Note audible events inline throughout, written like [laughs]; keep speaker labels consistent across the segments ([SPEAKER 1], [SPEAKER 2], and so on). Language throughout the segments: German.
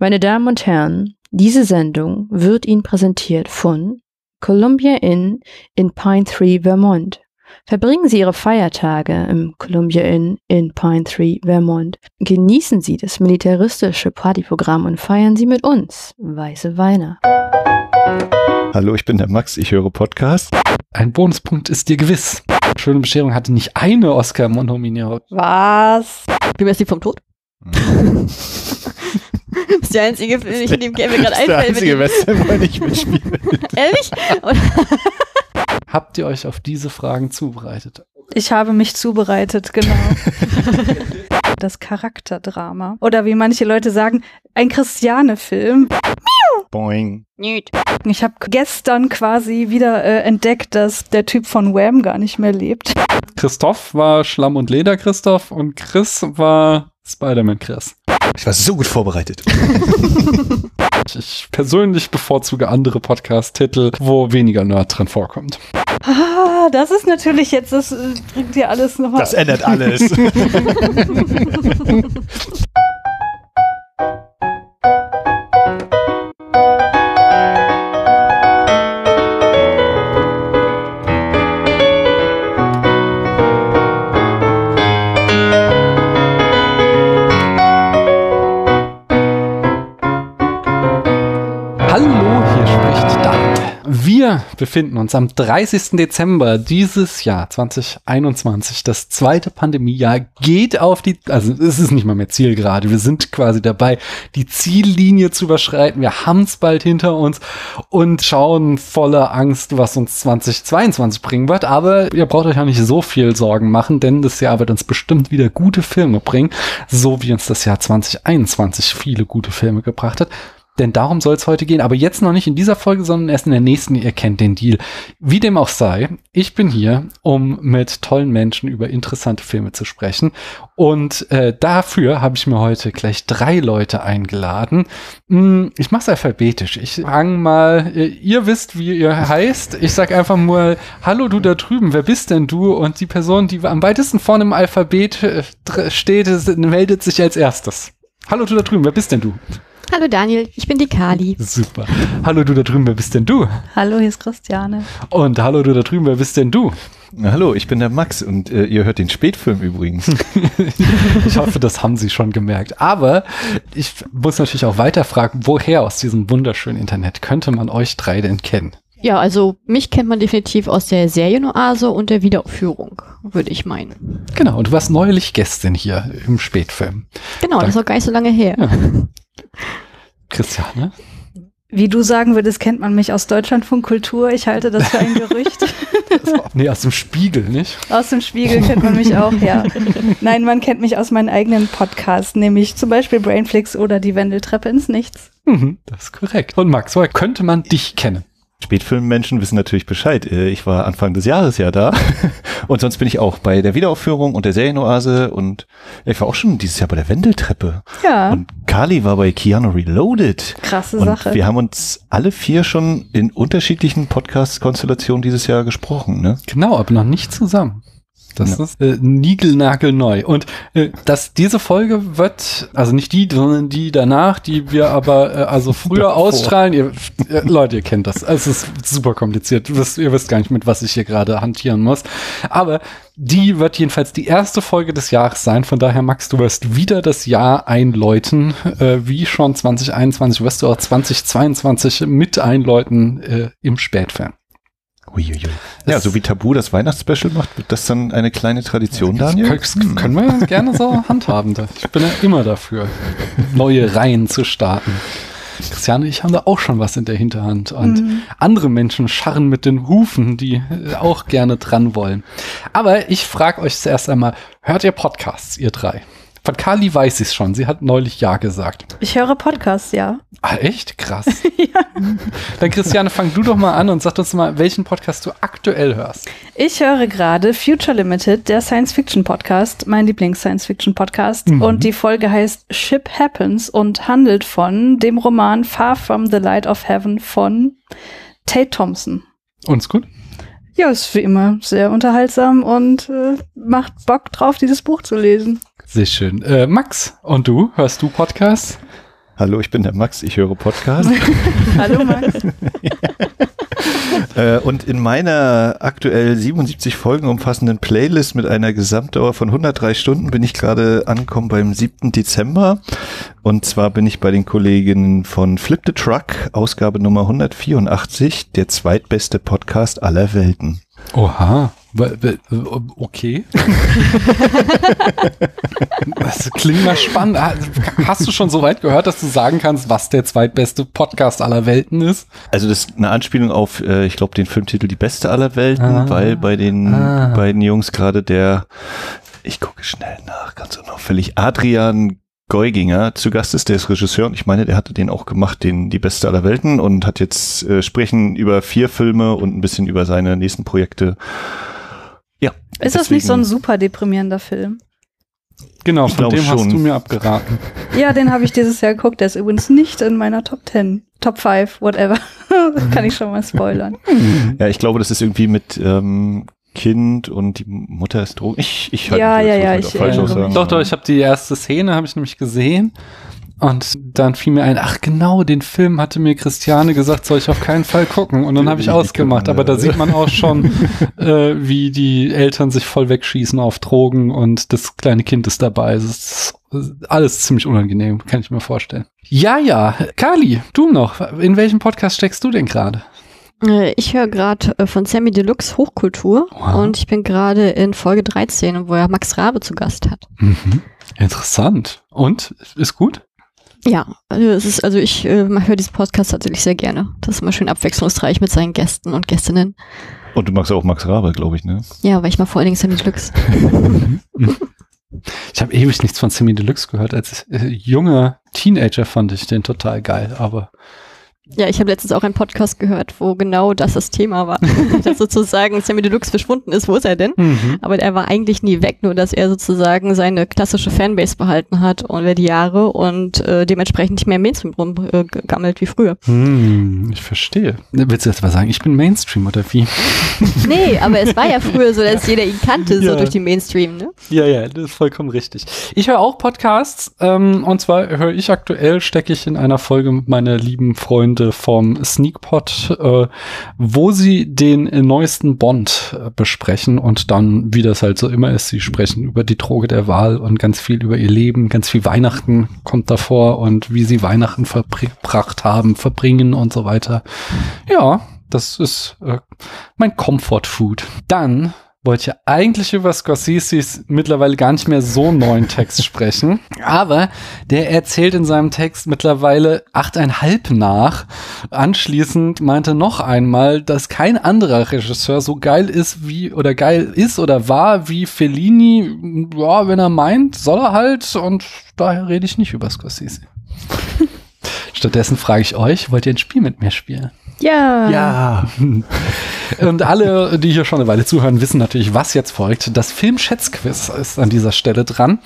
[SPEAKER 1] Meine Damen und Herren, diese Sendung wird Ihnen präsentiert von Columbia Inn in Pine Tree, Vermont. Verbringen Sie Ihre Feiertage im Columbia Inn in Pine Tree, Vermont. Genießen Sie das militaristische Partyprogramm und feiern Sie mit uns Weiße Weihnacht.
[SPEAKER 2] Hallo, ich bin der Max, ich höre Podcast.
[SPEAKER 3] Ein Bonuspunkt ist dir gewiss. Schöne Bescherung hatte nicht eine Oscar-Nominierung.
[SPEAKER 4] Was? Wie mir ist die vom Tod? Das ist der einzige Film, ich, dem mir gerade
[SPEAKER 2] [laughs] Das ist der
[SPEAKER 4] einfällt. mit
[SPEAKER 2] einzige
[SPEAKER 4] dem-
[SPEAKER 2] Western, wo er nicht mitspielt.
[SPEAKER 4] [laughs] Ehrlich?
[SPEAKER 3] Habt ihr euch auf diese Fragen zubereitet?
[SPEAKER 5] Ich habe mich zubereitet, genau. [laughs] das Charakterdrama. Oder wie manche Leute sagen, ein Christiane-Film.
[SPEAKER 2] Boing.
[SPEAKER 4] Nüt.
[SPEAKER 5] Ich habe gestern quasi wieder äh, entdeckt, dass der Typ von Wham gar nicht mehr lebt. [laughs]
[SPEAKER 3] Christoph war Schlamm- und Leder-Christoph und Chris war Spider-Man-Chris.
[SPEAKER 2] Ich war so gut vorbereitet.
[SPEAKER 3] Ich persönlich bevorzuge andere Podcast-Titel, wo weniger Nerd drin vorkommt.
[SPEAKER 5] Ah, das ist natürlich jetzt, das äh, bringt dir alles nochmal.
[SPEAKER 2] Das ändert alles.
[SPEAKER 3] Hallo, hier spricht Dante. Wir befinden uns am 30. Dezember dieses Jahr 2021. Das zweite Pandemiejahr geht auf die, also es ist nicht mal mehr Ziel gerade. Wir sind quasi dabei, die Ziellinie zu überschreiten. Wir haben es bald hinter uns und schauen voller Angst, was uns 2022 bringen wird. Aber ihr braucht euch auch nicht so viel Sorgen machen, denn das Jahr wird uns bestimmt wieder gute Filme bringen, so wie uns das Jahr 2021 viele gute Filme gebracht hat. Denn darum soll es heute gehen. Aber jetzt noch nicht in dieser Folge, sondern erst in der nächsten. Ihr kennt den Deal. Wie dem auch sei, ich bin hier, um mit tollen Menschen über interessante Filme zu sprechen. Und äh, dafür habe ich mir heute gleich drei Leute eingeladen. Hm, ich mache es alphabetisch. Ich fange mal, äh, ihr wisst, wie ihr heißt. Ich sage einfach mal, hallo du da drüben, wer bist denn du? Und die Person, die am weitesten vorne im Alphabet äh, dr- steht, s- meldet sich als erstes. Hallo du da drüben, wer bist denn du?
[SPEAKER 4] Hallo Daniel, ich bin die Kali.
[SPEAKER 3] Super. Hallo du da drüben, wer bist denn du?
[SPEAKER 5] Hallo, hier ist Christiane.
[SPEAKER 3] Und hallo du da drüben, wer bist denn du?
[SPEAKER 2] [laughs] Na, hallo, ich bin der Max und äh, ihr hört den Spätfilm übrigens.
[SPEAKER 3] Ich hoffe, das haben sie schon gemerkt. Aber ich muss natürlich auch weiterfragen, woher aus diesem wunderschönen Internet könnte man euch drei denn kennen?
[SPEAKER 4] Ja, also mich kennt man definitiv aus der Serienoase und der Wiederaufführung, würde ich meinen.
[SPEAKER 3] Genau, und du warst neulich Gästin hier im Spätfilm.
[SPEAKER 4] Genau, das ist auch gar nicht so lange her.
[SPEAKER 3] Ja. Christiane?
[SPEAKER 5] Wie du sagen würdest, kennt man mich aus Deutschlandfunk Kultur. Ich halte
[SPEAKER 2] [laughs]
[SPEAKER 5] das für ein Gerücht.
[SPEAKER 3] Nee, aus dem Spiegel, nicht?
[SPEAKER 5] Aus dem Spiegel kennt man mich auch, ja. Nein, man kennt mich aus meinen eigenen Podcasts, nämlich zum Beispiel Brainflix oder die Wendeltreppe ins Nichts.
[SPEAKER 3] Mhm, das ist korrekt. Und Max, woher könnte man dich kennen?
[SPEAKER 2] Spätfilmmenschen wissen natürlich Bescheid. Äh, Ich war Anfang des Jahres ja da. [laughs] Und sonst bin ich auch bei der Wiederaufführung und der Serienoase und ja, ich war auch schon dieses Jahr bei der Wendeltreppe.
[SPEAKER 4] Ah.
[SPEAKER 5] Ja,
[SPEAKER 2] Und Kali war bei Keanu Reloaded.
[SPEAKER 5] krasse
[SPEAKER 2] Und
[SPEAKER 5] Sache.
[SPEAKER 2] wir haben uns alle vier schon in unterschiedlichen Podcast-Konstellationen dieses Jahr gesprochen, ne?
[SPEAKER 3] Genau, aber noch nicht zusammen. Das
[SPEAKER 2] Ja.
[SPEAKER 3] ist äh, niegelnagelneu. Und äh, dass diese Folge wird, also nicht die, sondern die danach, die wir aber äh, also früher
[SPEAKER 2] Davor.
[SPEAKER 3] ausstrahlen. Ihr, äh, Leute, ihr kennt das. Es ist super kompliziert. Ihr wisst, ihr wisst gar nicht, mit was ich hier gerade hantieren muss. Aber die wird jedenfalls die erste Folge des Jahres sein. Von daher, Max, du wirst wieder das Jahr einläuten. Äh, wie schon 2021 wirst du auch 2022 mit einläuten äh, im Spätfern.
[SPEAKER 2] Uiuiui. Ja,
[SPEAKER 3] Es-
[SPEAKER 2] so wie Tabu das Weihnachtsspecial macht, wird das dann eine kleine Tradition, Daniel?
[SPEAKER 3] Das können- können wir gerne so handhaben. Ich bin ja immer dafür, neue Reihen zu starten. Christiane, ich habe da auch schon was in der Hinterhand. Und andere Menschen scharren mit den Hufen, die äh, auch gerne dran wollen. Aber ich frage euch zuerst einmal, hört ihr Podcasts, ihr drei? Von Kali weiß ich es schon. Sie hat neulich Ja gesagt.
[SPEAKER 5] Ich höre Podcasts, ja.
[SPEAKER 3] Ah, echt? Krass. Dann Christiane, fang du doch mal an und sag uns mal, welchen Podcast du aktuell hörst.
[SPEAKER 5] Ich höre gerade Future Limited, der Science-Fiction-Podcast, mein Lieblings-Science-Fiction-Podcast.
[SPEAKER 2] Mhm.
[SPEAKER 5] Und die Folge heißt Ship Happens und handelt von dem Roman Far From the Light of Heaven von Tate Thompson.
[SPEAKER 3] Uns gut?
[SPEAKER 5] Ja, ist wie immer sehr unterhaltsam und äh, macht Bock drauf, dieses Buch zu lesen.
[SPEAKER 3] Sehr schön. Äh, Max, und du? Hörst du Podcasts?
[SPEAKER 2] Hallo, ich bin der Max, ich höre Podcast.
[SPEAKER 5] [laughs] Hallo Max.
[SPEAKER 2] [laughs] Äh, und in meiner aktuell 77 Folgen umfassenden Playlist mit einer Gesamtdauer von 103 Stunden bin ich gerade angekommen beim 7. Dezember. Und zwar bin ich bei den Kolleginnen von Flip the Truck, Ausgabe Nummer 184, der zweitbeste Podcast aller Welten.
[SPEAKER 3] Oha. W- w-
[SPEAKER 2] [laughs]
[SPEAKER 3] Okay. das klingt mal spannend. Ah, Hast du schon so weit gehört, dass du sagen kannst, was der zweitbeste Podcast aller Welten ist?
[SPEAKER 2] Also das ist eine Anspielung auf, äh, ich glaube, den Filmtitel Die Beste aller Welten,
[SPEAKER 3] Ah.
[SPEAKER 2] weil bei den
[SPEAKER 3] Ah.
[SPEAKER 2] beiden Jungs gerade der, ich gucke schnell nach, ganz unauffällig, Adrian Geuginger zu Gast ist, der ist Regisseur und ich meine, der hatte den auch gemacht, den Die Beste aller Welten und hat jetzt äh, sprechen über vier Filme und ein bisschen über seine nächsten Projekte. Ja.
[SPEAKER 5] Ist das nicht so ein
[SPEAKER 2] deswegen-
[SPEAKER 5] super deprimierender Film?
[SPEAKER 3] Genau,
[SPEAKER 2] Ich
[SPEAKER 3] von
[SPEAKER 2] glaube
[SPEAKER 3] dem hast
[SPEAKER 2] schon.
[SPEAKER 3] du mir abgeraten.
[SPEAKER 5] Ja, den habe ich dieses Jahr geguckt. Der ist übrigens nicht in meiner Top 10, Top 5, whatever. [laughs] Kann ich schon mal spoilern.
[SPEAKER 2] Ja, ich glaube, das ist irgendwie mit ähm, Kind und die Mutter ist Drogen. Ich, ich
[SPEAKER 5] Ja,
[SPEAKER 2] mich
[SPEAKER 5] ja,
[SPEAKER 2] jetzt
[SPEAKER 5] ja,
[SPEAKER 2] halt
[SPEAKER 5] ich
[SPEAKER 2] auch falsch
[SPEAKER 5] erinnere
[SPEAKER 2] aus
[SPEAKER 5] mich.
[SPEAKER 2] sagen.
[SPEAKER 3] Doch, doch, ich habe die erste Szene, habe ich nämlich gesehen. Und dann fiel mir ein, ach genau, den Film hatte mir Christiane gesagt, soll ich auf keinen Fall gucken. Und dann habe ich
[SPEAKER 2] Die- die
[SPEAKER 3] ausgemacht.
[SPEAKER 2] gucken,
[SPEAKER 3] Aber da
[SPEAKER 2] ja.
[SPEAKER 3] sieht man
[SPEAKER 2] [laughs]
[SPEAKER 3] auch schon, äh, wie die Eltern sich voll wegschießen auf Drogen und das kleine Kind ist dabei. Es ist alles ziemlich unangenehm, kann ich mir vorstellen. Ja, ja. Kali, du noch. In welchem Podcast steckst du denn gerade?
[SPEAKER 4] Äh, Ich höre gerade äh, von Sammy Deluxe Hochkultur
[SPEAKER 3] Wow.
[SPEAKER 4] und ich bin gerade in Folge 13, wo er Max Rabe zu Gast hat.
[SPEAKER 2] Mhm.
[SPEAKER 3] Interessant. Und? Ist gut?
[SPEAKER 4] Ja, also es ist, also ich äh, höre diesen Podcast tatsächlich sehr gerne. Das ist immer schön abwechslungsreich mit seinen Gästen und Gästinnen.
[SPEAKER 2] Und du magst auch Max Rabe, glaube ich, ne?
[SPEAKER 4] Ja, weil ich mal vor allen Dingen Sammy Deluxe.
[SPEAKER 3] Ich habe ewig nichts von Semi Deluxe gehört. Als äh, junger Teenager fand ich den total geil, aber
[SPEAKER 4] Ja, ich habe letztens auch einen Podcast gehört, wo genau das das Thema war. [laughs] dass sozusagen Sammy Deluxe verschwunden ist. Wo ist er denn? Aber er war eigentlich nie weg, nur dass er sozusagen seine klassische Fanbase behalten hat über die Jahre und äh, dementsprechend nicht mehr im Mainstream rumgammelt wie früher.
[SPEAKER 3] Hm, ich verstehe. Willst du jetzt mal sagen, ich bin Mainstream oder wie?
[SPEAKER 4] Nee, aber es war ja früher so, dass jeder ihn kannte,
[SPEAKER 3] Ja.
[SPEAKER 4] so durch den Mainstream, ne?
[SPEAKER 3] Ja, ja, das ist vollkommen richtig. Ich höre auch Podcasts ähm, und zwar höre ich aktuell, stecke ich in einer Folge mit meiner lieben Freunde vom Sneakpot, äh, wo sie den neuesten Bond äh, besprechen und dann, wie das halt so immer ist, sie sprechen über die Droge der Wahl und ganz viel über ihr Leben, ganz viel Weihnachten kommt davor und wie sie Weihnachten verbracht haben, verbringen und so weiter. Ja, das ist äh, mein Comfort Food. Dann wollte ich ja eigentlich über Scorseses mittlerweile gar nicht mehr so neuen Text sprechen, aber der erzählt in seinem Text mittlerweile achteinhalb nach. Anschließend meinte noch einmal, dass kein anderer Regisseur so geil ist wie oder geil ist oder war wie Fellini. Ja, wenn er meint, soll er halt und daher rede ich nicht über Scorsese. Stattdessen frage ich euch, wollt ihr ein Spiel mit mir spielen?
[SPEAKER 5] Ja.
[SPEAKER 2] Ja.
[SPEAKER 3] Und alle, die hier schon eine Weile zuhören, wissen natürlich, was jetzt folgt. Das Filmschätzquiz ist an dieser Stelle dran.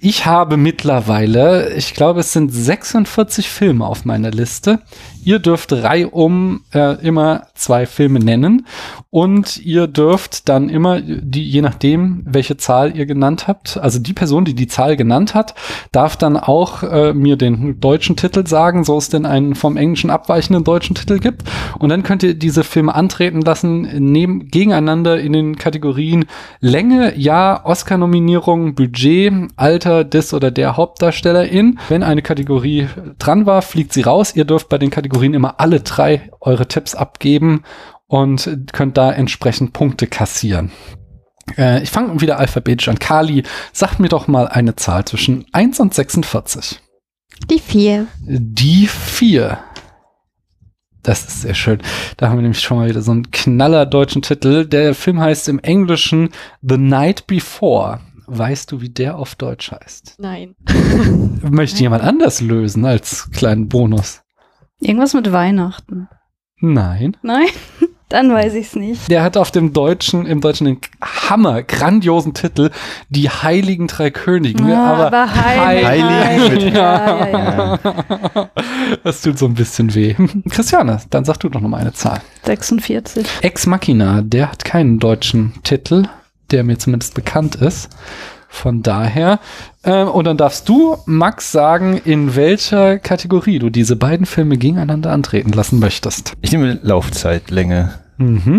[SPEAKER 3] Ich habe mittlerweile, ich glaube, es sind 46 Filme auf meiner Liste. Ihr dürft reihum äh, immer zwei Filme nennen und ihr dürft dann immer, die, je nachdem, welche Zahl ihr genannt habt, also die Person, die die Zahl genannt hat, darf dann auch äh, mir den deutschen Titel sagen, so es denn einen vom englischen abweichenden deutschen Titel gibt. Und dann könnt ihr diese Filme antreten lassen, neben, gegeneinander in den Kategorien Länge, Jahr, Oscar-Nominierung, Budget, Alter des oder der Hauptdarstellerin. Wenn eine Kategorie dran war, fliegt sie raus. Ihr dürft bei den Kategorien immer alle drei eure Tipps abgeben und könnt da entsprechend Punkte kassieren. Äh, ich fange wieder alphabetisch an. Kali, sag mir doch mal eine Zahl zwischen 1 und 46.
[SPEAKER 4] Die vier.
[SPEAKER 3] Die 4. Das ist sehr schön. Da haben wir nämlich schon mal wieder so einen knaller deutschen Titel. Der Film heißt im Englischen The Night Before. Weißt du, wie der auf Deutsch heißt?
[SPEAKER 4] Nein.
[SPEAKER 3] Möchte jemand anders lösen als kleinen Bonus?
[SPEAKER 5] Irgendwas mit Weihnachten.
[SPEAKER 3] Nein.
[SPEAKER 5] Nein? [laughs] Dann weiß ich es nicht.
[SPEAKER 3] Der hat auf dem Deutschen, im Deutschen den Hammer, grandiosen Titel Die Heiligen Drei Könige.
[SPEAKER 5] Ah, aber heilig.
[SPEAKER 2] Heilig.
[SPEAKER 5] heilig. Ja, ja, ja.
[SPEAKER 3] Das tut so ein bisschen weh. Christiane, dann sag du doch nochmal eine Zahl.
[SPEAKER 5] 46.
[SPEAKER 3] Ex Machina, der hat keinen deutschen Titel, der mir zumindest bekannt ist. Von daher. ähm, und dann darfst du, Max, sagen, in welcher Kategorie du diese beiden Filme gegeneinander antreten lassen möchtest.
[SPEAKER 2] Ich nehme Laufzeitlänge.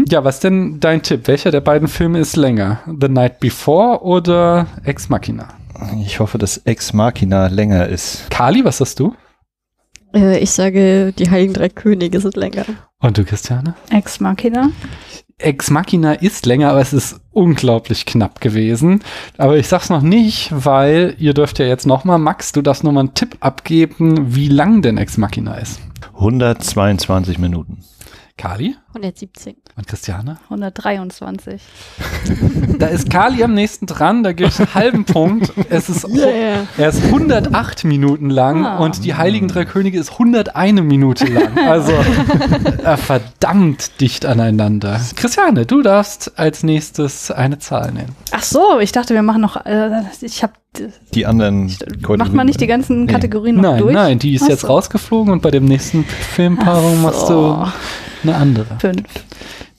[SPEAKER 3] Ja, was denn dein Tipp? Welcher der beiden Filme ist länger? The Night Before oder Ex Machina?
[SPEAKER 2] Ich hoffe, dass Ex Machina länger ist.
[SPEAKER 3] Kali, was hast du?
[SPEAKER 4] Äh, ich sage, die Heiligen Drei Könige sind länger.
[SPEAKER 3] Und du, Christiane?
[SPEAKER 5] Ex Machina.
[SPEAKER 3] Ex Machina ist länger, aber es ist unglaublich knapp gewesen. Aber ich sag's noch nicht, weil ihr dürft ja jetzt nochmal, Max, du darfst nochmal einen Tipp abgeben, wie lang denn Ex Machina ist.
[SPEAKER 2] 122 Minuten.
[SPEAKER 3] Kali
[SPEAKER 4] 117.
[SPEAKER 3] und Christiane?
[SPEAKER 5] 123.
[SPEAKER 3] Da ist Kali am nächsten dran, da gibt's einen halben Punkt. Es ist
[SPEAKER 4] Yeah.
[SPEAKER 3] Er ist 108 Minuten lang
[SPEAKER 5] Ah.
[SPEAKER 3] und die Heiligen Drei Könige ist 101 Minute lang. Also äh, verdammt dicht aneinander. Christiane, du darfst als nächstes eine Zahl nennen.
[SPEAKER 5] Ach so, ich dachte, wir machen noch. Äh, ich hab.
[SPEAKER 2] Die anderen
[SPEAKER 5] Macht man nicht die ganzen
[SPEAKER 2] Nee.
[SPEAKER 5] Kategorien noch
[SPEAKER 3] Nein,
[SPEAKER 5] durch?
[SPEAKER 3] nein, die ist
[SPEAKER 5] Ach
[SPEAKER 3] jetzt
[SPEAKER 5] so.
[SPEAKER 3] rausgeflogen und bei dem nächsten Filmpaarung
[SPEAKER 5] Ach
[SPEAKER 3] machst
[SPEAKER 5] so.
[SPEAKER 3] du eine andere.
[SPEAKER 5] Fünf.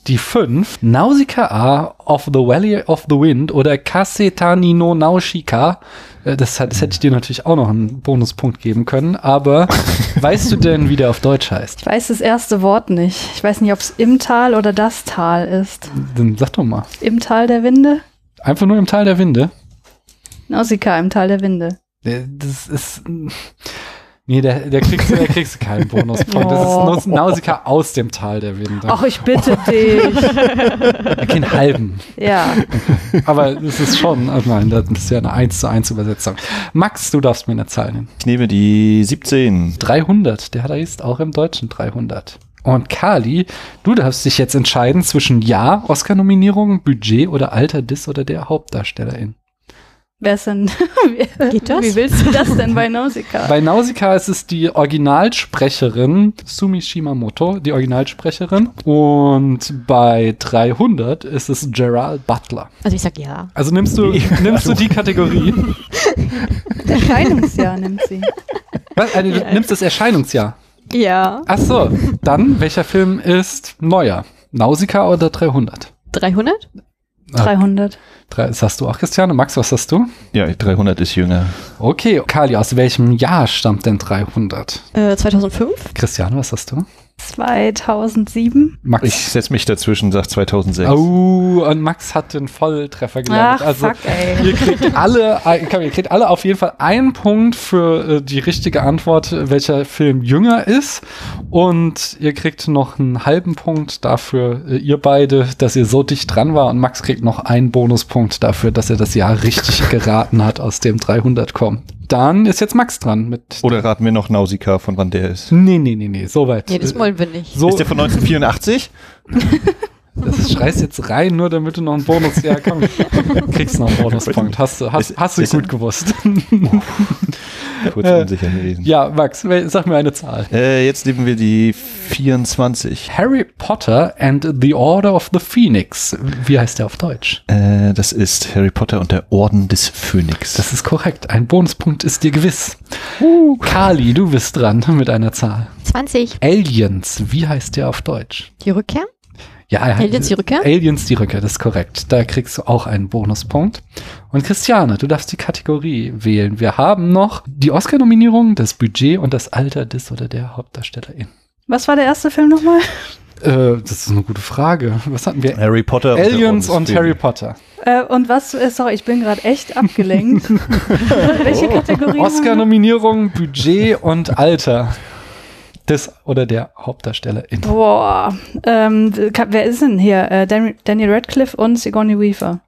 [SPEAKER 3] Die 5, Nausicaa of the Valley of the Wind oder Kasetani no Nausicaa. Äh, Das, hat- das hätte ich dir natürlich auch noch einen Bonuspunkt geben können, [laughs] aber weißt du denn, wie der auf Deutsch heißt?
[SPEAKER 5] Ich weiß das erste Wort nicht. Ich weiß nicht, ob es im Tal oder das Tal ist.
[SPEAKER 3] Dann sag doch mal.
[SPEAKER 5] Im Tal der Winde?
[SPEAKER 3] Einfach nur im Tal der Winde.
[SPEAKER 5] Nausicaa, im Tal der Winde.
[SPEAKER 3] Äh, Das ist. Nee, da, da, kriegst, du- da kriegst du keinen Bonuspunkt.
[SPEAKER 5] [laughs] Oh.
[SPEAKER 3] Das ist Naus- Nausicaa aus dem Tal der Winde.
[SPEAKER 5] Ach,
[SPEAKER 3] [laughs]
[SPEAKER 5] ich bitte dich.
[SPEAKER 3] Äh, Keinen halben.
[SPEAKER 5] Ja.
[SPEAKER 3] Aber das ist schon, oh nein, das ist ja eine 1 zu 1 Übersetzung. Max, du darfst mir eine Zahl nennen.
[SPEAKER 2] Ich nehme die 17.
[SPEAKER 3] 300, der heißt auch im Deutschen 300. Und Kali, du darfst dich jetzt entscheiden zwischen Ja, Oscar-Nominierung, Budget oder Alter des oder der Hauptdarstellerin.
[SPEAKER 5] Wer ist denn? [laughs]
[SPEAKER 4] Geht das?
[SPEAKER 5] Wie willst du das denn bei Nausicaa?
[SPEAKER 3] Bei Nausicaa ist es die Originalsprecherin Sumi Shimamoto, die Originalsprecherin. Und bei 300 ist es Gerald Butler.
[SPEAKER 4] Also ich sag ja.
[SPEAKER 3] Also nimmst du, nimmst du die [laughs] Kategorie,
[SPEAKER 5] Erscheinungsjahr nimmt sie.
[SPEAKER 3] was, äh, du nimmst das Erscheinungsjahr.
[SPEAKER 4] Ja.
[SPEAKER 3] Ach so, dann welcher Film ist neuer? Nausicaa oder 300?
[SPEAKER 4] 300?
[SPEAKER 3] Ah.
[SPEAKER 5] 300.
[SPEAKER 3] Drei, das hast du auch, Christiane. Max, was hast du?
[SPEAKER 2] Ja, 300 ist jünger.
[SPEAKER 3] Okay, Kali, aus welchem Jahr stammt denn 300?
[SPEAKER 4] Äh, 2005?
[SPEAKER 3] Christiane, was hast du?
[SPEAKER 5] 2007?
[SPEAKER 3] Max.
[SPEAKER 2] Ich setze mich dazwischen, sag 2006.
[SPEAKER 3] Oh, und Max hat den Volltreffer gelandet. Also,
[SPEAKER 5] Ach, fuck, ey.
[SPEAKER 3] Ihr kriegt alle, äh, komm, ihr kriegt alle auf jeden Fall einen Punkt für äh, die richtige Antwort, äh, welcher Film jünger ist. Und ihr kriegt noch einen halben Punkt dafür, äh, ihr beide, dass ihr so dicht dran war. Und Max kriegt noch einen Bonuspunkt dafür, dass er das Jahr richtig
[SPEAKER 2] [laughs]
[SPEAKER 3] geraten hat, aus dem 300 kommt. Dann ist jetzt Max dran mit.
[SPEAKER 2] Oder raten wir noch Nausicaa, von wann der ist?
[SPEAKER 3] Nee, nee, nee, nee, soweit.
[SPEAKER 4] Nee,
[SPEAKER 2] Äh,
[SPEAKER 4] das wollen wir nicht.
[SPEAKER 3] so,
[SPEAKER 2] Ist
[SPEAKER 3] [laughs]
[SPEAKER 2] der von 1984?
[SPEAKER 3] das schreist jetzt rein, nur damit du noch einen Bonus. Ja,
[SPEAKER 2] [laughs]
[SPEAKER 3] komm, kriegst noch einen Bonuspunkt. Hast du, hast,
[SPEAKER 2] Ist-
[SPEAKER 3] hast du
[SPEAKER 2] ist-
[SPEAKER 3] gut gewusst.
[SPEAKER 2] Kurz
[SPEAKER 3] Äh,
[SPEAKER 2] unsicher gewesen.
[SPEAKER 3] Ja, Max, wel- sag mir eine Zahl.
[SPEAKER 2] Äh, jetzt nehmen wir die 24.
[SPEAKER 3] Harry Potter and the Order of the Phoenix. Wie heißt der auf Deutsch?
[SPEAKER 2] Äh, das ist Harry Potter und der Orden des Phönix.
[SPEAKER 3] Das ist korrekt. Ein Bonuspunkt ist dir gewiss.
[SPEAKER 4] Uh.
[SPEAKER 3] Kali, du bist dran mit einer Zahl.
[SPEAKER 4] 20.
[SPEAKER 3] Aliens, wie heißt der auf Deutsch?
[SPEAKER 4] Die Rückkehr?
[SPEAKER 3] Ja, er-
[SPEAKER 4] Aliens die Rückkehr?
[SPEAKER 3] Aliens die Rückkehr, das ist korrekt. Da kriegst du auch einen Bonuspunkt. Und Christiane, du darfst die Kategorie wählen. Wir haben noch die Oscar-Nominierung, das Budget und das Alter des oder der Hauptdarstellerin.
[SPEAKER 5] Was war der erste Film nochmal?
[SPEAKER 3] Äh, das ist eine gute Frage. Was hatten wir?
[SPEAKER 2] Harry Potter der Orden
[SPEAKER 3] Aliens
[SPEAKER 2] des
[SPEAKER 3] und
[SPEAKER 2] Phönix.
[SPEAKER 3] Harry Potter.
[SPEAKER 5] Äh, und was, äh, sorry, ich bin gerade
[SPEAKER 3] [laughs]
[SPEAKER 5] echt abgelenkt. Welche
[SPEAKER 3] Oh.
[SPEAKER 5] Kategorie? haben
[SPEAKER 3] Oscar-Nominierung, Budget und Alter des oder der Hauptdarstellerin.
[SPEAKER 5] wir? Boah, ähm, ka- wer ist denn hier? Äh, Dan Daniel Radcliffe und Sigourney Weaver.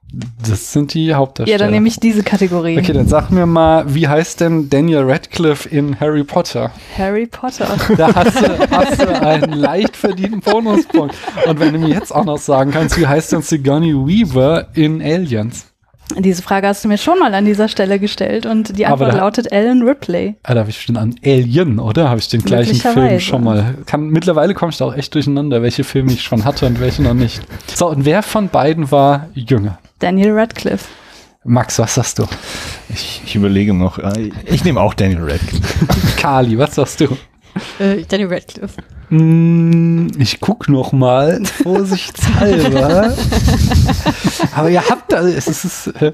[SPEAKER 3] Das sind die Hauptdarsteller.
[SPEAKER 5] Ja, dann nehme ich diese Kategorie.
[SPEAKER 3] Okay, dann sag mir mal, wie heißt denn Daniel Radcliffe in Harry Potter?
[SPEAKER 5] Harry Potter.
[SPEAKER 3] Da hast du, hast du einen leicht verdienten Bonuspunkt. Und wenn du mir jetzt auch noch sagen kannst, wie heißt denn Sigourney Weaver in Aliens?
[SPEAKER 5] Diese Frage hast du mir schon mal an dieser Stelle gestellt und die
[SPEAKER 3] Aber
[SPEAKER 5] Antwort
[SPEAKER 3] da-
[SPEAKER 5] lautet Ellen Ripley.
[SPEAKER 3] Ah, da habe ich schon an Alien, oder? Habe ich den gleichen Film
[SPEAKER 5] Möglicherweise.
[SPEAKER 3] schon mal. Kann, mittlerweile komme ich da auch echt durcheinander, welche Filme ich schon hatte und welche noch nicht. So, und wer von beiden war jünger?
[SPEAKER 5] Daniel Radcliffe.
[SPEAKER 3] Max, was sagst [laughs] du?
[SPEAKER 2] Ich, ich überlege noch. Ah, Ich nehme auch Daniel Radcliffe.
[SPEAKER 3] Kali, was sagst du?
[SPEAKER 4] Äh, Daniel Radcliffe.
[SPEAKER 3] Mm, Ich guck noch mal, vorsichtshalber. [laughs] Aber ihr habt, also es ist, es ist, äh,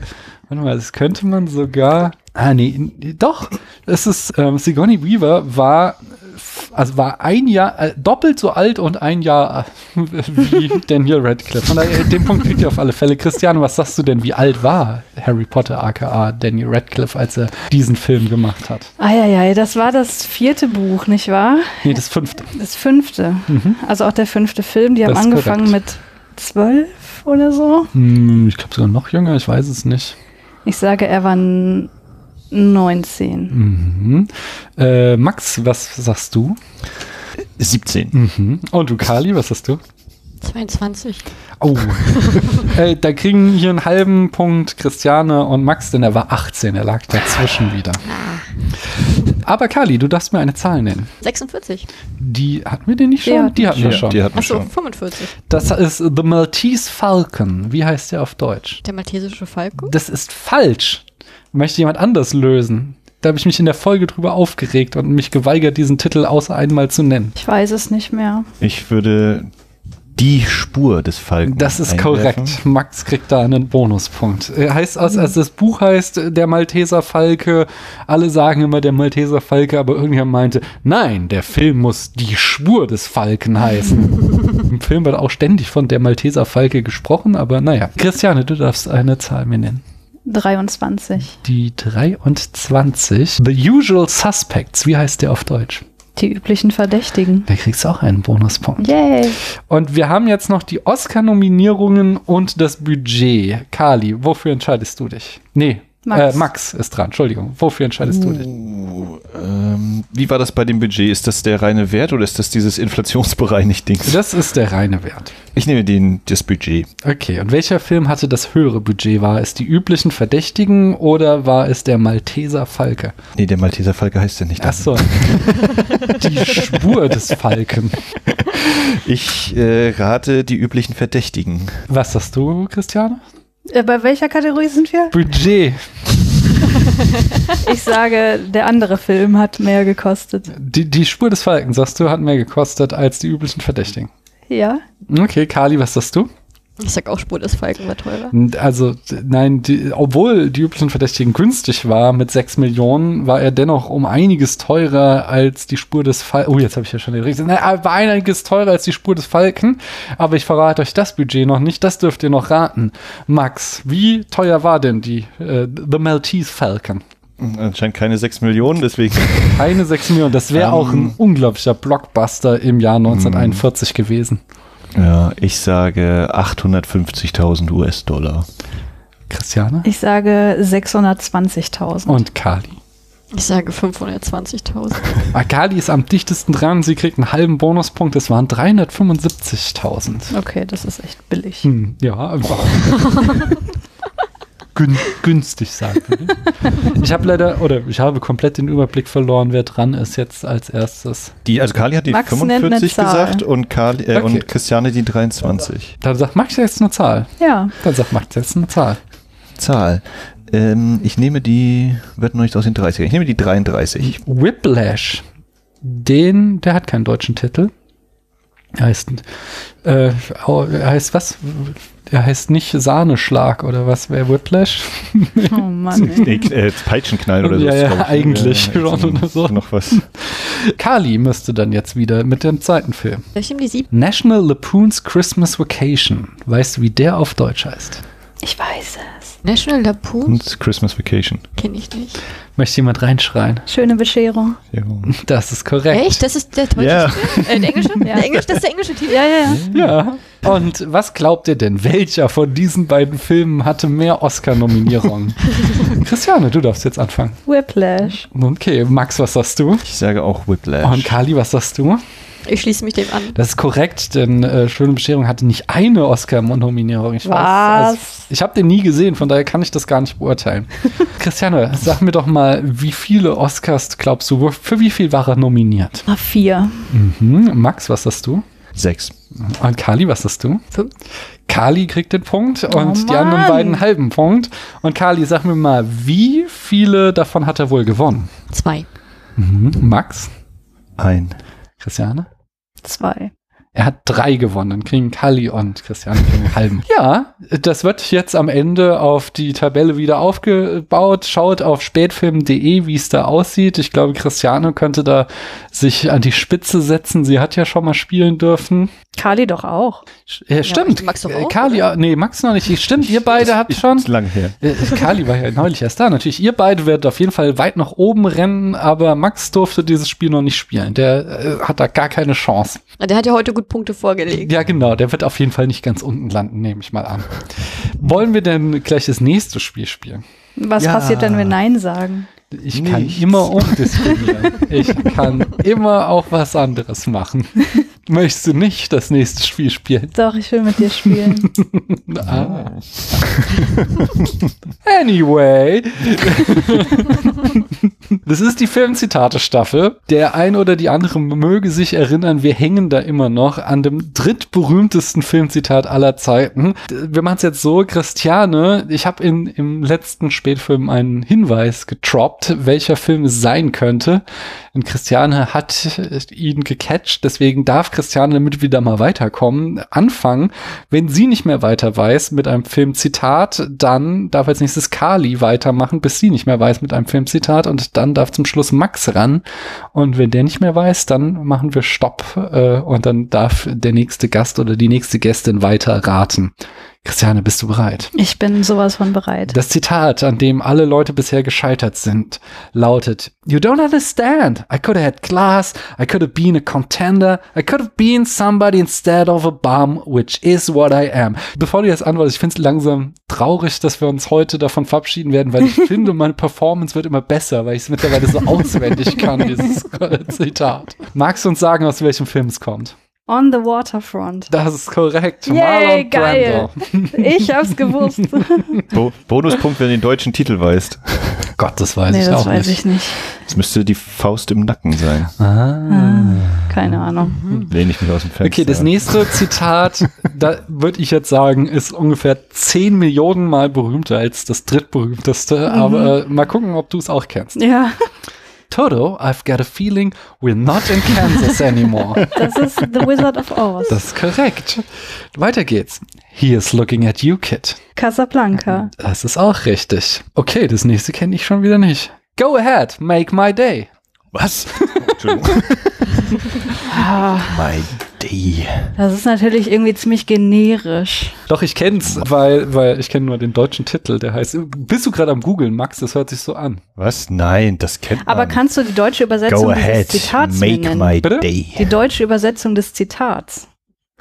[SPEAKER 3] warte mal, das könnte man sogar, ah nee, n- doch, es ist, ähm, Sigourney Weaver war, äh, f- also war ein Jahr, äh, doppelt so alt und ein Jahr äh, wie Daniel Radcliffe. Von daher, äh, den Punkt kriegt ihr auf alle Fälle. Christian, was sagst du denn, wie alt war Harry Potter aka Daniel Radcliffe, als er diesen Film gemacht hat?
[SPEAKER 5] Eieiei, das war das vierte Buch, nicht wahr?
[SPEAKER 3] Nee, das fünfte.
[SPEAKER 5] Das fünfte. Also auch der fünfte Film. Die haben
[SPEAKER 3] Mhm. Das ist
[SPEAKER 5] angefangen mit zwölf oder so.
[SPEAKER 3] Hm, ich glaube sogar noch jünger, ich weiß es nicht.
[SPEAKER 5] Ich sage, er war n- 19.
[SPEAKER 3] Mhm. Äh, Max, was sagst du?
[SPEAKER 2] 17.
[SPEAKER 3] Mhm. Und du, Kali, was sagst du?
[SPEAKER 4] 22.
[SPEAKER 3] [laughs] Oh. äh, da kriegen hier einen halben Punkt Christiane und Max, denn er war 18, er lag dazwischen wieder. Aber Kali, du darfst mir eine Zahl nennen.
[SPEAKER 4] 46.
[SPEAKER 3] Die hatten wir denn nicht schon?
[SPEAKER 5] Ja,
[SPEAKER 3] die hatten wir schon.
[SPEAKER 2] Die hatten wir
[SPEAKER 4] Achso,
[SPEAKER 2] schon.
[SPEAKER 4] 45.
[SPEAKER 3] Das ist The Maltese Falcon. Wie heißt der auf Deutsch?
[SPEAKER 4] Der maltesische Falco?
[SPEAKER 3] Das ist falsch. Möchte jemand anders lösen? Da habe ich mich in der Folge drüber aufgeregt und mich geweigert, diesen Titel außer einmal zu nennen.
[SPEAKER 5] Ich weiß es nicht mehr.
[SPEAKER 2] Ich würde die Spur des Falken.
[SPEAKER 3] Das ist
[SPEAKER 2] einwerfen.
[SPEAKER 3] korrekt. Max kriegt da einen Bonuspunkt. Äh, Heißt aus, also das Buch heißt äh, Der Malteser Falke. Alle sagen immer der Malteser Falke, aber irgendjemand meinte, nein, der Film muss Die Spur des Falken heißen. Im Film wird auch ständig von der Malteser Falke gesprochen, aber naja. Christiane, du darfst eine Zahl mir nennen.
[SPEAKER 5] 23.
[SPEAKER 3] Die 23. The Usual Suspects. Wie heißt der auf Deutsch?
[SPEAKER 5] Die üblichen Verdächtigen.
[SPEAKER 3] Da kriegst du auch einen Bonuspunkt.
[SPEAKER 5] Yay.
[SPEAKER 3] Und wir haben jetzt noch die Oscar-Nominierungen und das Budget. Kali, wofür entscheidest du dich? Nee, Max,
[SPEAKER 5] Max.
[SPEAKER 3] äh, Max ist dran. Entschuldigung, wofür entscheidest du dich?
[SPEAKER 2] Ähm, wie war das bei dem Budget? Ist das der reine Wert oder ist das dieses inflationsbereinigt Ding?
[SPEAKER 3] Das ist der reine Wert.
[SPEAKER 2] Ich nehme den, das Budget.
[SPEAKER 3] Okay, und welcher Film hatte das höhere Budget? War es die üblichen Verdächtigen oder war es der Malteser Falke?
[SPEAKER 2] Nee, der Malteser Falke heißt ja nicht.
[SPEAKER 3] Achso. die Spur des Falken.
[SPEAKER 2] Ich äh, rate die üblichen Verdächtigen.
[SPEAKER 3] Was sagst du, Christiane?
[SPEAKER 5] Äh, bei welcher Kategorie sind wir?
[SPEAKER 3] Budget.
[SPEAKER 5] Ich sage, der andere Film hat mehr gekostet.
[SPEAKER 3] Die, die Spur des Falken, sagst du, hat mehr gekostet als die üblichen Verdächtigen.
[SPEAKER 5] Ja?
[SPEAKER 3] Okay, Kali, was sagst du?
[SPEAKER 4] Ich sag auch, Spur des Falken war teurer.
[SPEAKER 3] Also, d- nein, die, obwohl die üblichen Verdächtigen günstig war mit 6 Millionen, war er dennoch um einiges teurer als die Spur des Falken. Oh, jetzt habe ich ja schon den richtigen. Nein, er war einiges teurer als die Spur des Falken, aber ich verrate euch das Budget noch nicht, das dürft ihr noch raten. Max, wie teuer war denn die äh, The Maltese Falcon?
[SPEAKER 2] Anscheinend keine 6 Millionen,
[SPEAKER 3] [laughs]
[SPEAKER 2] deswegen.
[SPEAKER 3] Keine 6 Millionen, das wäre
[SPEAKER 2] Ähm.
[SPEAKER 3] auch ein unglaublicher Blockbuster im Jahr 1941 gewesen.
[SPEAKER 2] Ja, ich sage 850.000 US-Dollar.
[SPEAKER 3] Christiane?
[SPEAKER 5] Ich sage 620.000.
[SPEAKER 3] Und Kali.
[SPEAKER 4] Ich sage [laughs] 520.000.
[SPEAKER 3] Akali ist am dichtesten dran. Sie kriegt einen halben Bonuspunkt. Das waren 375.000.
[SPEAKER 5] Okay, das ist echt billig.
[SPEAKER 3] Hm, ja. [laughs] Gün günstig sagen. Ich habe leider, oder ich habe komplett den Überblick verloren, wer dran ist jetzt als erstes.
[SPEAKER 2] Die, also Kali hat die
[SPEAKER 5] Max nennt eine
[SPEAKER 2] 45
[SPEAKER 5] Zahl.
[SPEAKER 2] gesagt und, Kali, äh,
[SPEAKER 3] Okay.
[SPEAKER 2] und Christiane die 23.
[SPEAKER 3] Dann sagt Max jetzt eine Zahl. [laughs]
[SPEAKER 5] Ja.
[SPEAKER 3] Dann sagt Max jetzt eine Zahl.
[SPEAKER 2] Zahl. Ähm, ich nehme die, wird noch nicht aus den 30 Ich nehme die 33.
[SPEAKER 3] Whiplash. Den, der hat keinen deutschen Titel. Er heißt, äh, au- er heißt was? Er heißt nicht Sahneschlag oder was wäre Whiplash?
[SPEAKER 5] Oh Mann. ey.
[SPEAKER 2] Nee, äh, Peitschenknall oder so.
[SPEAKER 3] Ja,
[SPEAKER 2] ist,
[SPEAKER 3] ja,
[SPEAKER 2] glaub ich,
[SPEAKER 3] eigentlich
[SPEAKER 2] äh,
[SPEAKER 3] schon oder so.
[SPEAKER 2] Noch was.
[SPEAKER 3] Kali müsste dann jetzt wieder mit dem zweiten Film.
[SPEAKER 4] Ich nehme die 7.
[SPEAKER 3] National Lapoon's Christmas Vacation. Weißt du, wie der auf Deutsch heißt?
[SPEAKER 5] Ich weiß es.
[SPEAKER 4] National Lapoon
[SPEAKER 2] Und Christmas Vacation.
[SPEAKER 4] kenne ich nicht.
[SPEAKER 3] Möchte jemand reinschreien? [laughs]
[SPEAKER 5] Schöne Bescherung.
[SPEAKER 2] Ja.
[SPEAKER 3] Das ist korrekt.
[SPEAKER 4] Echt? Das ist der deutsche
[SPEAKER 2] Ja. Mhm.
[SPEAKER 4] Titel? Äh, der [laughs] englische?
[SPEAKER 5] Ja.
[SPEAKER 4] Der Englisch, das ist der englische Titel.
[SPEAKER 5] Ja, ja, ja.
[SPEAKER 3] Ja. Und was glaubt ihr denn? Welcher von diesen beiden Filmen hatte mehr Oscar-Nominierungen? Christiane, du darfst jetzt anfangen.
[SPEAKER 5] Whiplash.
[SPEAKER 3] Okay, Max, was sagst du?
[SPEAKER 2] Ich sage auch
[SPEAKER 3] Und
[SPEAKER 2] Whiplash.
[SPEAKER 3] Kali, was sagst du?
[SPEAKER 4] Ich schließe mich dem an.
[SPEAKER 3] Das ist korrekt, denn äh, Schöne Bescherung hatte nicht eine Oscar-Nominierung. Ich weiß,
[SPEAKER 5] Was?
[SPEAKER 3] also, ich habe den nie gesehen, von daher kann ich das gar nicht
[SPEAKER 5] [laughs]
[SPEAKER 3] beurteilen. Christiane, sag mir doch mal, wie viele Oscars glaubst du, wo- für wie viel war er nominiert?
[SPEAKER 5] Ah, vier.
[SPEAKER 3] Mhm. Max, was hast du?
[SPEAKER 2] Sechs.
[SPEAKER 3] Und Kali, was hast du?
[SPEAKER 4] Fünf.
[SPEAKER 3] Kali kriegt den Punkt und die
[SPEAKER 5] Oh Mann.
[SPEAKER 3] anderen beiden einen halben Punkt. Und Kali, sag mir mal, wie viele davon hat er wohl gewonnen?
[SPEAKER 4] Zwei.
[SPEAKER 3] Mhm. Max?
[SPEAKER 2] Ein.
[SPEAKER 3] Christiane?
[SPEAKER 5] Zwei.
[SPEAKER 3] Er hat drei gewonnen, dann kriegen Kali und Christiane kriegen einen halben. [laughs] Ja, das wird jetzt am Ende auf die Tabelle wieder aufgebaut. Schaut auf spätfilm.de, wie es da aussieht. Ich glaube, Christiane könnte da sich an die Spitze setzen. Sie hat ja schon mal spielen dürfen.
[SPEAKER 5] Kali doch auch.
[SPEAKER 3] Sch- Äh, stimmt.
[SPEAKER 4] Max doch
[SPEAKER 3] Äh,
[SPEAKER 4] auch,
[SPEAKER 3] Kali, nee, Max noch nicht. Stimmt, ihr beide habt schon.
[SPEAKER 2] Ist lang her.
[SPEAKER 3] Äh, Kali war ja neulich erst da. Natürlich, ihr beide werdet auf jeden Fall weit nach oben rennen, aber Max durfte dieses Spiel noch nicht spielen. Der äh, hat da gar keine Chance.
[SPEAKER 4] Na, Der hat ja heute gut Punkte vorgelegt.
[SPEAKER 3] Ja, genau, der wird auf jeden Fall nicht ganz unten landen, nehme ich mal an. Wollen wir denn gleich das nächste Spiel spielen?
[SPEAKER 5] Was
[SPEAKER 2] Ja.
[SPEAKER 5] passiert, wenn wir Nein sagen?
[SPEAKER 3] Ich kann
[SPEAKER 2] Nichts.
[SPEAKER 3] immer umdisponieren. Ich kann immer auch was anderes machen. Möchtest du nicht das nächste Spiel spielen?
[SPEAKER 5] Doch, ich will mit dir
[SPEAKER 2] [laughs]
[SPEAKER 5] spielen.
[SPEAKER 3] Ah. [laughs] Anyway. [laughs] Das ist die Filmzitate-Staffel. Der ein oder die andere möge sich erinnern, wir hängen da immer noch an dem drittberühmtesten Filmzitat aller Zeiten. D- Wir machen es jetzt so, Christiane, ich habe in im letzten Spätfilm einen Hinweis getroppt, welcher Film es sein könnte. Und Christiane hat äh, ihn gecatcht, deswegen darf Christiane, damit wir da mal weiterkommen, anfangen. Wenn sie nicht mehr weiter weiß mit einem Filmzitat, dann darf als nächstes Kali weitermachen, bis sie nicht mehr weiß mit einem Filmzitat und dann darf zum Schluss Max ran. Und wenn der nicht mehr weiß, dann machen wir Stopp äh, und dann darf der nächste Gast oder die nächste Gästin weiter raten. Christiane, bist du bereit?
[SPEAKER 5] Ich bin sowas von bereit.
[SPEAKER 3] Das Zitat, an dem alle Leute bisher gescheitert sind, lautet: You don't understand. I could have had class. I could have been a contender. I could have been somebody instead of a bum, which is what I am. Bevor du jetzt antwortest, ich finde es langsam traurig, dass wir uns heute davon verabschieden werden,
[SPEAKER 5] [laughs]
[SPEAKER 3] weil ich finde, meine Performance wird immer besser, weil ich es mittlerweile so auswendig kann,
[SPEAKER 5] [laughs]
[SPEAKER 3] dieses Zitat. Magst du uns sagen, aus welchem Film es kommt?
[SPEAKER 5] On the Waterfront.
[SPEAKER 3] Das ist korrekt.
[SPEAKER 5] Yay, geil. Ich
[SPEAKER 2] [laughs]
[SPEAKER 5] hab's gewusst. nee,
[SPEAKER 2] Bo Bonuspunkt, wenn du den deutschen Titel weißt.
[SPEAKER 3] Gott, das weiß ich
[SPEAKER 5] das
[SPEAKER 3] auch
[SPEAKER 5] weiß
[SPEAKER 3] nicht.
[SPEAKER 5] ich nicht.
[SPEAKER 2] Es müsste die Faust im Nacken sein.
[SPEAKER 3] Ah.
[SPEAKER 5] Keine Ahnung.
[SPEAKER 2] Lehne ich mich aus dem Fenster.
[SPEAKER 3] Mhm. Okay, das nächste Zitat, da würde ich jetzt sagen, ist ungefähr 10 Millionen Mal berühmter als das drittberühmteste, aber äh, mal gucken, ob du es auch kennst.
[SPEAKER 5] Ja,
[SPEAKER 3] Toto, I've got a feeling we're not in Kansas anymore.
[SPEAKER 5] das ist The Wizard of Oz.
[SPEAKER 3] Das ist korrekt. Weiter geht's. He is looking at you, kid.
[SPEAKER 5] Casablanca.
[SPEAKER 3] Das ist auch richtig. Okay, das nächste kenne ich schon wieder nicht. Go ahead, make my day. [laughs]
[SPEAKER 2] Was? Entschuldigung.
[SPEAKER 5] Ah,
[SPEAKER 2] My D.
[SPEAKER 5] das ist natürlich irgendwie ziemlich generisch.
[SPEAKER 3] Doch, ich kenn's, weil, weil ich kenne nur den deutschen Titel, der heißt. Bist du gerade am Googeln, Max? Das hört sich so an.
[SPEAKER 2] Was? Nein, das kennt man.
[SPEAKER 5] Aber kannst du die deutsche
[SPEAKER 2] Ähm, Go
[SPEAKER 5] Übersetzung
[SPEAKER 2] ahead,
[SPEAKER 5] des Zitats mir
[SPEAKER 2] make
[SPEAKER 5] nennen?
[SPEAKER 2] my
[SPEAKER 3] Bitte?
[SPEAKER 2] day.
[SPEAKER 5] die deutsche Übersetzung des Zitats.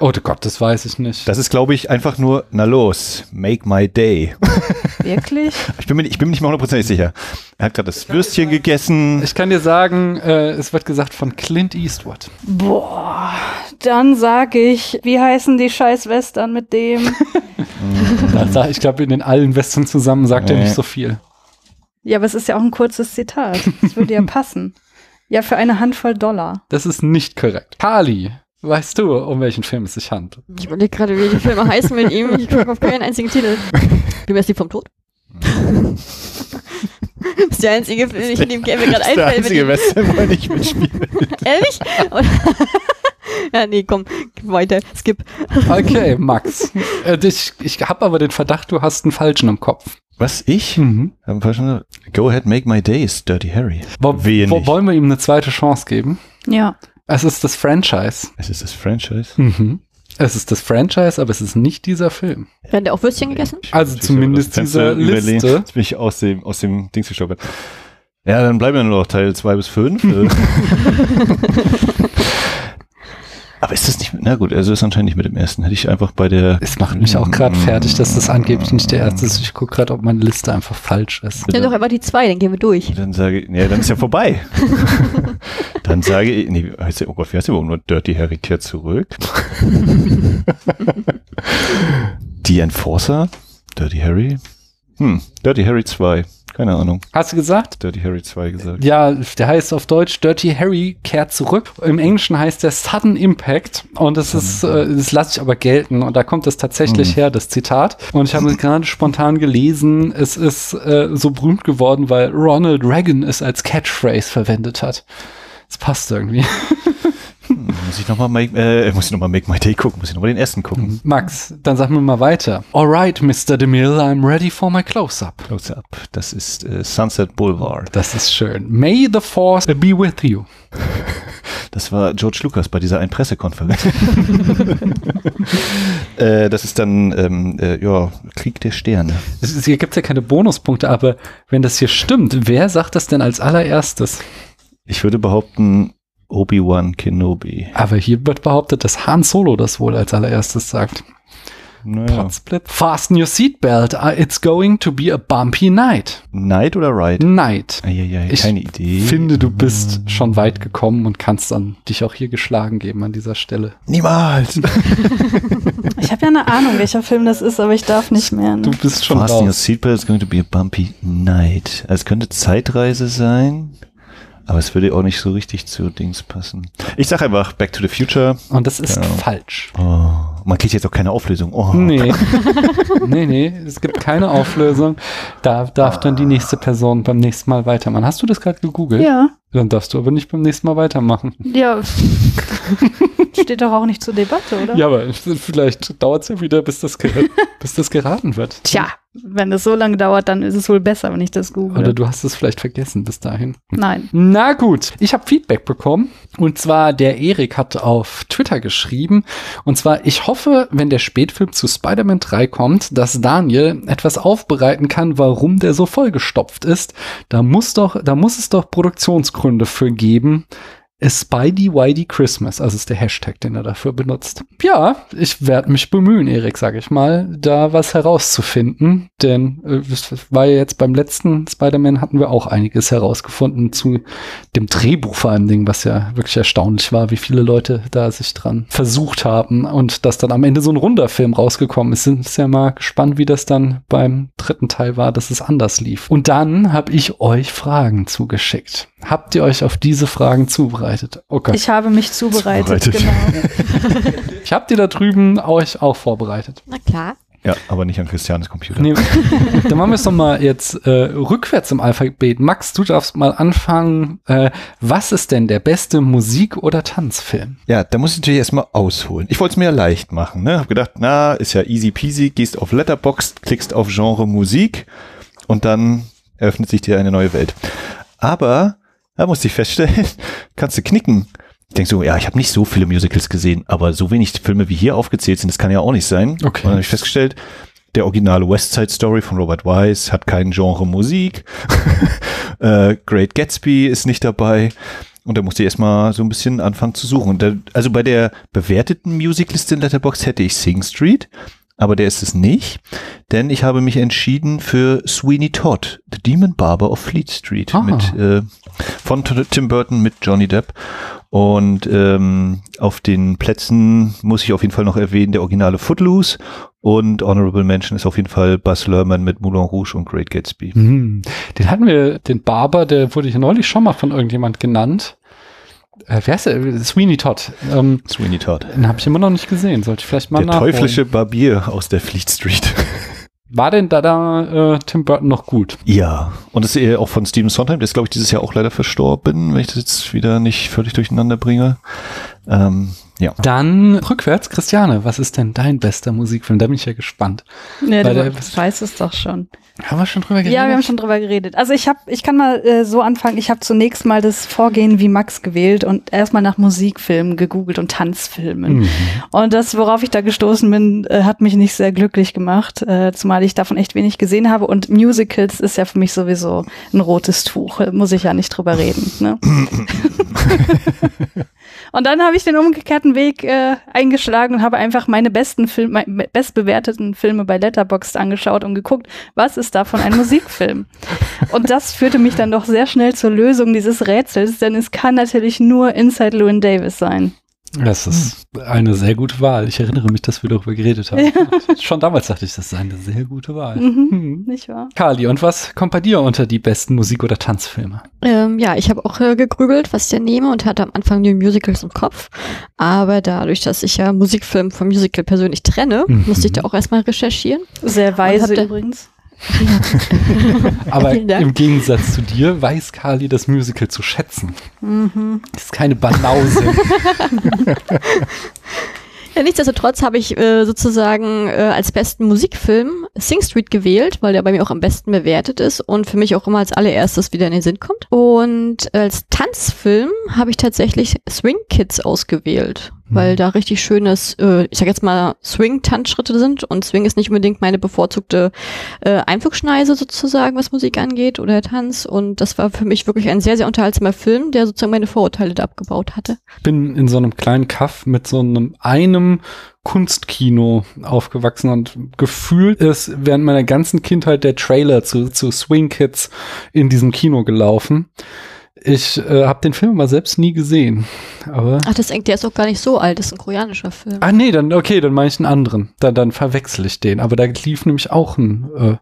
[SPEAKER 3] Oh Gott, das weiß ich nicht.
[SPEAKER 2] Das ist, glaube ich, einfach nur, na los, make my day. [laughs]
[SPEAKER 5] Wirklich?
[SPEAKER 2] Ich bin mir, nicht- ich bin mir nicht mal hundertprozentig sicher. Er hat gerade das Würstchen gegessen.
[SPEAKER 3] Ich kann dir sagen, äh, es wird gesagt von Clint Eastwood.
[SPEAKER 5] Boah, dann sag ich, wie heißen die scheiß Western mit dem?
[SPEAKER 3] Also, ich glaube, in den allen Western zusammen sagt er
[SPEAKER 2] Nee.
[SPEAKER 3] nicht so viel.
[SPEAKER 5] Ja, aber es ist ja auch ein kurzes Zitat. Das
[SPEAKER 3] [laughs]
[SPEAKER 5] würde ja passen. Ja, für eine Handvoll Dollar.
[SPEAKER 3] Das ist nicht korrekt. Kali, weißt du, um welchen Film es sich handelt?
[SPEAKER 4] Ich überlege gerade, wie die Filme heißen mit ihm. Ich komme auf keinen einzigen Titel. Du wärst die vom Tod. Das ist der einzige Film, ich in dem mir gerade einfällt. mit ihm.
[SPEAKER 2] Western, wo er nicht mitspielt.
[SPEAKER 4] Ehrlich? Und- ja, nee, komm, gib weiter, skip.
[SPEAKER 3] Okay, Max. äh, ich ich habe aber den Verdacht, du hast einen falschen im Kopf.
[SPEAKER 2] [laughs] Was, ich?
[SPEAKER 3] Mhm.
[SPEAKER 2] Hab einen falschen Namen. Go ahead, make my day ist Dirty Harry.
[SPEAKER 3] Wo,
[SPEAKER 2] Wenig.
[SPEAKER 3] wo, wollen wir ihm eine zweite Chance geben?
[SPEAKER 5] Ja.
[SPEAKER 3] Es ist das Franchise.
[SPEAKER 2] Es ist das Franchise.
[SPEAKER 3] Mhm. Es ist das Franchise, aber es ist nicht dieser Film.
[SPEAKER 4] Werden der auch Würstchen gegessen?
[SPEAKER 3] Also
[SPEAKER 2] Ich
[SPEAKER 3] zumindest
[SPEAKER 2] hab das Fenster
[SPEAKER 3] diese
[SPEAKER 2] überlehnt.
[SPEAKER 3] Liste.
[SPEAKER 2] Jetzt bin ich aus dem, aus dem Dings gestolpert. Ja, dann bleiben ja nur noch Teil 2 bis
[SPEAKER 3] [laughs]
[SPEAKER 2] Äh. 5. Aber ist das nicht, na gut, also ist anscheinend nicht mit dem ersten. Hätte ich einfach bei der,
[SPEAKER 3] Es macht mich auch gerade fertig, dass das angeblich nicht der erste ist. Ich gucke gerade, ob meine Liste einfach falsch ist.
[SPEAKER 4] Nimm doch einfach die zwei, dann gehen wir durch.
[SPEAKER 2] dann sage ich, ja, dann ist ja vorbei. dann sage ich, nee, heißt der, oh Gott, wie heißt der überhaupt nur Dirty Harry kehrt zurück? Die Enforcer? Dirty Harry? Hm, Dirty Harry 2. Keine Ahnung.
[SPEAKER 3] Hast du gesagt?
[SPEAKER 2] Dirty Harry 2 gesagt.
[SPEAKER 3] Ja, der heißt auf Deutsch Dirty Harry kehrt zurück. Im Englischen heißt der Sudden Impact und das ist, äh, das lasse ich aber gelten und da kommt es tatsächlich her, das Zitat. Und ich habe es gerade spontan gelesen. Es ist äh, so berühmt geworden, weil Ronald Reagan es als Catchphrase verwendet hat. Es passt irgendwie. [laughs]
[SPEAKER 2] Muss ich nochmal Make, äh, muss ich noch mal Make My Day gucken, muss ich nochmal den ersten
[SPEAKER 3] Mhm.
[SPEAKER 2] gucken.
[SPEAKER 3] Max, dann sag mir mal weiter. Alright, Mr. DeMille, I'm ready for my close-up.
[SPEAKER 2] Close up. Das ist äh, Sunset Boulevard.
[SPEAKER 3] Das ist schön. May the Force be with you.
[SPEAKER 2] Das war George Lucas bei dieser einen Pressekonferenz. [laughs] äh, das ist dann ähm, äh, ja, Krieg der Sterne.
[SPEAKER 3] Es ist, hier gibt es ja keine Bonuspunkte, aber wenn das hier stimmt, wer sagt das denn als allererstes?
[SPEAKER 2] Ich würde behaupten, Obi-Wan Kenobi.
[SPEAKER 3] Aber hier wird behauptet, dass Han Solo das wohl als allererstes sagt.
[SPEAKER 2] Naja.
[SPEAKER 3] Potzblitz. Fasten your seatbelt. uh, It's going to be a bumpy night.
[SPEAKER 2] Knight oder Ride?
[SPEAKER 3] Night.
[SPEAKER 2] Eieiei,
[SPEAKER 3] Hm. Ich
[SPEAKER 2] keine Idee.
[SPEAKER 3] Ich finde, du bist schon weit gekommen und kannst dann dich auch hier geschlagen geben an dieser Stelle. [laughs]
[SPEAKER 2] Niemals!
[SPEAKER 5] Ich habe ja eine Ahnung, welcher Film das ist, aber ich darf nicht mehr. Ne?
[SPEAKER 3] Du bist schon
[SPEAKER 2] Fasten your
[SPEAKER 3] raus.
[SPEAKER 2] seatbelt, it's going to be a bumpy night. Also es könnte Zeitreise sein, aber es würde auch nicht so richtig zu Dings passen. Ich sag einfach Back to the Future.
[SPEAKER 3] Und das ist
[SPEAKER 2] Ja.
[SPEAKER 3] falsch.
[SPEAKER 2] Oh, man kriegt jetzt auch keine Auflösung. Oh.
[SPEAKER 3] Nee. nee, nee, es gibt keine Auflösung. Da darf dann die nächste Person beim nächsten Mal weitermachen. Hast du das gerade gegoogelt?
[SPEAKER 5] Ja,
[SPEAKER 3] Dann darfst du aber nicht beim nächsten Mal weitermachen. [laughs]
[SPEAKER 5] ja. Steht doch auch nicht zur Debatte, oder?
[SPEAKER 3] Ja, aber vielleicht dauert es ja wieder, bis das, ge- bis das geraten wird.
[SPEAKER 5] Tja, wenn es so lange dauert, dann ist es wohl besser, wenn ich das google.
[SPEAKER 3] Oder du hast es vielleicht vergessen bis dahin.
[SPEAKER 5] Nein.
[SPEAKER 3] Na gut, ich habe Feedback bekommen. Und zwar der Erik hat auf Twitter geschrieben. Und zwar, ich hoffe, wenn der Spätfilm zu Spider-Man 3 kommt, dass Daniel etwas aufbereiten kann, warum der so vollgestopft ist. Da muss doch, da muss es doch Produktionsgründe für geben. A Spidey Whitey Christmas, also ist der Hashtag, den er dafür benutzt. Ja, ich werde mich bemühen, Erik, sage ich mal, da was herauszufinden, denn äh, es war ja jetzt beim letzten Spider-Man hatten wir auch einiges herausgefunden zu dem Drehbuch vor allem Dingen, was ja wirklich erstaunlich war, wie viele Leute da sich dran versucht haben und dass dann am Ende so ein runder Film rausgekommen ist. Sind ja mal gespannt, wie das dann beim dritten Teil war, dass es anders lief. Und dann habe ich euch Fragen zugeschickt. Habt ihr euch auf diese Fragen zubereitet? Oh Gott.
[SPEAKER 5] Ich habe mich zubereitet,
[SPEAKER 2] Zubereitet.
[SPEAKER 3] [laughs]
[SPEAKER 5] genau.
[SPEAKER 3] Ich hab dir da drüben euch auch vorbereitet.
[SPEAKER 4] Na klar.
[SPEAKER 2] Ja, aber nicht an Christianes Computer.
[SPEAKER 3] Nee, [laughs] dann machen wir es doch mal jetzt äh, rückwärts im Alphabet. Max, du darfst mal anfangen. Äh, was ist denn der beste Musik- oder Tanzfilm?
[SPEAKER 2] Ja, da muss ich natürlich erstmal ausholen. Ich wollte es mir ja leicht machen, ne? Hab gedacht, na, ist ja easy peasy, gehst auf Letterboxd, klickst auf Genre Musik und dann eröffnet sich dir eine neue Welt. Aber da musste ich feststellen, [laughs] kannst du knicken. Ich denk so, ja, ich habe nicht so viele Musicals gesehen, aber so wenig Filme wie hier aufgezählt sind, das kann ja auch nicht sein.
[SPEAKER 3] Okay.
[SPEAKER 2] Und dann habe ich festgestellt, der originale West Side Story von Robert Wise hat kein Genre Musik. äh, Great Gatsby ist nicht dabei. Und da musste ich erstmal so ein bisschen anfangen zu suchen. Und Da, also bei der bewerteten Musikliste in Letterboxd hätte ich Sing Street, aber der ist es nicht, denn ich habe mich entschieden für Sweeney Todd, The Demon Barber of Fleet Street,
[SPEAKER 3] Ah.
[SPEAKER 2] mit, äh, von T- Tim Burton mit Johnny Depp. Und ähm, auf den Plätzen muss ich auf jeden Fall noch erwähnen, der originale Footloose und Honorable Mention ist auf jeden Fall Buzz Luhrmann mit Moulin Rouge und Great Gatsby.
[SPEAKER 3] Hm, den hatten wir, den Barber, der wurde hier neulich schon mal von irgendjemand genannt. Äh, wer ist der? Sweeney Todd. Ähm,
[SPEAKER 2] Sweeney Todd.
[SPEAKER 3] den habe ich immer noch nicht gesehen. Sollte ich vielleicht mal
[SPEAKER 2] Der
[SPEAKER 3] nachholen.
[SPEAKER 2] teuflische Barbier aus der Fleet Street.
[SPEAKER 3] War denn da, da äh, Tim Burton noch gut?
[SPEAKER 2] Ja, und das ist eher auch von Steven Sondheim, der ist, glaube ich, dieses Jahr auch leider verstorben, wenn ich das jetzt wieder nicht völlig durcheinander bringe. Ähm, ja.
[SPEAKER 3] Dann rückwärts, Christiane, was ist denn dein bester Musikfilm? Da bin ich ja gespannt.
[SPEAKER 5] Nee,
[SPEAKER 3] Weil
[SPEAKER 5] du
[SPEAKER 3] der-
[SPEAKER 5] weißt es doch schon.
[SPEAKER 3] Haben wir schon drüber geredet?
[SPEAKER 5] Ja, wir haben schon drüber geredet. Also ich habe, ich kann mal äh, so anfangen. Ich habe zunächst mal das Vorgehen wie Max gewählt und erstmal nach Musikfilmen gegoogelt und Tanzfilmen.
[SPEAKER 3] Mhm.
[SPEAKER 5] Und das, worauf ich da gestoßen bin, äh, hat mich nicht sehr glücklich gemacht, äh, zumal ich davon echt wenig gesehen habe. Und Musicals ist ja für mich sowieso ein rotes Tuch, äh, muss ich ja nicht drüber reden. Ne? und dann habe ich den umgekehrten Weg äh, eingeschlagen und habe einfach meine besten Film, mein- bestbewerteten Filme bei Letterboxd angeschaut und geguckt, was ist davon ein Musikfilm? Und das führte mich dann doch sehr schnell zur Lösung dieses Rätsels, denn es kann natürlich nur Inside Llewyn Davis sein.
[SPEAKER 3] Das ist eine sehr gute Wahl. Ich erinnere mich, dass wir darüber geredet haben. [laughs] Schon damals dachte ich, das ist eine sehr gute Wahl.
[SPEAKER 5] Mhm.
[SPEAKER 3] Hm.
[SPEAKER 5] Nicht wahr?
[SPEAKER 3] Kali, und was kommt bei dir unter die besten Musik- oder Tanzfilme?
[SPEAKER 4] Ähm, ja, ich habe auch äh, gegrübelt, was ich denn nehme und hatte am Anfang nur Musicals im Kopf. Aber dadurch, dass ich ja Musikfilm vom Musical persönlich trenne,
[SPEAKER 3] Mhm.
[SPEAKER 4] musste ich da auch erstmal recherchieren.
[SPEAKER 5] Sehr
[SPEAKER 4] Und habt
[SPEAKER 5] weise
[SPEAKER 4] ihr-
[SPEAKER 5] übrigens.
[SPEAKER 4] [laughs]
[SPEAKER 3] Aber
[SPEAKER 4] Vielen Dank.
[SPEAKER 3] im Gegensatz zu dir weiß Kali das Musical zu schätzen.
[SPEAKER 4] Mhm.
[SPEAKER 3] Ist keine
[SPEAKER 4] [laughs]
[SPEAKER 3] Banause.
[SPEAKER 4] Ja, nichtsdestotrotz habe ich äh, sozusagen äh, als besten Musikfilm Sing Street gewählt, weil der bei mir auch am besten bewertet ist und für mich auch immer als allererstes wieder in den Sinn kommt. Und als Tanzfilm habe ich tatsächlich Swing Kids ausgewählt, weil da richtig schönes, äh, ich sag jetzt mal Swing-Tanzschritte sind und Swing ist nicht unbedingt meine bevorzugte äh, Einflugschneise sozusagen, was Musik angeht oder Tanz. Und das war für mich wirklich ein sehr, sehr unterhaltsamer Film, der sozusagen meine Vorurteile da abgebaut hatte.
[SPEAKER 3] bin in so einem kleinen Kaff mit so einem einem Kunstkino aufgewachsen und gefühlt ist während meiner ganzen Kindheit der Trailer zu, zu Swing Kids in diesem Kino gelaufen. Ich äh, habe den Film aber selbst nie gesehen. Aber
[SPEAKER 4] Ach, das, der ist auch gar nicht so alt, das ist ein koreanischer Film.
[SPEAKER 3] Ah nee, dann okay, dann meine ich einen anderen. Dann, dann verwechsel ich den. Aber da lief nämlich auch ein äh,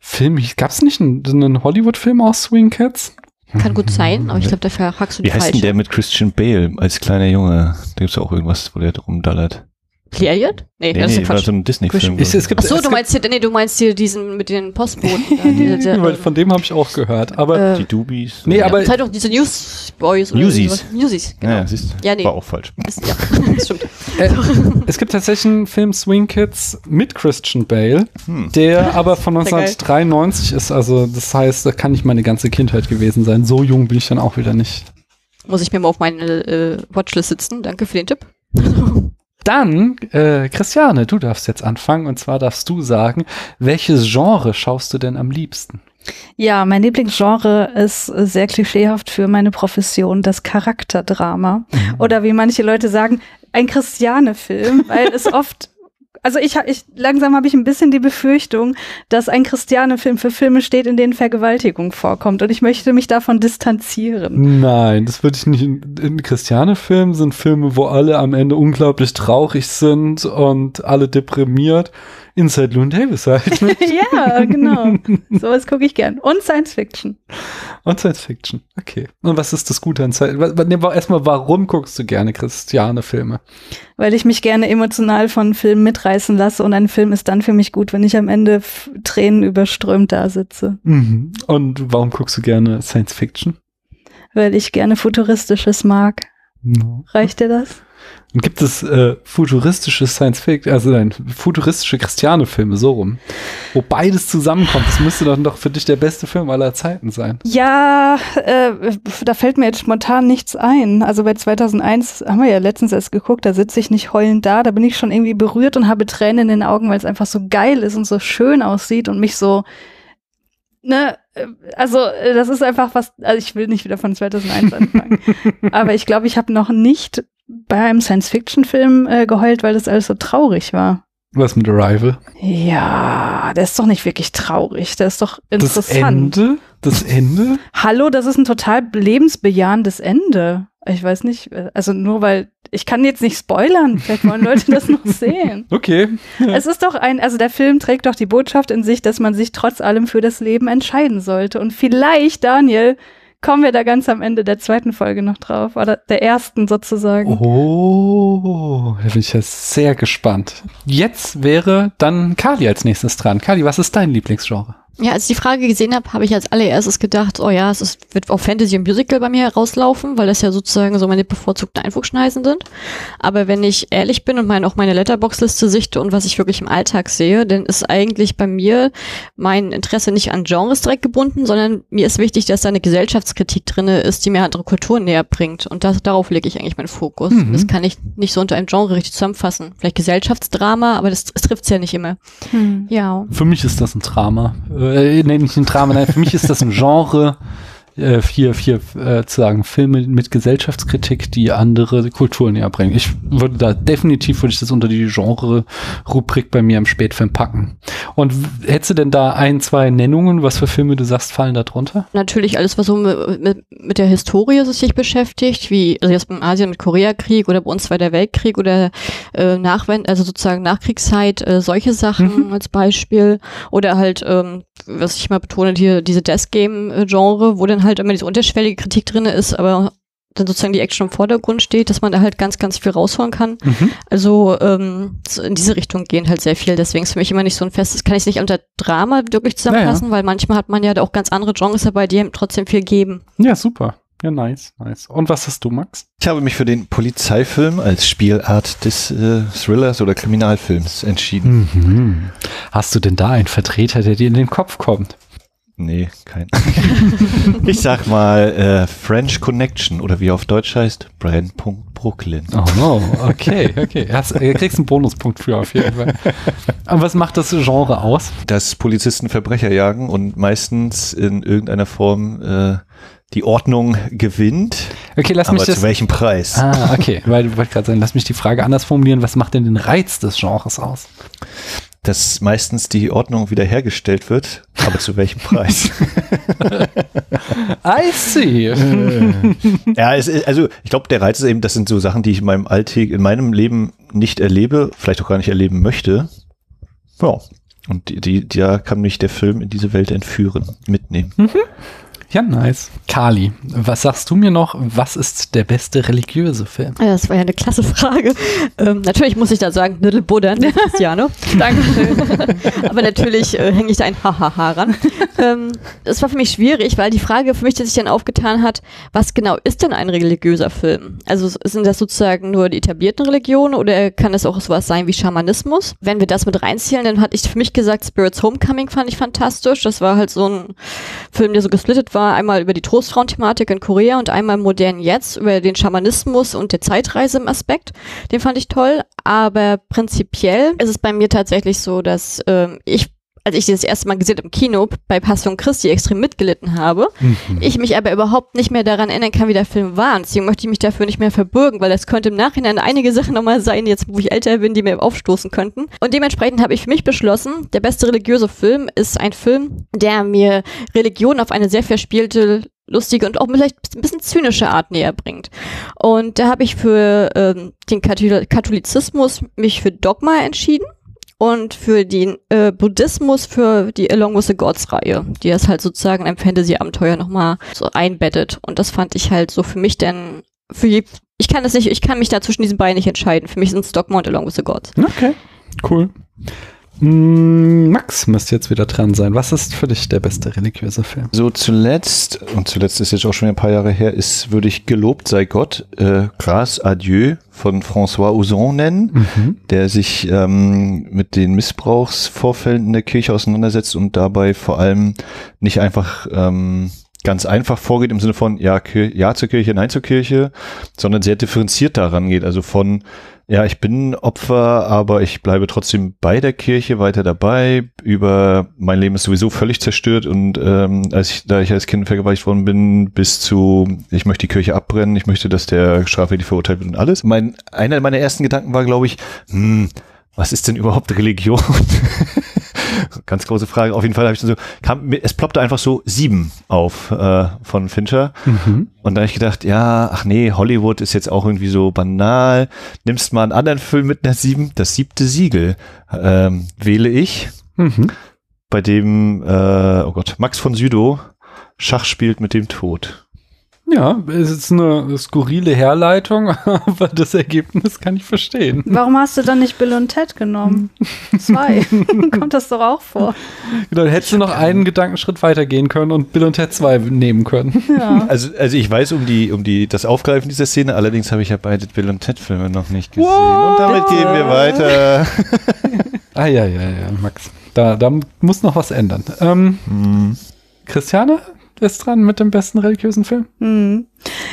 [SPEAKER 3] Film. Gab es nicht einen, einen Hollywood-Film aus Swing Cats?
[SPEAKER 4] Kann gut sein, aber ich glaube, dafür hackst du die
[SPEAKER 2] Wie heißt denn
[SPEAKER 4] falsche.
[SPEAKER 2] der mit Christian Bale als kleiner Junge? Da gibt's auch irgendwas, wo der rumdallert.
[SPEAKER 4] Clear Yet? Nee, das ist
[SPEAKER 2] war
[SPEAKER 4] Quatsch.
[SPEAKER 2] so ein Disney-Film.
[SPEAKER 3] Es, es gibt,
[SPEAKER 4] Ach so,
[SPEAKER 3] es
[SPEAKER 4] du
[SPEAKER 3] gibt,
[SPEAKER 4] meinst hier, nee, du meinst hier diesen mit den Postboten.
[SPEAKER 2] [laughs]
[SPEAKER 4] da, diese, diese,
[SPEAKER 3] weil von dem habe ich auch gehört. Aber
[SPEAKER 4] äh,
[SPEAKER 2] Die Doobies.
[SPEAKER 3] nee, aber
[SPEAKER 4] Zeit doch diese Newsboys oder
[SPEAKER 2] Newsies.
[SPEAKER 4] sowas. Newsies, genau.
[SPEAKER 2] Ja, siehst du.
[SPEAKER 4] Ja, nee.
[SPEAKER 2] War auch falsch.
[SPEAKER 4] Das, ja, [laughs] das stimmt.
[SPEAKER 3] Äh, es gibt tatsächlich einen Film Swing Kids mit Christian Bale, der
[SPEAKER 4] [laughs]
[SPEAKER 3] aber von
[SPEAKER 4] Sehr geil.
[SPEAKER 3] 1993 ist. Also das heißt, da kann nicht meine ganze Kindheit gewesen sein. So jung bin ich dann auch wieder nicht.
[SPEAKER 4] Muss ich mir mal auf meine äh, Watchlist sitzen. Danke für den Tipp.
[SPEAKER 3] Dann, äh, Christiane, du darfst jetzt anfangen. Und zwar darfst du sagen, welches Genre schaust du denn am liebsten?
[SPEAKER 5] Ja, mein Lieblingsgenre ist äh, sehr klischeehaft für meine Profession, das Charakterdrama. Oder wie manche Leute sagen, ein Christiane-Film, weil es oft, also ich, ha- ich langsam habe ich ein bisschen die Befürchtung, dass ein Christiane-Film für Filme steht, in denen Vergewaltigung vorkommt. Und ich möchte mich
[SPEAKER 3] [laughs]
[SPEAKER 5] davon distanzieren.
[SPEAKER 3] Nein, das würde ich nicht. In, in Christiane-Filmen sind Filme, wo alle am Ende unglaublich traurig sind und alle deprimiert. Inside Loon Davis halt. ne?
[SPEAKER 5] ja, genau. Sowas gucke ich gern. Und Science Fiction.
[SPEAKER 3] Und Science Fiction. Okay. Und was ist das Gute an Science Fiction? Nee, wa- erstmal, warum guckst du gerne christiane Filme?
[SPEAKER 5] Weil ich mich gerne emotional von Filmen mitreißen lasse und ein Film ist dann für mich gut, wenn ich am Ende f- Tränen überströmt da sitze.
[SPEAKER 3] Und warum guckst du gerne Science Fiction?
[SPEAKER 5] weil ich gerne Futuristisches mag.
[SPEAKER 3] No.
[SPEAKER 5] Reicht dir das?
[SPEAKER 3] Und gibt es äh, futuristische Science Fiction, also nein, futuristische christiane Filme, so rum. Wo beides zusammenkommt. Das müsste dann doch für dich der beste Film aller Zeiten sein.
[SPEAKER 5] Ja, äh, da fällt mir jetzt spontan nichts ein. Also bei 2001 haben wir ja letztens erst geguckt, da sitze ich nicht heulend da, da bin ich schon irgendwie berührt und habe Tränen in den Augen, weil es einfach so geil ist und so schön aussieht und mich so, ne, äh, also äh, das ist einfach was, also ich will nicht wieder von 2001 anfangen, [laughs] aber ich glaube, ich habe noch nicht bei einem Science-Fiction-Film äh, geheult, weil das alles so traurig war.
[SPEAKER 3] Was mit Arrival?
[SPEAKER 5] Ja, der ist doch nicht wirklich traurig. Der ist doch
[SPEAKER 3] Das
[SPEAKER 5] interessant.
[SPEAKER 3] Ende? Das Ende?
[SPEAKER 5] Hallo, das ist ein total lebensbejahendes Ende. Ich weiß nicht, also nur weil, ich kann jetzt nicht spoilern. Vielleicht wollen Leute
[SPEAKER 3] [laughs]
[SPEAKER 5] das noch sehen.
[SPEAKER 3] Okay.
[SPEAKER 5] Es ist doch ein, also der Film trägt doch die Botschaft in sich, dass man sich trotz allem für das Leben entscheiden sollte. Und vielleicht, Daniel, kommen wir da ganz am Ende der zweiten Folge noch drauf. Oder der ersten sozusagen.
[SPEAKER 3] Oh, da bin ich ja sehr gespannt. Jetzt wäre dann Kali als nächstes dran. Kali, was ist dein Lieblingsgenre?
[SPEAKER 4] Ja, als ich die Frage gesehen habe, habe ich als allererstes gedacht, oh ja, es ist, wird auf Fantasy und Musical bei mir herauslaufen, weil das ja sozusagen so meine bevorzugten Einflugschneisen sind. Aber wenn ich ehrlich bin und mein, auch meine Letterbox-Liste sichte und was ich wirklich im Alltag sehe, dann ist eigentlich bei mir mein Interesse nicht an Genres direkt gebunden, sondern mir ist wichtig, dass da eine Gesellschaftskritik drinne ist, die mir andere Kulturen näher bringt. Und das, darauf lege ich eigentlich meinen Fokus.
[SPEAKER 3] Mhm.
[SPEAKER 4] Das kann ich nicht so unter einem Genre richtig zusammenfassen. Vielleicht Gesellschaftsdrama, aber das, das trifft's ja nicht immer.
[SPEAKER 5] Hm.
[SPEAKER 4] Ja.
[SPEAKER 3] Für mich ist das ein Drama. Äh, nee, nicht ein Drama, nein, für mich ist das ein Genre. Äh, vier, vier, äh, zu sagen, Filme mit Gesellschaftskritik, die andere Kulturen näher bringen. Ich würde da definitiv, würde ich das unter die Genre-Rubrik bei mir im Spätfilm packen. Und w- hättest du denn da ein, zwei Nennungen, was für Filme du sagst, fallen da drunter?
[SPEAKER 4] natürlich alles, was so mit, mit, mit der Historie sich beschäftigt, wie also jetzt in Asien mit Koreakrieg oder bei uns Zweiter Weltkrieg oder äh, Nachwend, also sozusagen Nachkriegszeit, äh, solche Sachen als Beispiel. Oder halt, ähm, was ich mal betone, hier diese Death Game-Genre, wo dann halt immer diese unterschwellige Kritik drinne ist, aber dann sozusagen die Action im Vordergrund steht, dass man da halt ganz, ganz viel rausholen kann.
[SPEAKER 3] Mhm.
[SPEAKER 4] Also ähm, so in diese Richtung gehen halt sehr viel. Deswegen ist für mich immer nicht so ein festes, kann ich es nicht unter Drama wirklich zusammenfassen, weil manchmal hat man ja da auch ganz andere Genres dabei, die einem trotzdem viel geben.
[SPEAKER 3] Ja, super. Ja, nice, nice. Und was hast du, Max?
[SPEAKER 2] Ich habe mich für den Polizeifilm als Spielart des äh, Thrillers oder Kriminalfilms entschieden. Mhm.
[SPEAKER 3] Hast du denn da einen Vertreter, der dir in den Kopf kommt?
[SPEAKER 2] Nee, kein. [laughs] ich sag mal äh, French Connection oder wie er auf Deutsch heißt, Brennpunkt Brooklyn.
[SPEAKER 3] Oh no,
[SPEAKER 2] [laughs]
[SPEAKER 3] okay, okay. Hast, äh, kriegst einen Bonuspunkt für auf jeden Fall. Und was macht das Genre aus?
[SPEAKER 2] Dass Polizisten Verbrecher jagen und meistens in irgendeiner Form äh, die Ordnung gewinnt.
[SPEAKER 3] Okay, lass
[SPEAKER 2] aber
[SPEAKER 3] mich
[SPEAKER 2] zu
[SPEAKER 3] das.
[SPEAKER 2] welchem Preis?
[SPEAKER 3] Ah, okay. Weil du wolltest gerade sagen, lass mich die Frage anders formulieren. Was macht denn den Reiz des Genres aus?
[SPEAKER 2] Dass meistens die Ordnung wiederhergestellt wird, aber zu welchem
[SPEAKER 3] [laughs]
[SPEAKER 2] Preis?
[SPEAKER 3] I see.
[SPEAKER 2] Ja, es ist, also ich glaube, der Reiz ist eben, das sind so Sachen, die ich in meinem Alltag, in meinem Leben nicht erlebe, vielleicht auch gar nicht erleben möchte. Ja. Und die, die, da kann mich der Film in diese Welt entführen, mitnehmen.
[SPEAKER 3] [laughs] Ja, nice. Kali, was sagst du mir noch? Was ist der beste religiöse Film?
[SPEAKER 4] Ja, das war ja eine klasse Frage. Ähm, natürlich muss ich da sagen, Little Buddha, ne, Cristiano.
[SPEAKER 5] Dankeschön.
[SPEAKER 4] [laughs] Aber natürlich äh, hänge ich da ein Hahaha ran. [laughs] Ähm, es war für mich schwierig, weil die Frage für mich, die sich dann aufgetan hat, was genau ist denn ein religiöser Film? Also s- sind das sozusagen nur die etablierten Religionen oder kann das auch sowas sein wie Schamanismus? Wenn wir das mit reinziehen, dann hatte ich für mich gesagt, Spirits Homecoming fand ich fantastisch. Das war halt so ein Film, der so gesplittet war, einmal über die Trostfrauen-Thematik in Korea und einmal modern jetzt über den Schamanismus und der Zeitreise im Aspekt. Den fand ich toll, aber prinzipiell ist es bei mir tatsächlich so, dass ähm, ich als ich den das erste Mal gesehen habe im Kino bei Passion Christi extrem mitgelitten habe,
[SPEAKER 2] Mhm.
[SPEAKER 4] ich mich aber überhaupt nicht mehr daran erinnern kann, wie der Film war. Und deswegen möchte ich mich dafür nicht mehr verbürgen, weil das könnte im Nachhinein einige Sachen nochmal sein, jetzt wo ich älter bin, die mir aufstoßen könnten. Und dementsprechend habe ich für mich beschlossen, der beste religiöse Film ist ein Film, der mir Religion auf eine sehr verspielte lustige und auch vielleicht ein bisschen zynische Art näher bringt. Und da habe ich für ähm, den Kathol- Katholizismus mich für Dogma entschieden und für den äh, Buddhismus für die Along with the Gods Reihe, die das halt sozusagen in einem Fantasy-Abenteuer nochmal so einbettet. Und das fand ich halt so für mich denn, für je, ich kann das nicht, ich kann mich da zwischen diesen beiden nicht entscheiden. Für mich sind es Dogma und Along with the Gods.
[SPEAKER 3] Okay, cool. Mm, Max müsste jetzt wieder dran sein. Was ist für dich der beste religiöse Film?
[SPEAKER 2] So zuletzt, und zuletzt ist jetzt auch schon wieder ein paar Jahre her, ist, würde ich Gelobt sei Gott, äh, Grâce à Dieu von François Ozon nennen,
[SPEAKER 3] Mhm,
[SPEAKER 2] der sich ähm, mit den Missbrauchsvorfällen in der Kirche auseinandersetzt und dabei vor allem nicht einfach ähm, ganz einfach vorgeht im Sinne von ja, Kir ja zur Kirche, nein zur Kirche, sondern sehr differenziert daran geht. Also von ja, ich bin Opfer, aber ich bleibe trotzdem bei der Kirche weiter dabei. Über mein Leben ist sowieso völlig zerstört und ähm, als ich, da ich als Kind vergewaltigt worden bin, bis zu ich möchte die Kirche abbrennen, ich möchte, dass der strafrechtlich verurteilt wird und alles. Mein einer meiner ersten Gedanken war, glaube ich, hm, was ist denn überhaupt Religion? [laughs] Ganz große Frage. Auf jeden Fall habe ich dann so, kam, mir- es ploppte einfach so sieben auf äh, von Fincher.
[SPEAKER 3] mhm,
[SPEAKER 2] Und da habe ich gedacht, ja, ach nee, Hollywood ist jetzt auch irgendwie so banal. Nimmst mal einen anderen Film mit einer sieben, das siebte Siegel ähm, wähle ich,
[SPEAKER 3] mhm.
[SPEAKER 2] bei dem, äh, oh Gott, Max von Südow Schach spielt mit dem Tod.
[SPEAKER 3] Ja, es ist eine skurrile Herleitung, [laughs] aber das Ergebnis kann ich verstehen.
[SPEAKER 5] Warum hast du dann nicht Bill und Ted
[SPEAKER 3] [laughs]
[SPEAKER 5] genommen? Zwei. [laughs] Kommt das doch auch vor.
[SPEAKER 3] Genau, Dann hättest du noch einen Gedankenschritt weitergehen können und Bill und Ted 2 nehmen können.
[SPEAKER 2] Also, also ich weiß um die, um die, das Aufgreifen dieser Szene, allerdings habe ich ja beide Bill und Ted Filme noch nicht gesehen. Und damit gehen wir weiter.
[SPEAKER 3] [laughs] Ah, ja, ja, ja, Max. Da, da muss noch was ändern. Ähm, Christiane ist dran mit dem besten religiösen Film.
[SPEAKER 5] Hm.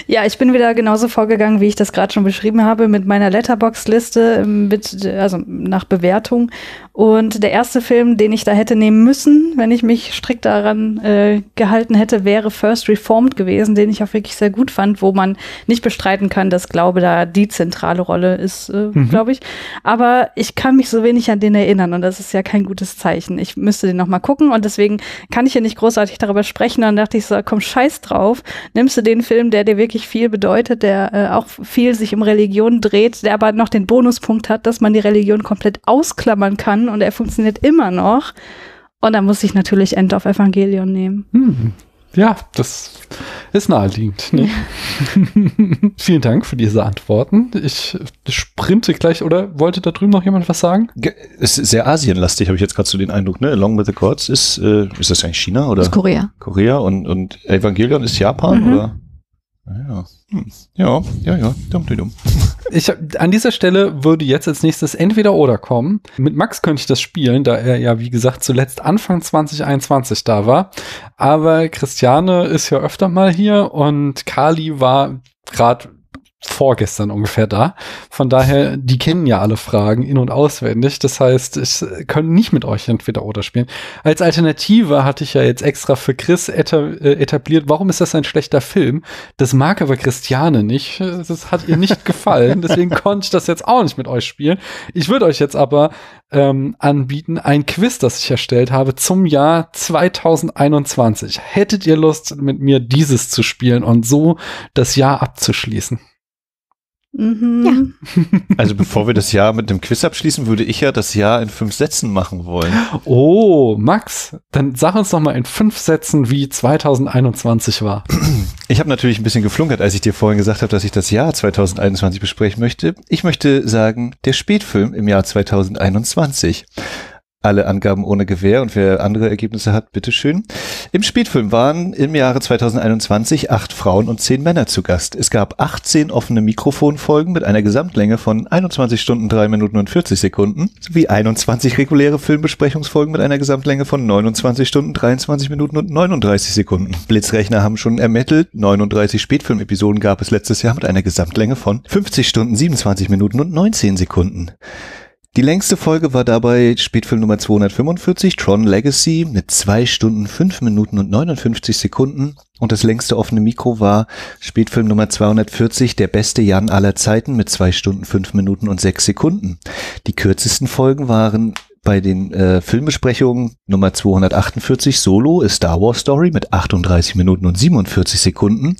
[SPEAKER 5] Ja, ich bin wieder genauso vorgegangen, wie ich das gerade schon beschrieben habe, mit meiner Letterbox-Liste, ähm, mit, also nach Bewertung. Und der erste Film, den ich da hätte nehmen müssen, wenn ich mich strikt daran äh, gehalten hätte, wäre First Reformed gewesen, den ich auch wirklich sehr gut fand, wo man nicht bestreiten kann, dass Glaube da die zentrale Rolle ist, äh, glaube ich. Aber ich kann mich so wenig an den erinnern und das ist ja kein gutes Zeichen. Ich müsste den nochmal gucken und deswegen kann ich hier nicht großartig darüber sprechen. Dann dachte ich so, komm, scheiß drauf. Nimmst du den Film, der dir wirklich viel bedeutet, der äh, auch viel sich um Religion dreht, der aber noch den Bonuspunkt hat, dass man die Religion komplett ausklammern kann und er funktioniert immer noch. Und dann muss ich natürlich End of Evangelion nehmen.
[SPEAKER 3] Hm. Ja, das ist naheliegend. Ne? [laughs] Vielen Dank für diese Antworten. Ich sprinte gleich, oder wollte da drüben noch jemand was sagen?
[SPEAKER 2] Ge- Ist sehr asienlastig, habe ich jetzt gerade so den Eindruck, ne? Along with the Gods ist, äh, ist das eigentlich China oder
[SPEAKER 4] Aus Korea.
[SPEAKER 2] Korea und, und Evangelion ist Japan
[SPEAKER 5] Mhm.
[SPEAKER 2] oder? Ja. Hm. ja, ja, ja, dumm, dumm, dumm.
[SPEAKER 3] Ich hab- an dieser Stelle würde jetzt als nächstes entweder oder kommen. Mit Max könnte ich das spielen, da er ja wie gesagt zuletzt Anfang 2021 da war, aber Christiane ist ja öfter mal hier und Kali war gerade vorgestern ungefähr da. Von daher, die kennen ja alle Fragen in und auswendig. Das heißt, ich kann nicht mit euch entweder oder spielen. Als Alternative hatte ich ja jetzt extra für Chris eta- äh, etabliert, warum ist das ein schlechter Film? Das mag aber Christiane nicht. Das hat ihr nicht gefallen. Deswegen konnte ich das jetzt auch nicht mit euch spielen. Ich würde euch jetzt aber ähm, anbieten, ein Quiz, das ich erstellt habe zum Jahr 2021. Hättet ihr Lust, mit mir dieses zu spielen und so das Jahr abzuschließen?
[SPEAKER 5] Mhm.
[SPEAKER 2] Also bevor wir das Jahr mit einem Quiz abschließen, würde ich ja das Jahr in fünf Sätzen machen wollen.
[SPEAKER 3] Oh, Max, dann sag uns doch mal in fünf Sätzen, wie 2021 war.
[SPEAKER 2] Ich habe natürlich ein bisschen geflunkert, als ich dir vorhin gesagt habe, dass ich das Jahr 2021 besprechen möchte. Ich möchte sagen, der Spätfilm im Jahr 2021. Alle Angaben ohne Gewähr und wer andere Ergebnisse hat, bitteschön. Im Spätfilm waren im Jahre 2021 acht Frauen und zehn Männer zu Gast. Es gab 18 offene Mikrofonfolgen mit einer Gesamtlänge von 21 Stunden, 3 Minuten und 40 Sekunden sowie 21 reguläre Filmbesprechungsfolgen mit einer Gesamtlänge von 29 Stunden, 23 Minuten und 39 Sekunden. Blitzrechner haben schon ermittelt, 39 Spätfilm-Episoden gab es letztes Jahr mit einer Gesamtlänge von 50 Stunden, 27 Minuten und 19 Sekunden. Die längste Folge war dabei Spätfilm Nummer 245, Tron Legacy, mit zwei Stunden, fünf Minuten und 59 Sekunden. Und das längste offene Mikro war Spätfilm Nummer 240, der beste Jan aller Zeiten, mit zwei Stunden, fünf Minuten und sechs Sekunden. Die kürzesten Folgen waren bei den äh, Filmbesprechungen Nummer 248 Solo A Star Wars Story mit 38 Minuten und 47 Sekunden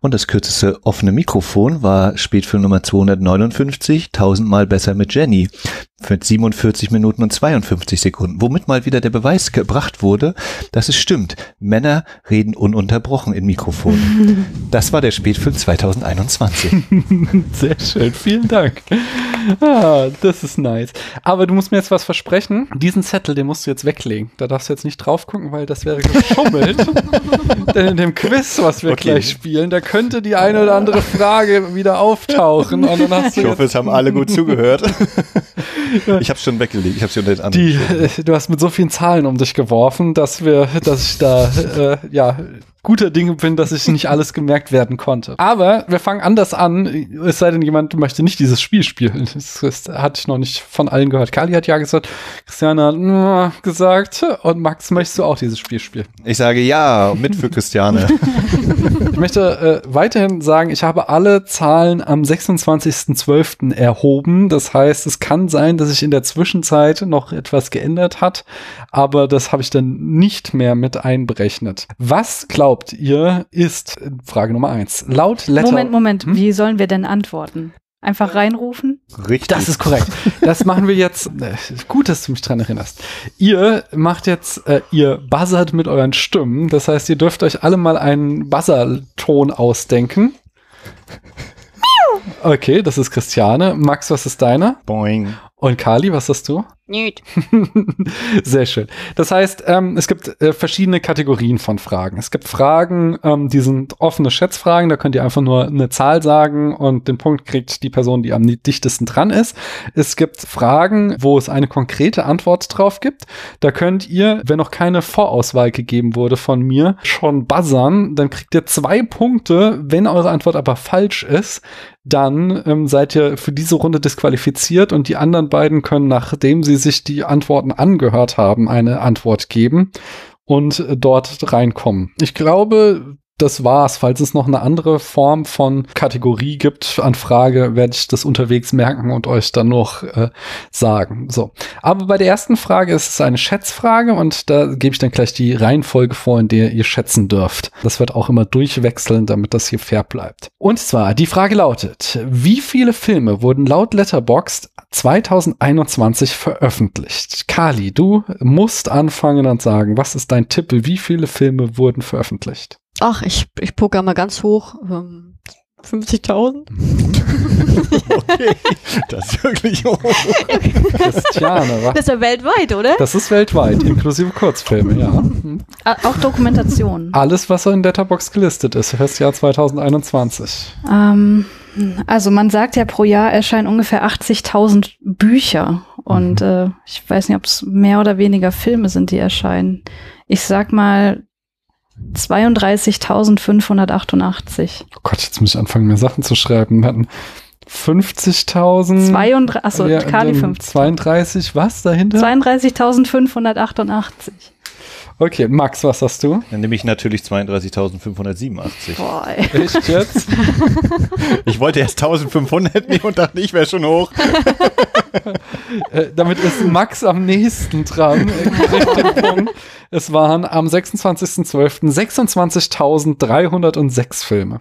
[SPEAKER 2] und das kürzeste offene Mikrofon war Spätfilm Nummer 259 tausendmal besser mit Jenny mit 47 Minuten und 52 Sekunden, womit mal wieder der Beweis gebracht wurde, dass es stimmt, Männer reden ununterbrochen in Mikrofonen. Das war der Spätfilm 2021.
[SPEAKER 3] [laughs] Sehr schön, vielen Dank. Ah, das ist nice. Aber du musst mir jetzt was versprechen. Diesen Zettel, den musst du jetzt weglegen. Da darfst du jetzt nicht drauf gucken, weil das wäre geschummelt. Denn in dem Quiz, was wir
[SPEAKER 2] Okay.
[SPEAKER 3] gleich spielen, da könnte die eine oder andere Frage wieder auftauchen. Und dann hast du jetzt
[SPEAKER 2] es haben alle gut zugehört. Ich habe schon weggelegt, ich habe sie unter den anderen.
[SPEAKER 3] die, äh, du hast mit so vielen Zahlen um dich geworfen, dass wir, dass ich da äh, ja guter Dinge bin, dass ich nicht alles gemerkt werden konnte. Aber wir fangen anders an, es sei denn, jemand möchte nicht dieses Spiel spielen. Das, das hatte ich noch nicht von allen gehört. Kali hat ja gesagt, Christiane hat "Mm", gesagt und Max, möchtest du auch dieses Spiel spielen?
[SPEAKER 2] Ich sage ja, mit für [laughs] Christiane.
[SPEAKER 3] Ich möchte äh, weiterhin sagen, ich habe alle Zahlen am 26.12. erhoben. Das heißt, es kann sein, dass sich in der Zwischenzeit noch etwas geändert hat, aber das habe ich dann nicht mehr mit einberechnet. Was glaubt ihr ist Frage Nummer eins? Laut Letter
[SPEAKER 5] Moment, Moment.
[SPEAKER 3] Hm?
[SPEAKER 5] Wie sollen wir denn antworten? Einfach reinrufen?
[SPEAKER 2] Richtig.
[SPEAKER 3] Das ist korrekt. Das machen wir jetzt. Äh, Gut, dass du mich dran erinnerst. Ihr macht jetzt, äh, ihr buzzert mit euren Stimmen. Das heißt, ihr dürft euch alle mal einen Buzzer-Ton ausdenken. Okay, das ist Christiane. Max, was ist deiner?
[SPEAKER 2] Boing.
[SPEAKER 3] Und Kali, was hast du?
[SPEAKER 4] Nüt.
[SPEAKER 3] [laughs] Sehr schön. Das heißt, ähm, es gibt äh, verschiedene Kategorien von Fragen. Es gibt Fragen, ähm, die sind offene Schätzfragen, da könnt ihr einfach nur eine Zahl sagen und den Punkt kriegt die Person, die am dichtesten dran ist. Es gibt Fragen, wo es eine konkrete Antwort drauf gibt. Da könnt ihr, wenn noch keine Vorauswahl gegeben wurde von mir, schon buzzern. Dann kriegt ihr zwei Punkte. Wenn eure Antwort aber falsch ist, dann ähm, seid ihr für diese Runde disqualifiziert und die anderen beiden können, nachdem sie sich die Antworten angehört haben, eine Antwort geben und äh, dort reinkommen. Ich glaube, das war's. Falls es noch eine andere Form von Kategorie gibt an Frage, werde ich das unterwegs merken und euch dann noch äh, sagen. So. Aber bei der ersten Frage ist es eine Schätzfrage und da gebe ich dann gleich die Reihenfolge vor, in der ihr schätzen dürft. Das wird auch immer durchwechseln, damit das hier fair bleibt. Und zwar, die Frage lautet, wie viele Filme wurden laut Letterboxd 2021 veröffentlicht. Kali, du musst anfangen und sagen, was ist dein Tipp? Wie viele Filme wurden veröffentlicht?
[SPEAKER 4] Ach, ich, ich poker mal ganz hoch. Ähm, 50.000?
[SPEAKER 2] Okay, das ist wirklich hoch.
[SPEAKER 3] Christiane,
[SPEAKER 4] [laughs]
[SPEAKER 3] was?
[SPEAKER 4] Das ist ja weltweit, oder?
[SPEAKER 3] Das ist weltweit, inklusive Kurzfilme, ja.
[SPEAKER 5] A- Äh, Auch
[SPEAKER 3] [laughs]
[SPEAKER 5] Dokumentationen.
[SPEAKER 3] Alles, was so in Letterbox gelistet ist, für das Jahr 2021.
[SPEAKER 5] Ähm, also man sagt ja, pro Jahr erscheinen ungefähr 80.000 Bücher.
[SPEAKER 3] Mhm.
[SPEAKER 5] Und äh, ich weiß nicht, ob es mehr oder weniger Filme sind, die erscheinen. Ich sag mal 32.588.
[SPEAKER 3] Oh Gott, jetzt muss ich anfangen, mir Sachen zu schreiben. Wir hatten 50.000.
[SPEAKER 5] 32, achso,
[SPEAKER 3] Mhm. Ja,
[SPEAKER 5] Kali
[SPEAKER 3] dann
[SPEAKER 5] 5.
[SPEAKER 3] 32, was dahinter?
[SPEAKER 5] 32.588.
[SPEAKER 3] Okay, Max, was hast du?
[SPEAKER 2] Dann nehme ich natürlich 32.587.
[SPEAKER 5] Boah, ey.
[SPEAKER 3] Echt jetzt?
[SPEAKER 2] Ich wollte erst 1500 nehmen und dachte, ich wäre schon hoch.
[SPEAKER 3] Äh, damit ist Max am nächsten dran. Er kriegt den Punkt. Es waren am 26.12. 26.306 Filme.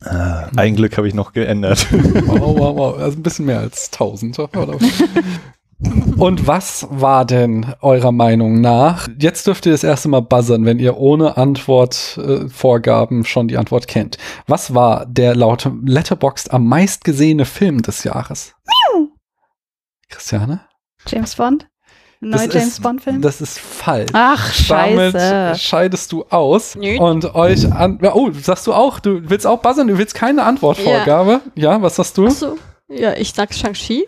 [SPEAKER 2] Ein Glück habe ich noch [laughs] geändert.
[SPEAKER 3] Wow, wow, wow. Also ein bisschen mehr als 1000.
[SPEAKER 5] [laughs]
[SPEAKER 3] Oder? Und was war denn eurer Meinung nach? Jetzt dürft ihr das erste Mal buzzern, wenn ihr ohne Antwortvorgaben äh, Vorgaben schon die Antwort kennt. Was war der laut Letterboxd am meistgesehene Film des Jahres? Christiane?
[SPEAKER 5] James Bond? Neuer
[SPEAKER 3] Das
[SPEAKER 5] James
[SPEAKER 3] ist-
[SPEAKER 5] Bond-Film?
[SPEAKER 3] Das ist falsch.
[SPEAKER 5] Ach,
[SPEAKER 3] Damit
[SPEAKER 5] scheiße.
[SPEAKER 3] scheidest du aus
[SPEAKER 4] Nö.
[SPEAKER 3] und euch an. Oh, sagst du auch, du willst auch buzzern, du willst keine Antwortvorgabe. Ja, was sagst du?
[SPEAKER 4] Achso. Ja, ich sag Shang-Chi.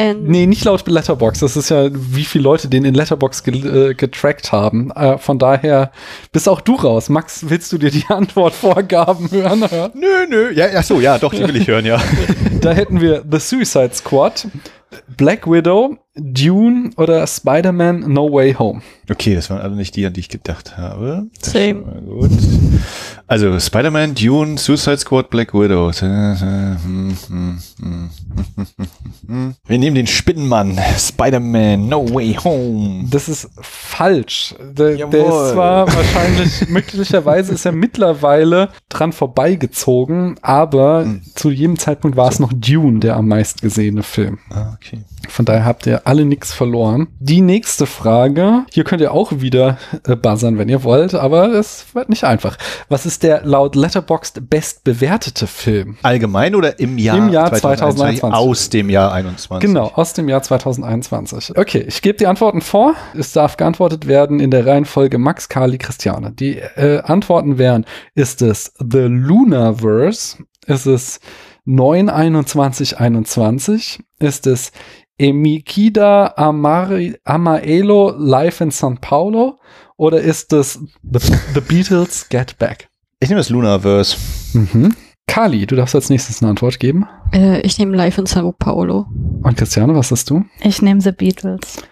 [SPEAKER 4] And-
[SPEAKER 3] Nee, nicht laut Letterbox. Das ist ja, wie viele Leute den in Letterbox ge äh, getrackt haben. Äh, von daher bist auch du raus. Max, willst du dir die [laughs] Antwortvorgaben hören? Ja.
[SPEAKER 2] Nö, nö. Ja, ach so, ja, doch, die will ich hören, ja. [laughs]
[SPEAKER 3] Da hätten wir The Suicide Squad, Black Widow, Dune oder Spider-Man No Way Home.
[SPEAKER 2] Okay, das waren alle nicht die, an die ich gedacht habe. Das ist schon
[SPEAKER 4] Same.
[SPEAKER 2] mal Gut. Also Spider-Man, Dune, Suicide Squad, Black Widow. Wir nehmen den Spinnenmann. Spider-Man, No Way Home.
[SPEAKER 3] Das ist falsch. Der, der
[SPEAKER 2] Jawohl.
[SPEAKER 3] ist zwar wahrscheinlich, möglicherweise ist er mittlerweile dran vorbeigezogen, aber zu jedem Zeitpunkt war es noch Dune, der am meistgesehene Film.
[SPEAKER 2] Ah, okay.
[SPEAKER 3] Von daher habt ihr alle nichts verloren. Die nächste Frage, hier könnt ihr auch wieder äh, buzzern, wenn ihr wollt, aber es wird nicht einfach. Was ist der laut Letterboxd bestbewertete Film?
[SPEAKER 2] Allgemein oder im Jahr,
[SPEAKER 3] Im Jahr 2021?
[SPEAKER 2] Aus dem Jahr 21.
[SPEAKER 3] Genau, aus dem Jahr 2021. Okay, ich gebe die Antworten vor. Es darf geantwortet werden in der Reihenfolge Max, Kali, Christiane. Die äh, Antworten wären, ist es The Lunaverse? Ist es 92121? Ist es Emikida Amari, Amaelo Live in São Paulo? Oder ist es The, The Beatles Get Back?
[SPEAKER 2] Ich nehme das Lunaverse.
[SPEAKER 3] Mhm. Kali, du darfst als nächstes eine Antwort geben.
[SPEAKER 4] Äh, ich nehme Live in Sao Paulo.
[SPEAKER 3] Und Christiane, was hast du?
[SPEAKER 5] Ich nehme The Beatles.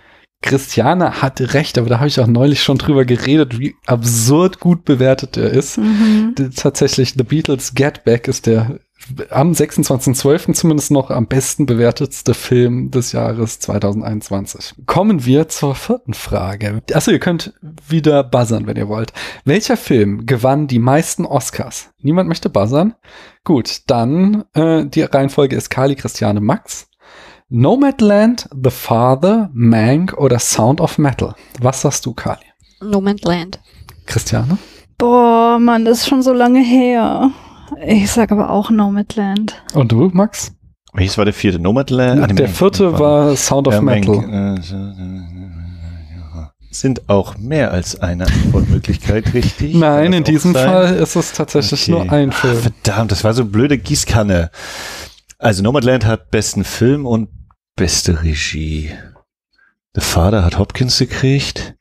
[SPEAKER 3] Christiane hat recht, aber da habe ich auch neulich schon drüber geredet, wie absurd gut bewertet er ist.
[SPEAKER 5] Mhm.
[SPEAKER 3] D- Tatsächlich, The Beatles Get Back ist der am 26.12. zumindest noch am besten bewertetste Film des Jahres 2021. Kommen wir zur vierten Frage. Achso, ihr könnt wieder buzzern, wenn ihr wollt. Welcher Film gewann die meisten Oscars? Niemand möchte buzzern? Gut, dann äh, die Reihenfolge ist Kali, Christiane, Max. Nomadland, The Father, Mank oder Sound of Metal? Was sagst du, Kali?
[SPEAKER 4] No Man's Land.
[SPEAKER 3] Christiane?
[SPEAKER 5] Boah, Mann, das ist schon so lange her. Ich sag aber auch Nomadland.
[SPEAKER 3] Und du, Max?
[SPEAKER 2] Welches war der vierte? Nomadland? Ah, nee,
[SPEAKER 3] Äh, der
[SPEAKER 2] Mank.
[SPEAKER 3] vierte war Sound of
[SPEAKER 2] Ja, Mank.
[SPEAKER 3] Metal.
[SPEAKER 2] Äh, so, äh, Sind auch mehr als eine Antwortmöglichkeit, richtig? Kann
[SPEAKER 3] Nein,
[SPEAKER 2] das
[SPEAKER 3] in
[SPEAKER 2] auch
[SPEAKER 3] diesem
[SPEAKER 2] sein?
[SPEAKER 3] Fall ist es tatsächlich
[SPEAKER 2] Okay.
[SPEAKER 3] nur ein
[SPEAKER 2] Ah,
[SPEAKER 3] Film.
[SPEAKER 2] verdammt, das war so blöde Gießkanne. Also Nomadland hat besten Film und beste Regie. The Father hat Hopkins gekriegt.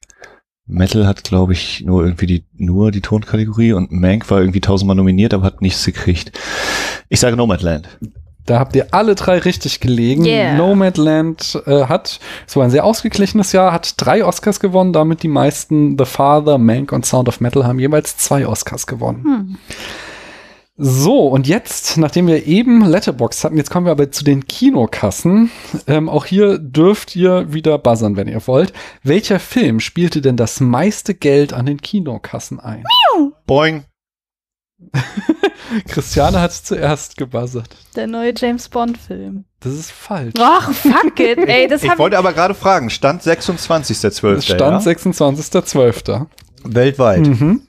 [SPEAKER 2] Metal hat, glaube ich, nur irgendwie die, nur die Tonkategorie und Mank war irgendwie tausendmal nominiert, aber hat nichts gekriegt. Ich sage Nomadland.
[SPEAKER 3] Da habt ihr alle drei richtig gelegen.
[SPEAKER 5] Yeah.
[SPEAKER 3] Nomadland äh, hat, es war ein sehr ausgeglichenes Jahr, hat drei Oscars gewonnen, damit die meisten The Father, Mank und Sound of Metal haben jeweils zwei Oscars gewonnen.
[SPEAKER 5] Hm.
[SPEAKER 3] So, und jetzt, nachdem wir eben Letterbox hatten, jetzt kommen wir aber zu den Kinokassen. Ähm, auch hier dürft ihr wieder buzzern, wenn ihr wollt. Welcher Film spielte denn das meiste Geld an den Kinokassen ein?
[SPEAKER 2] Boing.
[SPEAKER 3] Christiane hat zuerst gebuzzert.
[SPEAKER 5] Der neue James Bond-Film.
[SPEAKER 3] Das ist falsch.
[SPEAKER 5] Ach, fuck [laughs] it. Ey, das
[SPEAKER 2] Ich
[SPEAKER 5] hab
[SPEAKER 2] wollte aber gerade fragen, Stand 26.12.
[SPEAKER 3] Es stand
[SPEAKER 2] ja?
[SPEAKER 3] 26.12.
[SPEAKER 2] Weltweit.
[SPEAKER 3] Mhm.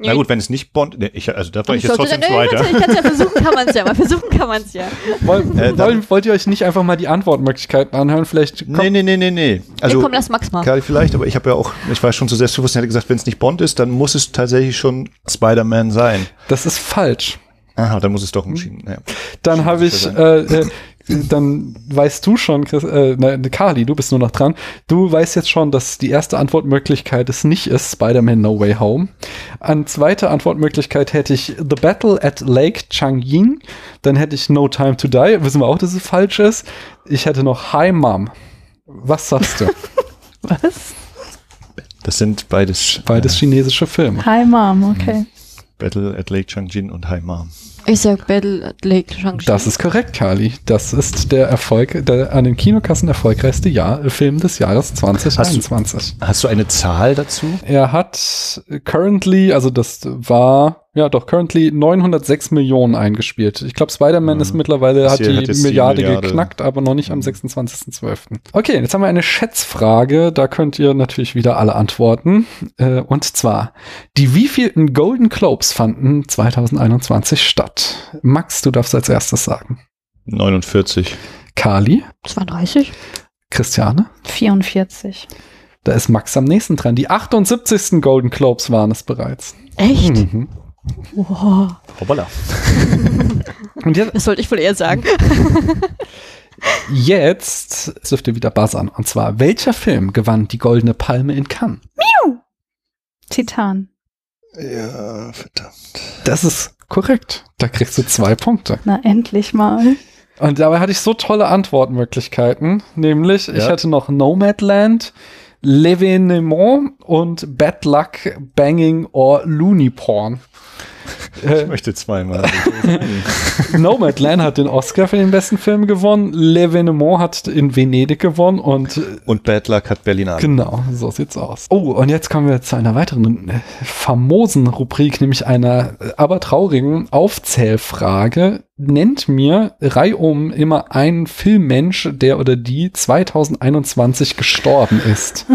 [SPEAKER 2] Na gut, wenn es nicht Bond, nee, ich, also da war ich jetzt trotzdem
[SPEAKER 4] sollte- Nee,
[SPEAKER 2] Zweiter.
[SPEAKER 4] [laughs] Ich kann es ja versuchen, kann man es ja mal. Versuchen kann man es ja.
[SPEAKER 3] Wollen,
[SPEAKER 2] Äh, dann-
[SPEAKER 3] wollen, wollt ihr euch nicht einfach mal die Antwortmöglichkeiten anhören? Vielleicht kommt
[SPEAKER 2] Nee, nee, nee, nee, nee. Also,
[SPEAKER 4] ja, komm, lass Max mal.
[SPEAKER 2] Klar, vielleicht, aber ich habe ja auch, ich war schon zu selbstbewusst und hätte gesagt, wenn es nicht Bond ist, dann muss es tatsächlich schon Spider-Man sein.
[SPEAKER 3] Das ist falsch.
[SPEAKER 2] Aha, dann muss es doch
[SPEAKER 4] Hm.
[SPEAKER 2] entschieden. Ja.
[SPEAKER 3] Dann habe ich, äh, äh, dann weißt du schon, Chris, äh, nein, Carly, du bist nur noch dran. Du weißt jetzt schon, dass die erste Antwortmöglichkeit es nicht ist, Spider-Man No Way Home. An zweite Antwortmöglichkeit hätte ich The Battle at Lake Changjin. Dann hätte ich No Time to Die. Wissen wir auch, dass es falsch ist. Ich hätte noch Hi Mom. Was sagst du?
[SPEAKER 2] Das sind beides.
[SPEAKER 3] Beides chinesische Filme.
[SPEAKER 5] Hi Mom, okay.
[SPEAKER 2] Battle at Lake Changjin und High Mom.
[SPEAKER 4] Ich sag Battle at Lake Shang-Chi.
[SPEAKER 3] Das ist korrekt, Carly. Das ist der Erfolg, der an den Kinokassen erfolgreichste Jahr, äh, Film des Jahres 2021.
[SPEAKER 2] Hast du eine Zahl dazu?
[SPEAKER 3] Er hat currently, also das war, ja doch, currently 906 Millionen eingespielt. Ich glaube, Spider-Man
[SPEAKER 2] Mhm.
[SPEAKER 3] ist mittlerweile,
[SPEAKER 2] Das
[SPEAKER 3] hat
[SPEAKER 2] hier
[SPEAKER 3] die
[SPEAKER 2] hat jetzt Mhm. die
[SPEAKER 3] Milliarde,
[SPEAKER 2] Milliarde.
[SPEAKER 3] geknackt, aber noch nicht am 26.12. Okay, jetzt haben wir eine Schätzfrage. Da könnt ihr natürlich wieder alle antworten. Äh, Und zwar, die wievielten Golden Globes fanden 2021 statt? Max, du darfst als erstes sagen.
[SPEAKER 2] 49.
[SPEAKER 3] Kali,
[SPEAKER 4] 32.
[SPEAKER 3] Christiane?
[SPEAKER 5] 44.
[SPEAKER 3] Da ist Max am nächsten dran. Die 78. Golden Globes waren es bereits.
[SPEAKER 4] Echt?
[SPEAKER 3] Mhm.
[SPEAKER 4] Wow.
[SPEAKER 2] Hoppala.
[SPEAKER 3] Und jetzt,
[SPEAKER 4] Das sollte ich wohl eher sagen.
[SPEAKER 3] jetzt dürft ihr wieder buzzern. Und zwar, welcher Film gewann die Goldene Palme in Cannes?
[SPEAKER 5] Titan.
[SPEAKER 2] Ja, verdammt.
[SPEAKER 3] Das ist korrekt. Da kriegst du zwei Punkte.
[SPEAKER 5] Na, endlich mal.
[SPEAKER 3] Und dabei hatte ich so tolle Antwortmöglichkeiten. Nämlich, ich
[SPEAKER 2] Ja.
[SPEAKER 3] hatte noch Nomadland, L'Evénement und Bad Luck, Banging or Looney Porn.
[SPEAKER 2] Ich möchte [laughs] zweimal.
[SPEAKER 3] Nomadland hat den Oscar für den besten Film gewonnen, L'Evénement hat in Venedig gewonnen und äh,
[SPEAKER 2] und Bad Luck hat Berlin an.
[SPEAKER 3] genau, so sieht's aus. Oh, und jetzt kommen wir zu einer weiteren äh, famosen Rubrik, nämlich einer äh, aber traurigen Aufzählfrage. Nennt mir reihum immer einen Filmmensch, der oder die 2021 gestorben
[SPEAKER 5] [sighs]
[SPEAKER 3] ist.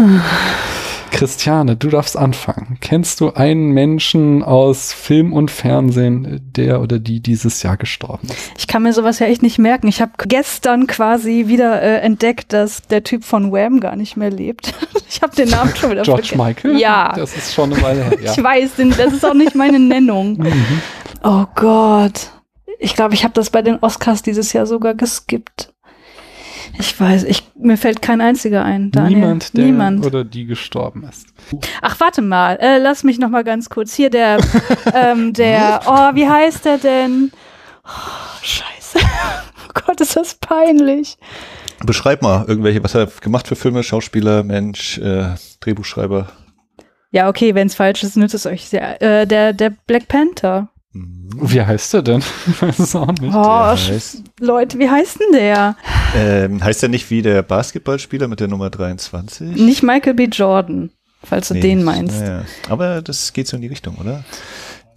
[SPEAKER 3] Christiane, du darfst anfangen. Kennst du einen Menschen aus Film und Fernsehen, äh, der oder die dieses Jahr gestorben ist?
[SPEAKER 5] Ich kann mir sowas ja echt nicht merken. Ich habe gestern quasi wieder äh, entdeckt, dass der Typ von Wham gar nicht mehr lebt. [laughs] ich habe den Namen schon wieder
[SPEAKER 3] George
[SPEAKER 5] vergessen.
[SPEAKER 3] Michael?
[SPEAKER 5] Ja.
[SPEAKER 3] Das ist schon eine Weile her. Ja. Mhm.
[SPEAKER 5] [laughs] Ich weiß, den, das ist auch nicht meine Nennung. Oh Gott. Ich glaube, ich habe das bei den Oscars dieses Jahr sogar geskippt. Ich weiß, ich, mir fällt kein einziger ein. Daniel.
[SPEAKER 3] Niemand, der
[SPEAKER 5] Niemand.
[SPEAKER 3] oder die gestorben ist.
[SPEAKER 5] Ach, warte mal. Äh, lass mich noch mal ganz kurz.
[SPEAKER 2] [laughs]
[SPEAKER 5] Hier der, ähm, der, oh, wie heißt der denn? Oh, scheiße. [laughs] Oh Gott, ist das peinlich.
[SPEAKER 2] Beschreib mal irgendwelche, was hat er gemacht für Filme, Schauspieler, Mensch, äh, Drehbuchschreiber.
[SPEAKER 5] Ja, okay, wenn es falsch ist, nützt es euch sehr. Äh, der, der Black Panther.
[SPEAKER 2] Mhm.
[SPEAKER 3] Wie heißt er denn? [laughs] Ich weiß es auch nicht.
[SPEAKER 5] Oh,
[SPEAKER 2] Der
[SPEAKER 5] sch-
[SPEAKER 2] heißt,
[SPEAKER 5] Leute, wie heißt denn der?
[SPEAKER 2] ähm, heißt er nicht wie der Basketballspieler mit der Nummer 23?
[SPEAKER 5] Nicht Michael B. Jordan, falls du
[SPEAKER 2] Nee,
[SPEAKER 5] den meinst.
[SPEAKER 2] naja. Aber das geht so in die Richtung, oder?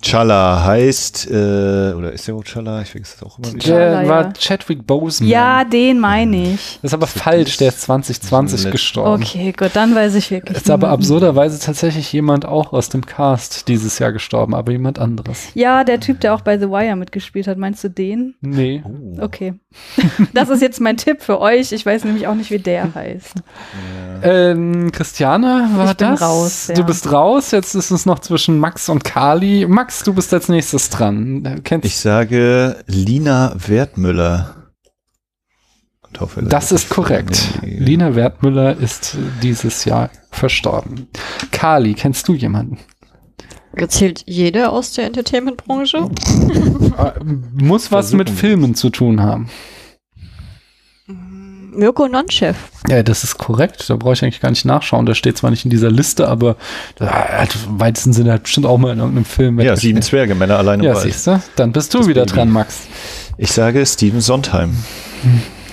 [SPEAKER 2] Chala heißt, äh, oder ist der überhaupt Chala? Ich vergesse das auch immer wieder.
[SPEAKER 3] Der
[SPEAKER 5] Chala,
[SPEAKER 3] war
[SPEAKER 5] ja.
[SPEAKER 3] Chadwick Boseman.
[SPEAKER 5] Ja, den meine ich.
[SPEAKER 3] Das ist aber falsch, der ist 2020
[SPEAKER 2] Letzte-
[SPEAKER 3] gestorben.
[SPEAKER 5] Okay, gut, dann weiß ich wirklich.
[SPEAKER 3] Ist aber
[SPEAKER 5] niemanden.
[SPEAKER 3] absurderweise tatsächlich jemand auch aus dem Cast dieses Jahr gestorben, aber jemand anderes.
[SPEAKER 5] Ja, der Typ, der auch bei The Wire mitgespielt hat, meinst du den?
[SPEAKER 3] Nee.
[SPEAKER 2] Oh,
[SPEAKER 5] Okay. [laughs] Das ist jetzt mein Tipp für euch. Ich weiß nämlich auch nicht, wie der heißt.
[SPEAKER 3] Ähm, Christiane, war
[SPEAKER 5] Ich bin
[SPEAKER 3] das?
[SPEAKER 5] raus, ja.
[SPEAKER 3] Du bist raus, jetzt ist es noch zwischen Max und Kali. Max, du bist als nächstes dran. Du Kennst
[SPEAKER 2] Ich sage Lina Wertmüller. Und hoffe,
[SPEAKER 3] Das ist korrekt.
[SPEAKER 2] Nee.
[SPEAKER 3] Lina Wertmüller ist äh, dieses Jahr verstorben. Kali, kennst du jemanden?
[SPEAKER 4] Gezählt jeder aus der Entertainment-Branche?
[SPEAKER 3] Äh, Muss was
[SPEAKER 2] Versuchen
[SPEAKER 3] mit
[SPEAKER 2] wir
[SPEAKER 3] Filmen zu tun haben.
[SPEAKER 4] Mirko Nonchef.
[SPEAKER 3] Ja, das ist korrekt. Da brauche ich eigentlich gar nicht nachschauen. Der steht zwar nicht in dieser Liste, aber da hat im weitesten Sinne hat bestimmt auch mal in irgendeinem Film.
[SPEAKER 2] Ja,
[SPEAKER 3] mitgespielt.
[SPEAKER 2] sieben Zwerge, Männer allein im
[SPEAKER 3] Ja,
[SPEAKER 2] Wald.
[SPEAKER 3] siehst du? Dann bist du
[SPEAKER 2] Das
[SPEAKER 3] wieder
[SPEAKER 2] Baby.
[SPEAKER 3] dran, Max.
[SPEAKER 2] Ich sage Steven Sondheim,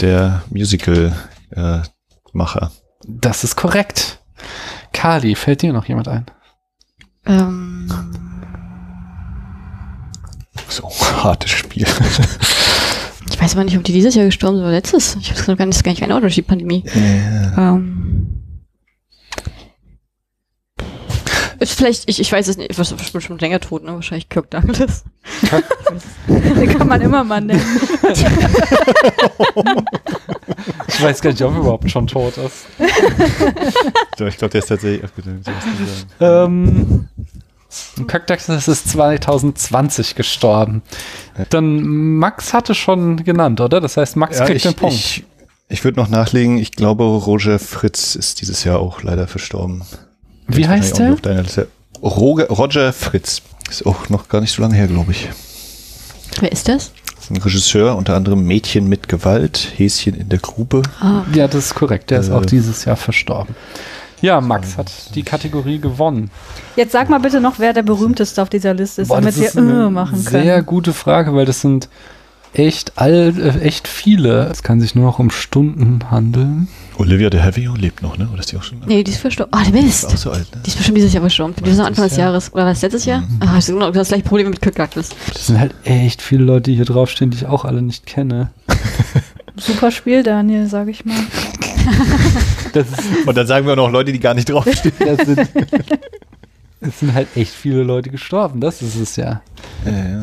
[SPEAKER 2] der äh, Musical-Macher.
[SPEAKER 3] Das ist korrekt. Kali, fällt dir noch jemand ein?
[SPEAKER 4] Ähm,
[SPEAKER 2] So ein hartes Spiel.
[SPEAKER 4] Ich weiß aber nicht, ob die dieses Jahr gestorben sind oder letztes. Ich weiß gar nicht, gar nicht einordnet, die Pandemie.
[SPEAKER 2] [laughs] Äh,
[SPEAKER 4] Ähm, ist vielleicht, ich, ich weiß es nicht, was ist bestimmt länger tot, ne? Wahrscheinlich Kirk Douglas.
[SPEAKER 5] Den kann man immer mal nennen.
[SPEAKER 3] Ich weiß gar nicht, ob er überhaupt schon tot ist.
[SPEAKER 2] so, ich glaube, der ist tatsächlich
[SPEAKER 5] [laughs]
[SPEAKER 2] abgedrückt.
[SPEAKER 3] Ähm, Kaktaxis ist 2020 gestorben. Dann Max hatte schon genannt, oder? Das heißt, Max
[SPEAKER 2] Ja,
[SPEAKER 3] kriegt
[SPEAKER 2] ich
[SPEAKER 3] den Punkt.
[SPEAKER 2] ich, ich würde noch nachlegen, ich glaube, Roger Fritz ist dieses Jahr auch leider verstorben.
[SPEAKER 3] Wie
[SPEAKER 2] ist
[SPEAKER 3] heißt
[SPEAKER 2] wahrscheinlich auch
[SPEAKER 3] der?
[SPEAKER 2] nicht Auf deiner Liste. Roger, Roger Fritz. Ist auch noch gar nicht so lange her, glaube ich.
[SPEAKER 4] Wer ist das?
[SPEAKER 2] Ist ein Regisseur, unter anderem Mädchen mit Gewalt, Häschen in der Grube.
[SPEAKER 4] Ah,
[SPEAKER 3] Ja, das ist korrekt. Der ist
[SPEAKER 2] Äh.
[SPEAKER 3] auch dieses Jahr verstorben. Ja, Max hat die Kategorie gewonnen.
[SPEAKER 5] Jetzt sag mal bitte noch, wer der berühmteste auf dieser Liste ist,
[SPEAKER 3] Boah,
[SPEAKER 5] damit
[SPEAKER 3] das
[SPEAKER 5] wir
[SPEAKER 3] ist eine
[SPEAKER 5] äh machen
[SPEAKER 3] sehr
[SPEAKER 5] können.
[SPEAKER 3] gute Frage, weil das sind echt all, äh, echt viele. Es kann sich nur noch um Stunden handeln.
[SPEAKER 2] Olivia de Havilland lebt noch, ne? Oder ist die auch schon?
[SPEAKER 4] nee, die ist verstorben. Ah, der
[SPEAKER 2] Ist auch
[SPEAKER 4] Mist.
[SPEAKER 2] so alt, ne?
[SPEAKER 4] Die ist bestimmt dieses Jahr verstorben. Die ist noch Anfang des
[SPEAKER 3] Letztes Jahr.
[SPEAKER 4] Jahres. Oder war das letztes Jahr? Ah, das ist genau das gleiche Problem mit Kirk Douglas.
[SPEAKER 3] Das sind halt echt viele Leute, die hier draufstehen, die ich auch alle nicht kenne.
[SPEAKER 5] Super Spiel, Daniel, sag ich mal.
[SPEAKER 3] Das, ist,
[SPEAKER 2] Und dann sagen wir noch Leute, die gar nicht draufstehen.
[SPEAKER 3] das, sind, das sind halt echt viele Leute gestorben. Das ist es [laughs] ja.
[SPEAKER 2] ja, ja.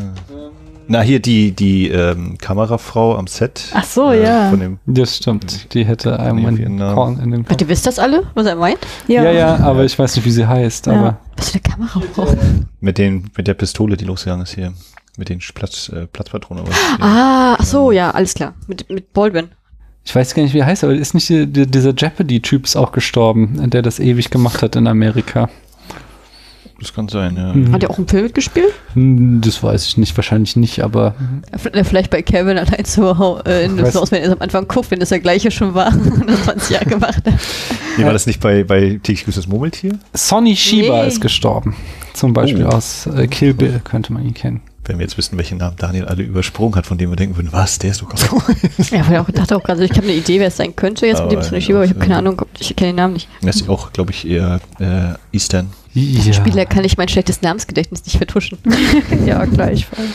[SPEAKER 2] Na, hier die, die ähm, Kamerafrau am Set. Äh,
[SPEAKER 5] Ach so, ja.
[SPEAKER 2] Von dem
[SPEAKER 3] Das stimmt. Die hätte
[SPEAKER 2] Nee,
[SPEAKER 3] einem
[SPEAKER 2] auf ihren
[SPEAKER 3] einen
[SPEAKER 2] Namen.
[SPEAKER 3] Korn in den Kopf.
[SPEAKER 4] Warte, wisst das alle, was er meint?
[SPEAKER 3] Ja, ja, aber ich weiß nicht, wie sie heißt.
[SPEAKER 5] Ja.
[SPEAKER 3] Aber
[SPEAKER 4] Was für eine Kamera braucht.
[SPEAKER 2] mit, den, mit der Pistole, die losgegangen ist hier. Mit den Platz, äh, Platzpatronen. aber-
[SPEAKER 4] Ah, ach so, ja, alles klar. Mit, mit Baldwin.
[SPEAKER 3] ich weiß gar nicht, wie er heißt. Aber ist nicht die, die, dieser Jeopardy-Typ ist auch gestorben, der das ewig gemacht hat in Amerika?
[SPEAKER 2] Das kann sein, ja.
[SPEAKER 3] Mhm.
[SPEAKER 4] Hat er auch einen Film mitgespielt?
[SPEAKER 3] Hm, Das weiß ich nicht, wahrscheinlich nicht, aber
[SPEAKER 4] V- Vielleicht bei Kevin allein zu Hau- äh, in
[SPEAKER 3] Was?
[SPEAKER 4] das Haus, wenn er es am Anfang guckt, wenn das der gleiche schon war, [laughs] das 20 Jahre gemacht hat.
[SPEAKER 2] Nee, war das nicht bei, bei täglich grüßt das Murmeltier?
[SPEAKER 3] Sonny Shiba
[SPEAKER 4] Nee.
[SPEAKER 3] ist gestorben. Zum Beispiel
[SPEAKER 2] Oh.
[SPEAKER 3] aus äh, Kill Bill könnte man ihn kennen.
[SPEAKER 2] Wenn wir jetzt wissen, welchen Namen Daniel alle übersprungen hat, von dem wir denken würden, was, der ist doch
[SPEAKER 3] [laughs]
[SPEAKER 2] ganz
[SPEAKER 4] [laughs] Ja, weil auch dachte auch gerade, ich habe eine Idee, wer es sein könnte jetzt mit dem
[SPEAKER 2] Aber,
[SPEAKER 4] Sonny Schieber, aber ich habe keine
[SPEAKER 2] äh,
[SPEAKER 4] Ahnung, ob- ich kenne den Namen nicht.
[SPEAKER 2] Das ist auch, glaube ich, eher äh, Eastern.
[SPEAKER 3] Ja.
[SPEAKER 4] Spieler kann ich mein schlechtes Namensgedächtnis nicht vertuschen.
[SPEAKER 5] Ja, gleichfalls.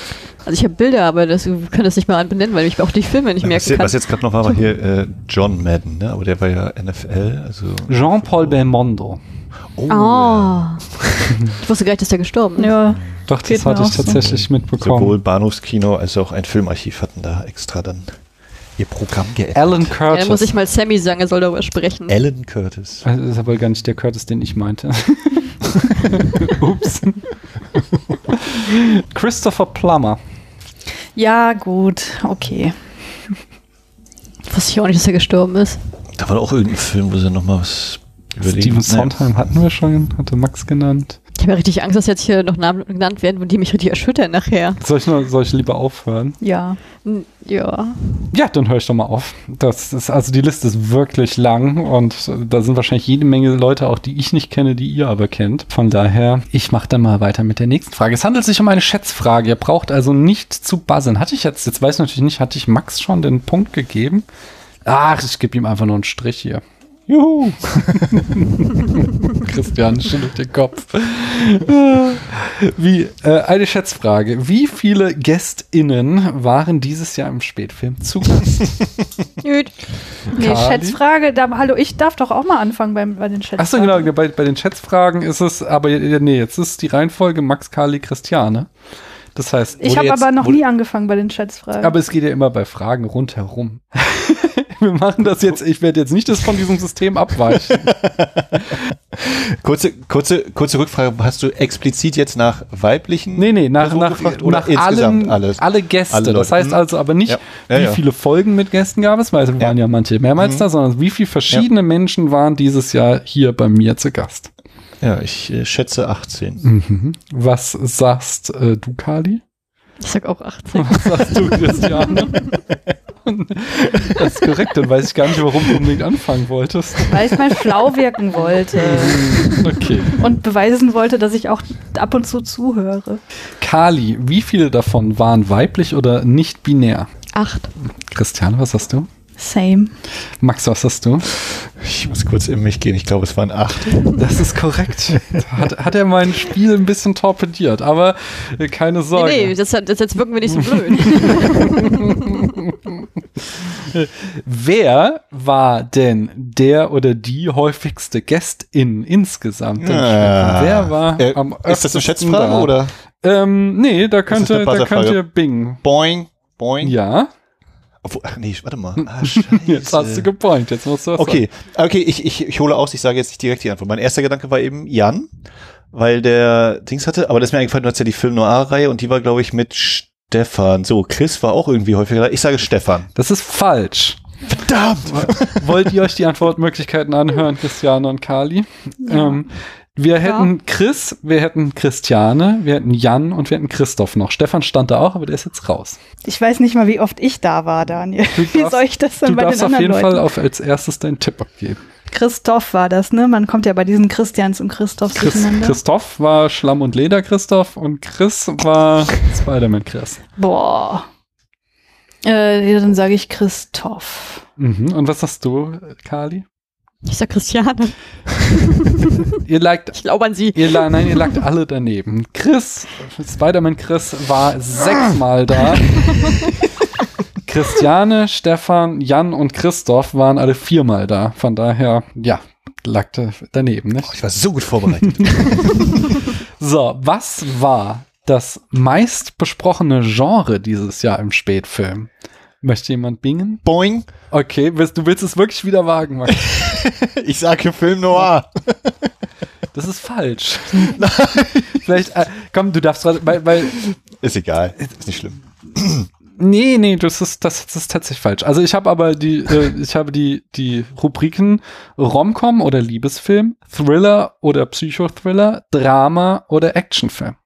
[SPEAKER 4] Also ich habe Bilder, aber das ich kann das nicht mal benennen, weil ich mir auch die Filme nicht merken
[SPEAKER 2] was, je-
[SPEAKER 4] kann.
[SPEAKER 2] was jetzt gerade noch war, war hier äh, John Madden, ne? aber der war ja NFL. Also,
[SPEAKER 3] Jean-Paul Belmondo.
[SPEAKER 2] oh,
[SPEAKER 4] Ah. [laughs] Ich wusste gar nicht, dass der gestorben ist.
[SPEAKER 5] Ja,
[SPEAKER 3] Doch, das
[SPEAKER 5] Geht mir
[SPEAKER 3] hatte ich
[SPEAKER 5] auch so.
[SPEAKER 3] tatsächlich
[SPEAKER 2] ja. Sowohl
[SPEAKER 3] mitbekommen.
[SPEAKER 2] Bahnhofskino als auch ein Filmarchiv hatten da extra dann ihr Programm geändert.
[SPEAKER 3] Alan
[SPEAKER 4] Ja, dann muss ich
[SPEAKER 3] Curtis.
[SPEAKER 4] mal Sammy sagen, er soll darüber sprechen.
[SPEAKER 2] Alan Curtis.
[SPEAKER 3] Also, das ist aber gar nicht der Curtis, den ich
[SPEAKER 5] [laughs]
[SPEAKER 3] meinte. Ups. Christopher Plummer.
[SPEAKER 5] ja, gut, okay.
[SPEAKER 4] Wusste ich auch nicht, dass er gestorben ist.
[SPEAKER 2] Da war doch auch irgendein Film, wo sie nochmal was überlegen.
[SPEAKER 3] Steven
[SPEAKER 2] Nein.
[SPEAKER 3] Sondheim hatten wir schon, hatte Max genannt.
[SPEAKER 4] Ich habe ja richtig Angst, dass jetzt hier noch Namen genannt werden und die mich richtig erschüttern nachher.
[SPEAKER 3] Soll ich, nur, soll ich lieber aufhören?
[SPEAKER 5] Ja.
[SPEAKER 4] Hm, Ja.
[SPEAKER 3] Ja, dann höre ich doch mal auf. Das ist, also die Liste ist wirklich lang und da sind wahrscheinlich jede Menge Leute auch, die ich nicht kenne, die ihr aber kennt. Von daher, ich mache dann mal weiter mit der nächsten Frage. Es handelt sich um eine Schätzfrage. Ihr braucht also nicht zu buzzen. Hatte ich jetzt, jetzt weiß ich natürlich nicht, hatte ich Max schon den Punkt gegeben? Ach, ich gebe ihm einfach nur einen Strich hier. Juhu! [laughs] Christian schüttelt den Kopf. Wie, äh, eine Schätzfrage. Wie viele GästInnen waren dieses Jahr im Spätfilm zu
[SPEAKER 5] [laughs]
[SPEAKER 3] Gast?
[SPEAKER 4] Gut.
[SPEAKER 5] Nee,
[SPEAKER 3] Kali?
[SPEAKER 5] Schätzfrage, da, hallo, ich darf doch auch mal anfangen beim, bei den Schätzfragen.
[SPEAKER 3] Achso, genau, bei, bei den Schätzfragen ist es, aber äh, nee, jetzt ist die Reihenfolge Max, Kali, Christiane. Das heißt,
[SPEAKER 5] Ich
[SPEAKER 2] Wurde
[SPEAKER 5] habe
[SPEAKER 2] jetzt-
[SPEAKER 5] aber noch
[SPEAKER 2] wurde-
[SPEAKER 5] nie angefangen bei den Schätzfragen.
[SPEAKER 3] aber es geht ja immer bei Fragen rundherum. [laughs] Wir machen das jetzt, ich werde jetzt nicht das von diesem System abweichen.
[SPEAKER 2] Kurze, kurze, kurze Rückfrage. Hast du explizit jetzt nach weiblichen?
[SPEAKER 3] Nee, nee, nach,
[SPEAKER 2] Personen
[SPEAKER 3] nach,
[SPEAKER 2] gefragt Also oder
[SPEAKER 3] nach
[SPEAKER 2] insgesamt
[SPEAKER 3] allen,
[SPEAKER 2] alles?
[SPEAKER 3] alle Gäste.
[SPEAKER 2] Alle Leute.
[SPEAKER 3] das heißt
[SPEAKER 2] Hm.
[SPEAKER 3] also aber nicht,
[SPEAKER 2] Ja. Ja,
[SPEAKER 3] wie
[SPEAKER 2] ja. Mhm.
[SPEAKER 3] viele Folgen mit Gästen gab es, weil es waren ja manche mehrmals da, sondern wie viele verschiedene Menschen waren dieses Jahr hier bei mir zu Gast.
[SPEAKER 2] Ja, ich äh, schätze 18.
[SPEAKER 3] Was sagst äh, du, Kali?
[SPEAKER 4] Ich sag auch 18.
[SPEAKER 3] Was sagst du, Christiane? das ist korrekt, dann weiß ich gar nicht, warum du unbedingt anfangen wolltest.
[SPEAKER 5] weil ich mal schlau wirken wollte
[SPEAKER 3] [laughs] Okay.
[SPEAKER 5] und beweisen wollte, dass ich auch ab und zu zuhöre.
[SPEAKER 3] Kali, wie viele davon waren weiblich oder nicht binär?
[SPEAKER 4] Acht.
[SPEAKER 3] Christiane, was hast du?
[SPEAKER 5] Same.
[SPEAKER 3] Max, was hast du?
[SPEAKER 2] Ich muss kurz in mich gehen. Ich glaube, es waren acht.
[SPEAKER 3] Das ist korrekt. Hat, hat er mein Spiel ein bisschen torpediert, aber äh, keine Sorge.
[SPEAKER 4] Nee, nee, das, hat- das, jetzt wirken wir nicht so blöd.
[SPEAKER 3] Wer war denn der oder die häufigste Gästin insgesamt? im
[SPEAKER 2] Ah.
[SPEAKER 3] Schwimmen? Wer war
[SPEAKER 2] Äh,
[SPEAKER 3] am
[SPEAKER 2] Ist das
[SPEAKER 3] öftesten
[SPEAKER 2] eine Schätzfrage
[SPEAKER 3] da?
[SPEAKER 2] oder?
[SPEAKER 3] Ähm, nee, da
[SPEAKER 2] das
[SPEAKER 3] könnt, ihr,
[SPEAKER 2] eine
[SPEAKER 3] da könnt
[SPEAKER 2] Buzzerfrage?
[SPEAKER 3] ihr bingen.
[SPEAKER 2] Boing, boing.
[SPEAKER 3] Ja,
[SPEAKER 2] Obwohl, ach nee, warte mal. Ah, scheiße.
[SPEAKER 3] jetzt hast du gepoint. Jetzt musst du was
[SPEAKER 2] Okay, okay, ich, ich, ich hole aus, ich sage jetzt nicht direkt die Antwort. Mein erster Gedanke war eben Jan, weil der Dings hatte, aber das ist mir eingefallen, du hast ja die Film Noir-Reihe und die war, glaube ich, mit Stefan. So, Chris war auch irgendwie häufiger da. Ich sage Stefan.
[SPEAKER 3] Das ist falsch.
[SPEAKER 2] Verdammt!
[SPEAKER 3] [laughs] Wollt ihr euch die Antwortmöglichkeiten anhören, Christiane und Kali? Ähm, wir hätten Chris, wir hätten Christiane, wir hätten Jan und wir hätten Christoph noch. Stefan stand da auch, aber der ist jetzt raus.
[SPEAKER 5] Ich weiß nicht mal, wie oft ich da war, Daniel.
[SPEAKER 3] Du
[SPEAKER 5] wie
[SPEAKER 3] darfst-
[SPEAKER 5] soll ich das
[SPEAKER 3] Du
[SPEAKER 5] dann bei den
[SPEAKER 3] darfst auf
[SPEAKER 5] anderen
[SPEAKER 3] jeden
[SPEAKER 5] Leuten?
[SPEAKER 3] Fall auf, als erstes deinen Tipp abgeben.
[SPEAKER 5] Christoph war das, ne? Man kommt ja bei diesen Christians und Christophs
[SPEAKER 3] Chris,
[SPEAKER 5] durcheinander.
[SPEAKER 3] Christoph war Schlamm und Leder Christoph und Chris
[SPEAKER 5] [laughs]
[SPEAKER 3] war Spider-Man Chris.
[SPEAKER 5] Boah. Äh, ja, dann sage ich Christoph.
[SPEAKER 3] Mhm. Und was sagst du, äh, Kali?
[SPEAKER 4] Ich sag Christiane.
[SPEAKER 3] Ihr lagt,
[SPEAKER 4] Ich glaube an sie.
[SPEAKER 3] ihr, la- nein, ihr lagt alle daneben. Chris, Spider-Man Chris war sechsmal da. Christiane, Stefan, Jan und Christoph waren alle viermal da. Von daher, ja, lagte daneben. Ne?
[SPEAKER 2] Oh, Ich war so gut [laughs] vorbereitet.
[SPEAKER 3] So, was war das meistbesprochene Genre dieses Jahr im Spätfilm? Möchte jemand bingen?
[SPEAKER 2] boing,
[SPEAKER 3] Okay, willst, du willst es wirklich wieder wagen, Max.
[SPEAKER 2] ich sage Film Noir.
[SPEAKER 3] Das ist falsch. Vielleicht, äh, komm, du darfst, gerade- weil, weil,
[SPEAKER 2] Ist egal, ist nicht schlimm.
[SPEAKER 3] nee, nee, das ist, das, das ist tatsächlich falsch. Also ich habe aber die, äh, ich habe die, die Rubriken Romcom oder Liebesfilm, Thriller oder Psychothriller, Drama oder Actionfilm.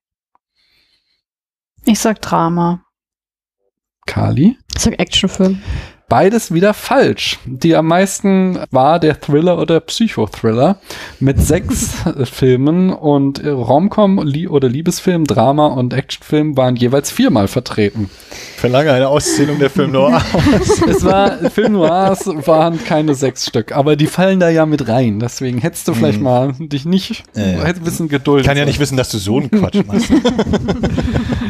[SPEAKER 5] Ich sag Drama.
[SPEAKER 3] Kali?
[SPEAKER 4] Ich sag Actionfilm.
[SPEAKER 3] Beides wieder falsch. Die am meisten war der Thriller oder Psychothriller mit sechs äh, Filmen und äh, Romcom Lie- oder Liebesfilm, Drama und Actionfilm waren jeweils viermal vertreten.
[SPEAKER 2] Verlange eine Auszählung der Film Noir.
[SPEAKER 3] Es war Film Noirs waren keine sechs Stück, aber die fallen da ja mit rein. Deswegen hättest du vielleicht
[SPEAKER 2] Mhm.
[SPEAKER 3] mal dich nicht,
[SPEAKER 2] Ja, ja.
[SPEAKER 3] hättest ein bisschen Geduld.
[SPEAKER 2] Ich kann ja nicht wissen, dass du so einen Quatsch machst.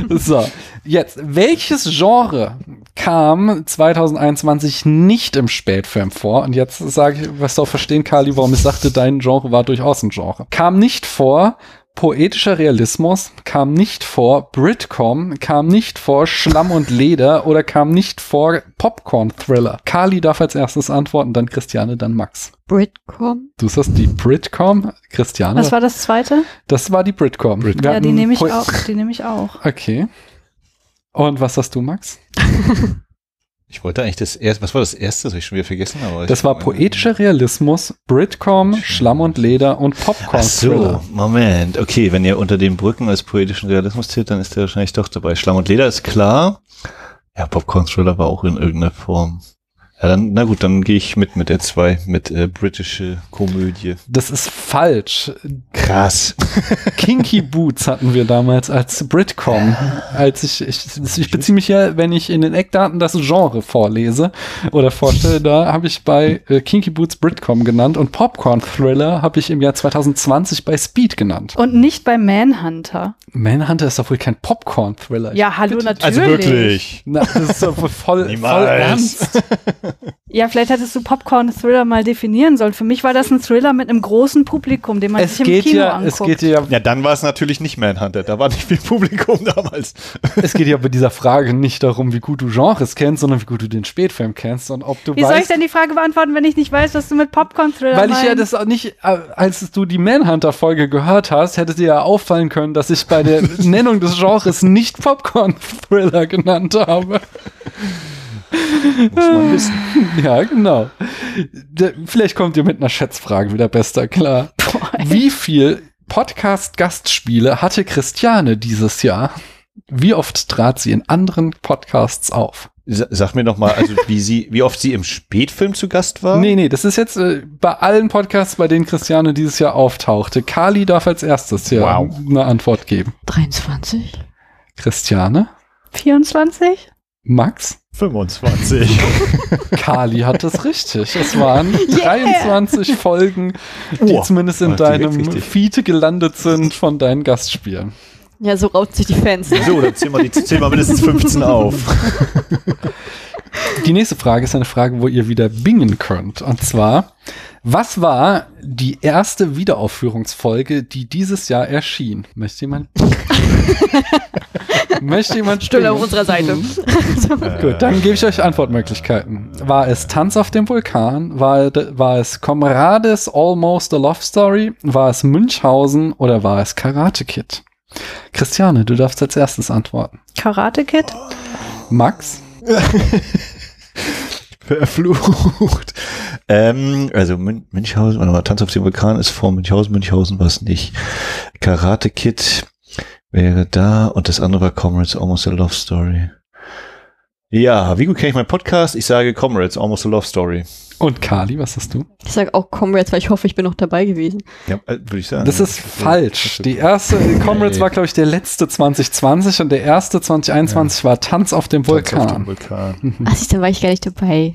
[SPEAKER 3] So, jetzt, welches Genre kam 2021 nicht im Spätfilm vor? Und jetzt sage ich, was du auch verstehen, Kali, warum ich sagte, dein Genre war durchaus ein Genre. Kam nicht vor poetischer Realismus, kam nicht vor Britcom, kam nicht vor Schlamm und Leder oder kam nicht vor Popcorn-Thriller. Kali darf als erstes antworten, dann Christiane, dann Max.
[SPEAKER 4] Britcom.
[SPEAKER 3] Du sagst die Britcom, Christiane.
[SPEAKER 5] Was war das zweite?
[SPEAKER 3] das war die Britcom. Wir
[SPEAKER 5] Ja, die
[SPEAKER 3] hatten
[SPEAKER 5] nehme ich
[SPEAKER 3] po-
[SPEAKER 5] auch. Die nehme ich auch.
[SPEAKER 3] Okay. Und was sagst du, Max?
[SPEAKER 2] Ich wollte eigentlich das erste, was war das erste? Das habe ich schon wieder vergessen. Aber
[SPEAKER 3] Das war poetischer Realismus, Britcom, Schlamm und Leder und
[SPEAKER 2] Ach
[SPEAKER 3] Popcorn.
[SPEAKER 2] so, Moment. Okay, wenn ihr unter den Brücken als poetischen Realismus zählt, dann ist der wahrscheinlich doch dabei. Schlamm und Leder ist klar. Ja, Popcorn Thriller war auch in irgendeiner Form. Ja, dann, na gut, dann gehe ich mit mit der zwei mit äh, britische Komödie.
[SPEAKER 3] Das ist falsch.
[SPEAKER 2] Krass. [laughs]
[SPEAKER 3] Kinky Boots hatten wir damals als Britcom. Als ich, ich, ich beziehe mich ja, wenn ich in den Eckdaten das Genre vorlese oder vorstelle, da habe ich bei äh, Kinky Boots Britcom genannt und Popcorn Thriller habe ich im Jahr 2020 bei Speed genannt.
[SPEAKER 5] Und nicht bei Manhunter.
[SPEAKER 3] Manhunter ist doch wohl kein Popcorn Thriller.
[SPEAKER 5] Ja, hallo, natürlich.
[SPEAKER 2] Also wirklich.
[SPEAKER 3] Na, das ist doch wohl voll, voll
[SPEAKER 2] Niemals.
[SPEAKER 3] ernst.
[SPEAKER 5] Ja, vielleicht hättest du Popcorn-Thriller mal definieren sollen. Für mich war das ein Thriller mit einem großen Publikum, den man
[SPEAKER 3] Es
[SPEAKER 5] sich im
[SPEAKER 3] geht,
[SPEAKER 5] Kino
[SPEAKER 3] ja,
[SPEAKER 5] anguckt.
[SPEAKER 3] es geht ja
[SPEAKER 2] Ja, dann war es natürlich nicht Manhunter. Da war nicht viel Publikum [laughs] damals.
[SPEAKER 3] Es geht ja bei dieser Frage nicht darum, wie gut du Genres kennst, sondern wie gut du den Spätfilm kennst und ob du
[SPEAKER 5] Wie soll ich
[SPEAKER 3] weißt.
[SPEAKER 5] denn die Frage beantworten, wenn ich nicht weiß, was du mit Popcorn-Thriller
[SPEAKER 3] weil ich ja
[SPEAKER 5] meinst?
[SPEAKER 3] das auch nicht, äh, als du die Manhunter-Folge gehört hast, hätte dir ja auffallen können, dass ich bei
[SPEAKER 5] [laughs]
[SPEAKER 3] der Nennung des Genres nicht Popcorn-Thriller genannt habe.
[SPEAKER 2] Muss man wissen.
[SPEAKER 3] Ja, genau. D vielleicht kommt ihr mit einer Schätzfrage wieder besser klar. Wie viel Podcast-Gastspiele hatte Christiane dieses Jahr? Wie oft trat sie in anderen Podcasts auf?
[SPEAKER 2] Sa- Sag mir noch mal, also wie sie, wie oft sie im Spätfilm zu Gast war?
[SPEAKER 3] Nee, nee, das ist jetzt äh, bei allen Podcasts, bei denen Christiane dieses Jahr auftauchte. Kali darf als erstes hier
[SPEAKER 2] Wow.
[SPEAKER 3] eine Antwort geben.
[SPEAKER 4] 23.
[SPEAKER 3] Christiane,
[SPEAKER 5] 24?
[SPEAKER 3] Max,
[SPEAKER 6] 25.
[SPEAKER 2] [laughs]
[SPEAKER 3] Kali hat es richtig. Es waren 23 Folgen, die
[SPEAKER 6] Oh,
[SPEAKER 3] zumindest in
[SPEAKER 2] macht die
[SPEAKER 3] deinem
[SPEAKER 2] richtig.
[SPEAKER 3] Feed gelandet sind von deinen Gastspielen.
[SPEAKER 4] Ja, so raubt sich die Fans. ne?
[SPEAKER 2] [laughs]
[SPEAKER 6] So, dann zählen wir, die, zählen wir mindestens 15 auf.
[SPEAKER 3] Die nächste Frage ist eine Frage, wo ihr wieder bingen könnt. Und zwar, was war die erste Wiederaufführungsfolge, die dieses Jahr erschien? Möchte
[SPEAKER 4] [laughs]
[SPEAKER 3] jemand? Möchte jemand
[SPEAKER 4] Stille auf
[SPEAKER 3] bingen?
[SPEAKER 4] unserer Seite.
[SPEAKER 2] Äh.
[SPEAKER 3] Gut, dann gebe ich euch Antwortmöglichkeiten. War es Tanz auf dem Vulkan? War, war es Comrades Almost a Love Story? War es Münchhausen oder war es Karate Kid? Christiane, du darfst als erstes antworten.
[SPEAKER 5] Karate Kid?
[SPEAKER 3] Max?
[SPEAKER 2] [laughs] Verflucht. Ähm, also Mün Münchhausen, warte mal, Tanz auf dem Vulkan ist vor Münchhausen, Münchhausen war es nicht. Karate Kid wäre da und das andere war Comrades Almost a Love Story. Ja, wie gut kenne ich meinen Podcast? Ich sage Comrades Almost a Love Story.
[SPEAKER 3] Und Kali, was hast du?
[SPEAKER 4] Ich sag auch Comrades, weil ich hoffe, ich bin noch dabei gewesen.
[SPEAKER 2] Ja, äh, würde ich sagen.
[SPEAKER 3] Das ist falsch. Die erste Comrades war, glaube ich, der letzte 2020 und der erste 2021 war Tanz auf dem Vulkan.
[SPEAKER 6] Tanz auf dem Vulkan.
[SPEAKER 4] Ach, siehst du, dann war ich gar nicht dabei.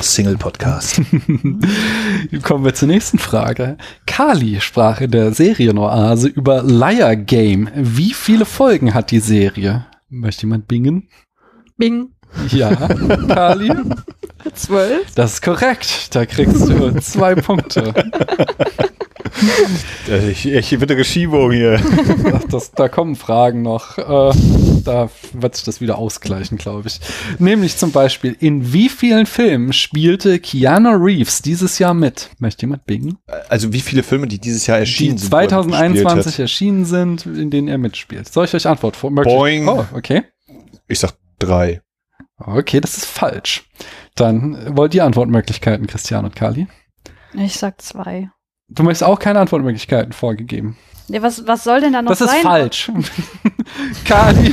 [SPEAKER 2] Single Podcast.
[SPEAKER 3] [laughs] Kommen wir zur nächsten Frage. Kali sprach in der Serienoase über Liar Game. Wie viele Folgen hat die Serie? Möchte jemand bingen?
[SPEAKER 4] Bing.
[SPEAKER 3] Ja, Kali.
[SPEAKER 4] Zwölf.
[SPEAKER 3] Das ist korrekt. Da kriegst du zwei Punkte.
[SPEAKER 6] [laughs] Äh, Ich, ich bitte Geschiebung hier.
[SPEAKER 3] Ach, Das, da kommen Fragen noch. Äh, da wird sich das wieder ausgleichen, glaube ich. Nämlich zum Beispiel, in wie vielen Filmen spielte Keanu Reeves dieses Jahr mit? Möchte jemand bingen?
[SPEAKER 2] Also wie viele Filme, die dieses Jahr erschienen
[SPEAKER 3] die 2021 erschienen sind, in denen er mitspielt. Soll ich euch Antwort vor? möglich-
[SPEAKER 2] Boing.
[SPEAKER 3] Oh, okay.
[SPEAKER 2] Ich sag drei.
[SPEAKER 3] Okay, das ist falsch. Dann wollt ihr Antwortmöglichkeiten, Christian und Kali.
[SPEAKER 5] Ich sag zwei.
[SPEAKER 3] Du möchtest auch keine Antwortmöglichkeiten vorgegeben.
[SPEAKER 5] Ja, was, was soll denn da noch
[SPEAKER 3] Das
[SPEAKER 5] sein?
[SPEAKER 3] ist falsch. [laughs] Kali,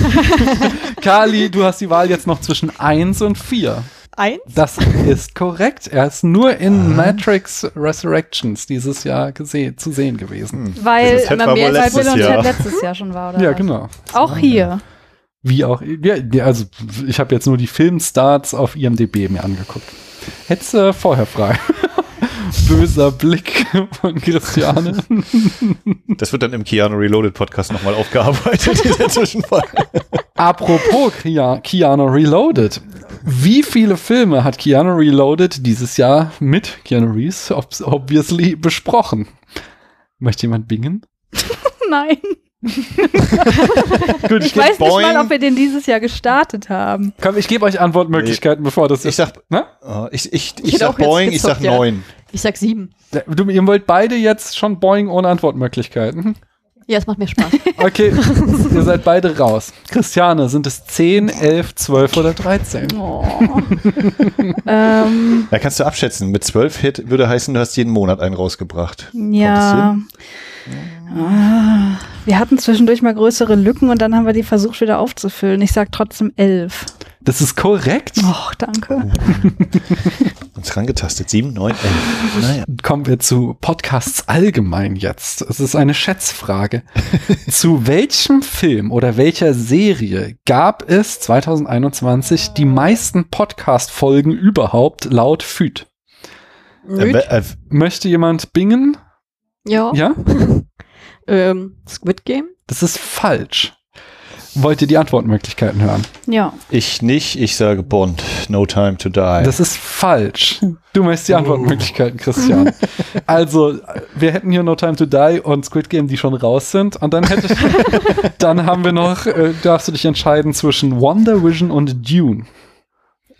[SPEAKER 3] [laughs] Kali, du hast die Wahl jetzt noch zwischen 1 und 4.
[SPEAKER 4] Eins?
[SPEAKER 3] Das ist korrekt. Er ist nur in Matrix Resurrections dieses Jahr gese- zu sehen gewesen.
[SPEAKER 5] Weil,
[SPEAKER 6] Das hätten
[SPEAKER 4] immer
[SPEAKER 6] wir
[SPEAKER 4] mehr
[SPEAKER 6] mal
[SPEAKER 4] als
[SPEAKER 6] letztes
[SPEAKER 5] weil wir
[SPEAKER 6] Jahr.
[SPEAKER 5] uns letztes Jahr schon war, oder?
[SPEAKER 3] Ja,
[SPEAKER 5] was?
[SPEAKER 3] genau.
[SPEAKER 5] Auch hier.
[SPEAKER 3] Wie auch, ja, ja, also ich habe jetzt nur die Filmstarts auf IMDb mir angeguckt. Hättest du vorher frei. [laughs] Böser Blick von Christiane.
[SPEAKER 2] Das wird dann im Keanu Reloaded Podcast nochmal aufgearbeitet, dieser Zwischenfall.
[SPEAKER 3] [laughs] Also, Apropos Kea- Keanu Reloaded. Wie viele Filme hat Keanu Reloaded dieses Jahr mit Keanu Reeves obs- obviously besprochen? Möchte jemand bingen?
[SPEAKER 5] Nein.
[SPEAKER 2] Gut,
[SPEAKER 5] Ich weiß nicht mal, ob wir den dieses Jahr gestartet haben.
[SPEAKER 3] Komm, ich gebe euch Antwortmöglichkeiten, bevor das
[SPEAKER 2] Ich sag,
[SPEAKER 3] Na?
[SPEAKER 2] oh, ich, ich, ich,
[SPEAKER 4] hätte
[SPEAKER 2] sag
[SPEAKER 4] auch jetzt
[SPEAKER 2] Boing, ich sag
[SPEAKER 4] gezockt, ja.
[SPEAKER 2] neun.
[SPEAKER 4] Ich sag sieben.
[SPEAKER 3] Du, ihr wollt beide jetzt schon Boing ohne Antwortmöglichkeiten. Mhm.
[SPEAKER 4] Ja, es macht mir Spaß.
[SPEAKER 2] [laughs]
[SPEAKER 3] Okay, ihr seid beide raus. Christiane, sind es 10, 11, 12 oder 13?
[SPEAKER 5] Oh. [laughs] ähm,
[SPEAKER 2] Da kannst du abschätzen. Mit zwölf Hit würde heißen, du hast jeden Monat einen rausgebracht.
[SPEAKER 5] ja. Ah, Wir hatten zwischendurch mal größere Lücken und dann haben wir die versucht wieder aufzufüllen. Ich sag trotzdem elf.
[SPEAKER 3] Das ist korrekt.
[SPEAKER 5] Och, danke.
[SPEAKER 3] Oh.
[SPEAKER 2] Uns rangetastet. Sieben, neun, elf. Naja.
[SPEAKER 3] Kommen wir zu Podcasts allgemein jetzt. Es ist
[SPEAKER 2] [laughs]
[SPEAKER 3] eine Schätzfrage. zu welchem Film oder welcher Serie gab es 2021 die meisten Podcast-Folgen überhaupt laut FÜD?
[SPEAKER 2] Äh,
[SPEAKER 4] Müd?
[SPEAKER 2] äh,
[SPEAKER 3] Möchte jemand bingen?
[SPEAKER 4] Ja.
[SPEAKER 3] Ja?
[SPEAKER 4] Ähm, Squid Game?
[SPEAKER 3] Das ist falsch. Wollt ihr die Antwortmöglichkeiten hören?
[SPEAKER 5] Ja.
[SPEAKER 2] ich nicht, ich sage Bond. No time to die.
[SPEAKER 3] Das ist falsch. Du möchtest die Antwortmöglichkeiten, Christian. Also, wir hätten hier No Time to Die und Squid Game, die schon raus sind. Und dann hätte ich, dann haben wir noch, äh, darfst du dich entscheiden zwischen Wonder Vision und Dune.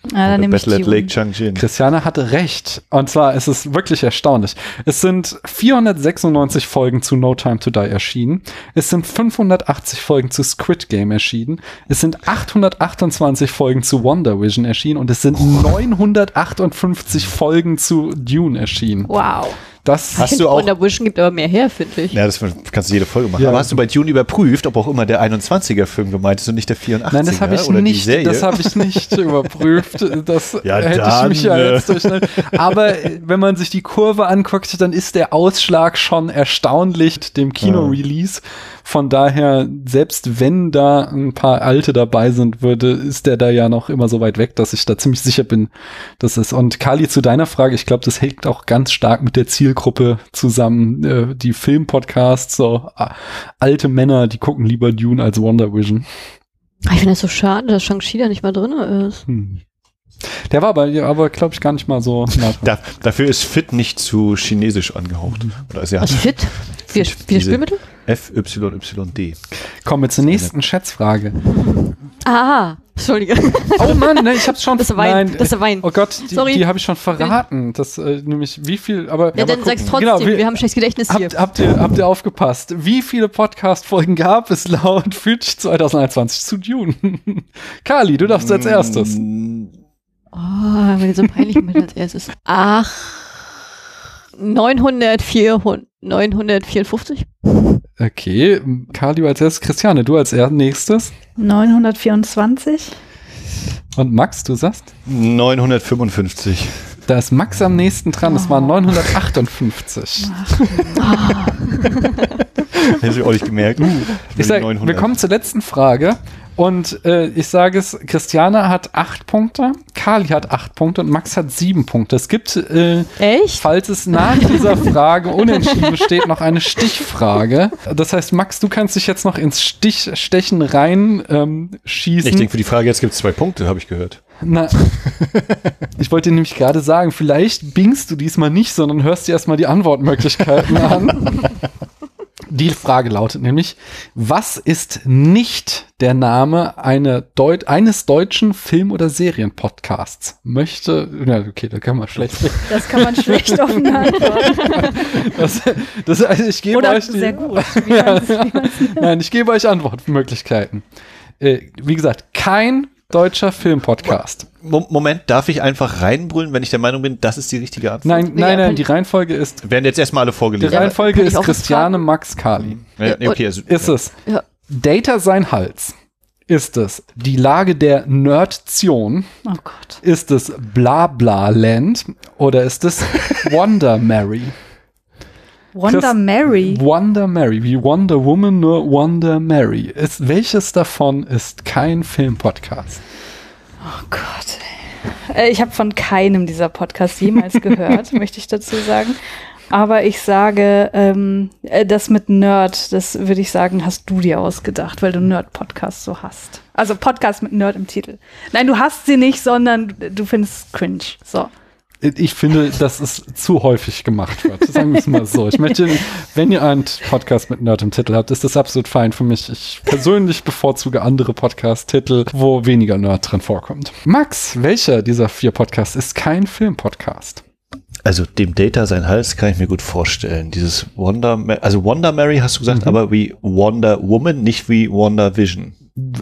[SPEAKER 5] Na, dann
[SPEAKER 2] Oder
[SPEAKER 5] nehme ich
[SPEAKER 2] Battle
[SPEAKER 5] die
[SPEAKER 2] at Lake
[SPEAKER 5] Lake
[SPEAKER 2] Changjin.
[SPEAKER 3] Christiane hatte recht. Und zwar ist es wirklich erstaunlich. Es sind 496 Folgen zu No Time to Die erschienen. Es sind 580 Folgen zu Squid Game erschienen. Es sind 828 Folgen zu Wonder Vision erschienen. Und es sind 958 Folgen zu Dune erschienen.
[SPEAKER 5] Wow.
[SPEAKER 3] Das
[SPEAKER 6] Hast du auch.
[SPEAKER 4] Wonder Vision gibt aber mehr her, finde ich.
[SPEAKER 6] Ja, das kannst du jede Folge machen.
[SPEAKER 3] Ja.
[SPEAKER 6] Aber hast du bei Dune überprüft, ob auch immer der 21er-Film gemeint ist und nicht der 84er?
[SPEAKER 3] Nein, das habe ich
[SPEAKER 6] oder Die
[SPEAKER 3] nicht,
[SPEAKER 6] Serie?
[SPEAKER 3] das habe ich nicht [laughs] überprüft. Das
[SPEAKER 6] Ja,
[SPEAKER 3] hätte ich
[SPEAKER 6] dann,
[SPEAKER 3] mich [laughs] ja
[SPEAKER 6] äh.
[SPEAKER 3] jetzt durchschneiden. Aber äh, wenn man sich die Kurve anguckt, dann ist der Ausschlag schon erstaunlich mit dem Kino-Release. Von daher, selbst wenn da ein paar alte dabei sind würde, ist der da ja noch immer so weit weg, dass ich da ziemlich sicher bin, dass es. Und Kali, zu deiner Frage, ich glaube, das hängt auch ganz stark mit der Zielgruppe zusammen. Äh, die Filmpodcasts, so äh, alte Männer, die gucken lieber Dune als Wonder Vision.
[SPEAKER 4] Ich finde das so schade, dass Shang-Chi da nicht mal drin ist.
[SPEAKER 3] Hm. Der war aber, ja, aber glaube ich, gar nicht mal so. nah dran.
[SPEAKER 6] Da, dafür ist fit nicht zu chinesisch angehaucht.
[SPEAKER 3] Mhm.
[SPEAKER 6] Also Oder ist ja
[SPEAKER 3] Also
[SPEAKER 4] Was Also fit?
[SPEAKER 6] Fit,
[SPEAKER 4] Wie, wie das
[SPEAKER 6] diese-
[SPEAKER 4] Spielmittel?
[SPEAKER 6] FYYD.
[SPEAKER 3] Kommen wir zur nächsten
[SPEAKER 4] [laughs]
[SPEAKER 3] Schätzfrage.
[SPEAKER 4] Ah, Entschuldige.
[SPEAKER 3] Oh Mann, ne, ich hab's schon.
[SPEAKER 4] [laughs] Das ist Wein.
[SPEAKER 3] Nein,
[SPEAKER 4] das ist Wein.
[SPEAKER 3] oh Gott, die,
[SPEAKER 4] Sorry.
[SPEAKER 3] die habe ich schon verraten. Das äh, nämlich, wie viel, aber.
[SPEAKER 4] ja,
[SPEAKER 3] aber
[SPEAKER 4] dann sag's
[SPEAKER 3] gucken.
[SPEAKER 4] trotzdem.
[SPEAKER 3] Genau,
[SPEAKER 4] wir, haben schlechtes Gedächtnis hier.
[SPEAKER 3] Habt, habt, ihr, habt ihr aufgepasst? Wie viele Podcast-Folgen gab es laut Fitch 2021 zu Dune? [laughs] Kali, du darfst
[SPEAKER 6] Mm,
[SPEAKER 2] Hm.
[SPEAKER 3] als erstes.
[SPEAKER 4] Oh, wenn ihr so peinlich mit als erstes. Ach, 904, hun- 954?
[SPEAKER 3] Okay, Kali als erstes, Christiane, du als er- nächstes.
[SPEAKER 5] 924?
[SPEAKER 3] Und Max, du sagst? [laughs]
[SPEAKER 6] 955.
[SPEAKER 3] Da ist Max am nächsten dran, es
[SPEAKER 4] Oh.
[SPEAKER 3] waren 958.
[SPEAKER 6] Hätte ich auch nicht gemerkt.
[SPEAKER 3] Uh. Ich sag,
[SPEAKER 6] 900.
[SPEAKER 3] wir kommen zur letzten Frage. Und äh, ich sage es, Christiane hat acht Punkte, Kali hat acht Punkte und Max hat sieben Punkte. Es gibt, äh,
[SPEAKER 4] Echt?
[SPEAKER 3] falls es nach dieser Frage unentschieden steht, noch eine Stichfrage. Das heißt, Max, du kannst dich jetzt noch ins Stich, Stechen rein ähm, schießen.
[SPEAKER 6] Ich denke, für die Frage jetzt gibt es zwei Punkte, habe ich gehört.
[SPEAKER 3] Na, ich wollte dir nämlich gerade sagen, vielleicht bingst du diesmal nicht, sondern hörst dir erstmal die
[SPEAKER 5] [laughs]
[SPEAKER 3] Antwortmöglichkeiten an. Die Frage lautet nämlich, was ist nicht der Name eine Deut eines deutschen Film- oder Serienpodcasts? Möchte, na okay, da kann man schlecht.
[SPEAKER 5] Das kann
[SPEAKER 3] [laughs]
[SPEAKER 5] man schlecht offen antworten.
[SPEAKER 3] Das, das, also ich gebe
[SPEAKER 5] Oder
[SPEAKER 3] euch die,
[SPEAKER 5] sehr gut.
[SPEAKER 3] [laughs]
[SPEAKER 5] Wie
[SPEAKER 3] Ja.
[SPEAKER 5] man's- wie man's-
[SPEAKER 3] Nein, ich gebe euch Antwortmöglichkeiten. Äh, wie gesagt, kein deutscher Filmpodcast.
[SPEAKER 6] Mo- Moment, darf ich einfach reinbrüllen, wenn ich der Meinung bin, das ist die richtige Antwort?
[SPEAKER 3] Nein, nein, nein, die Reihenfolge ist
[SPEAKER 6] Werden jetzt erstmal alle
[SPEAKER 3] Die
[SPEAKER 6] vorgelesen.
[SPEAKER 4] Ja, aber
[SPEAKER 3] Reihenfolge
[SPEAKER 4] kann ich
[SPEAKER 3] ist
[SPEAKER 4] auch
[SPEAKER 3] Christiane,
[SPEAKER 4] fragen?
[SPEAKER 3] Max, Kali.
[SPEAKER 6] Ja, nee, okay, also,
[SPEAKER 3] Ist es
[SPEAKER 4] Ja.
[SPEAKER 3] Data sein Hals? Ist es die Lage der Nerdtion?
[SPEAKER 5] Oh Gott.
[SPEAKER 3] Ist es Blabla-Land? Oder ist
[SPEAKER 4] [laughs]
[SPEAKER 3] es Wonder Mary?
[SPEAKER 5] Wanda
[SPEAKER 3] Chris-
[SPEAKER 5] Mary.
[SPEAKER 3] Wonder Mary, wie Wonder Woman, nur Wonder Mary. Ist, welches davon ist kein Filmpodcast?
[SPEAKER 5] Oh Gott. Äh, Ich habe von keinem dieser Podcasts jemals gehört, möchte ich dazu sagen. Aber ich sage, ähm, äh, das mit Nerd, das würde ich sagen, hast du dir ausgedacht, weil du Nerd-Podcasts so hast. Also Podcast mit Nerd im Titel. Nein, du hast sie nicht, sondern du findest es cringe. So.
[SPEAKER 3] Ich finde, dass es zu häufig gemacht wird. Sagen wir es mal so. Ich möchte, wenn ihr einen Podcast mit Nerd im Titel habt, ist das absolut fein für mich. Ich persönlich bevorzuge andere Podcast-Titel, wo weniger Nerd drin vorkommt. Max, welcher dieser vier Podcasts ist kein Film-Podcast?
[SPEAKER 6] also dem Data sein Hals kann ich mir gut vorstellen. Dieses Wonder, Ma- also Wonder Mary hast du
[SPEAKER 3] Mhm.
[SPEAKER 6] gesagt, aber wie Wonder Woman, nicht wie Wonder Vision.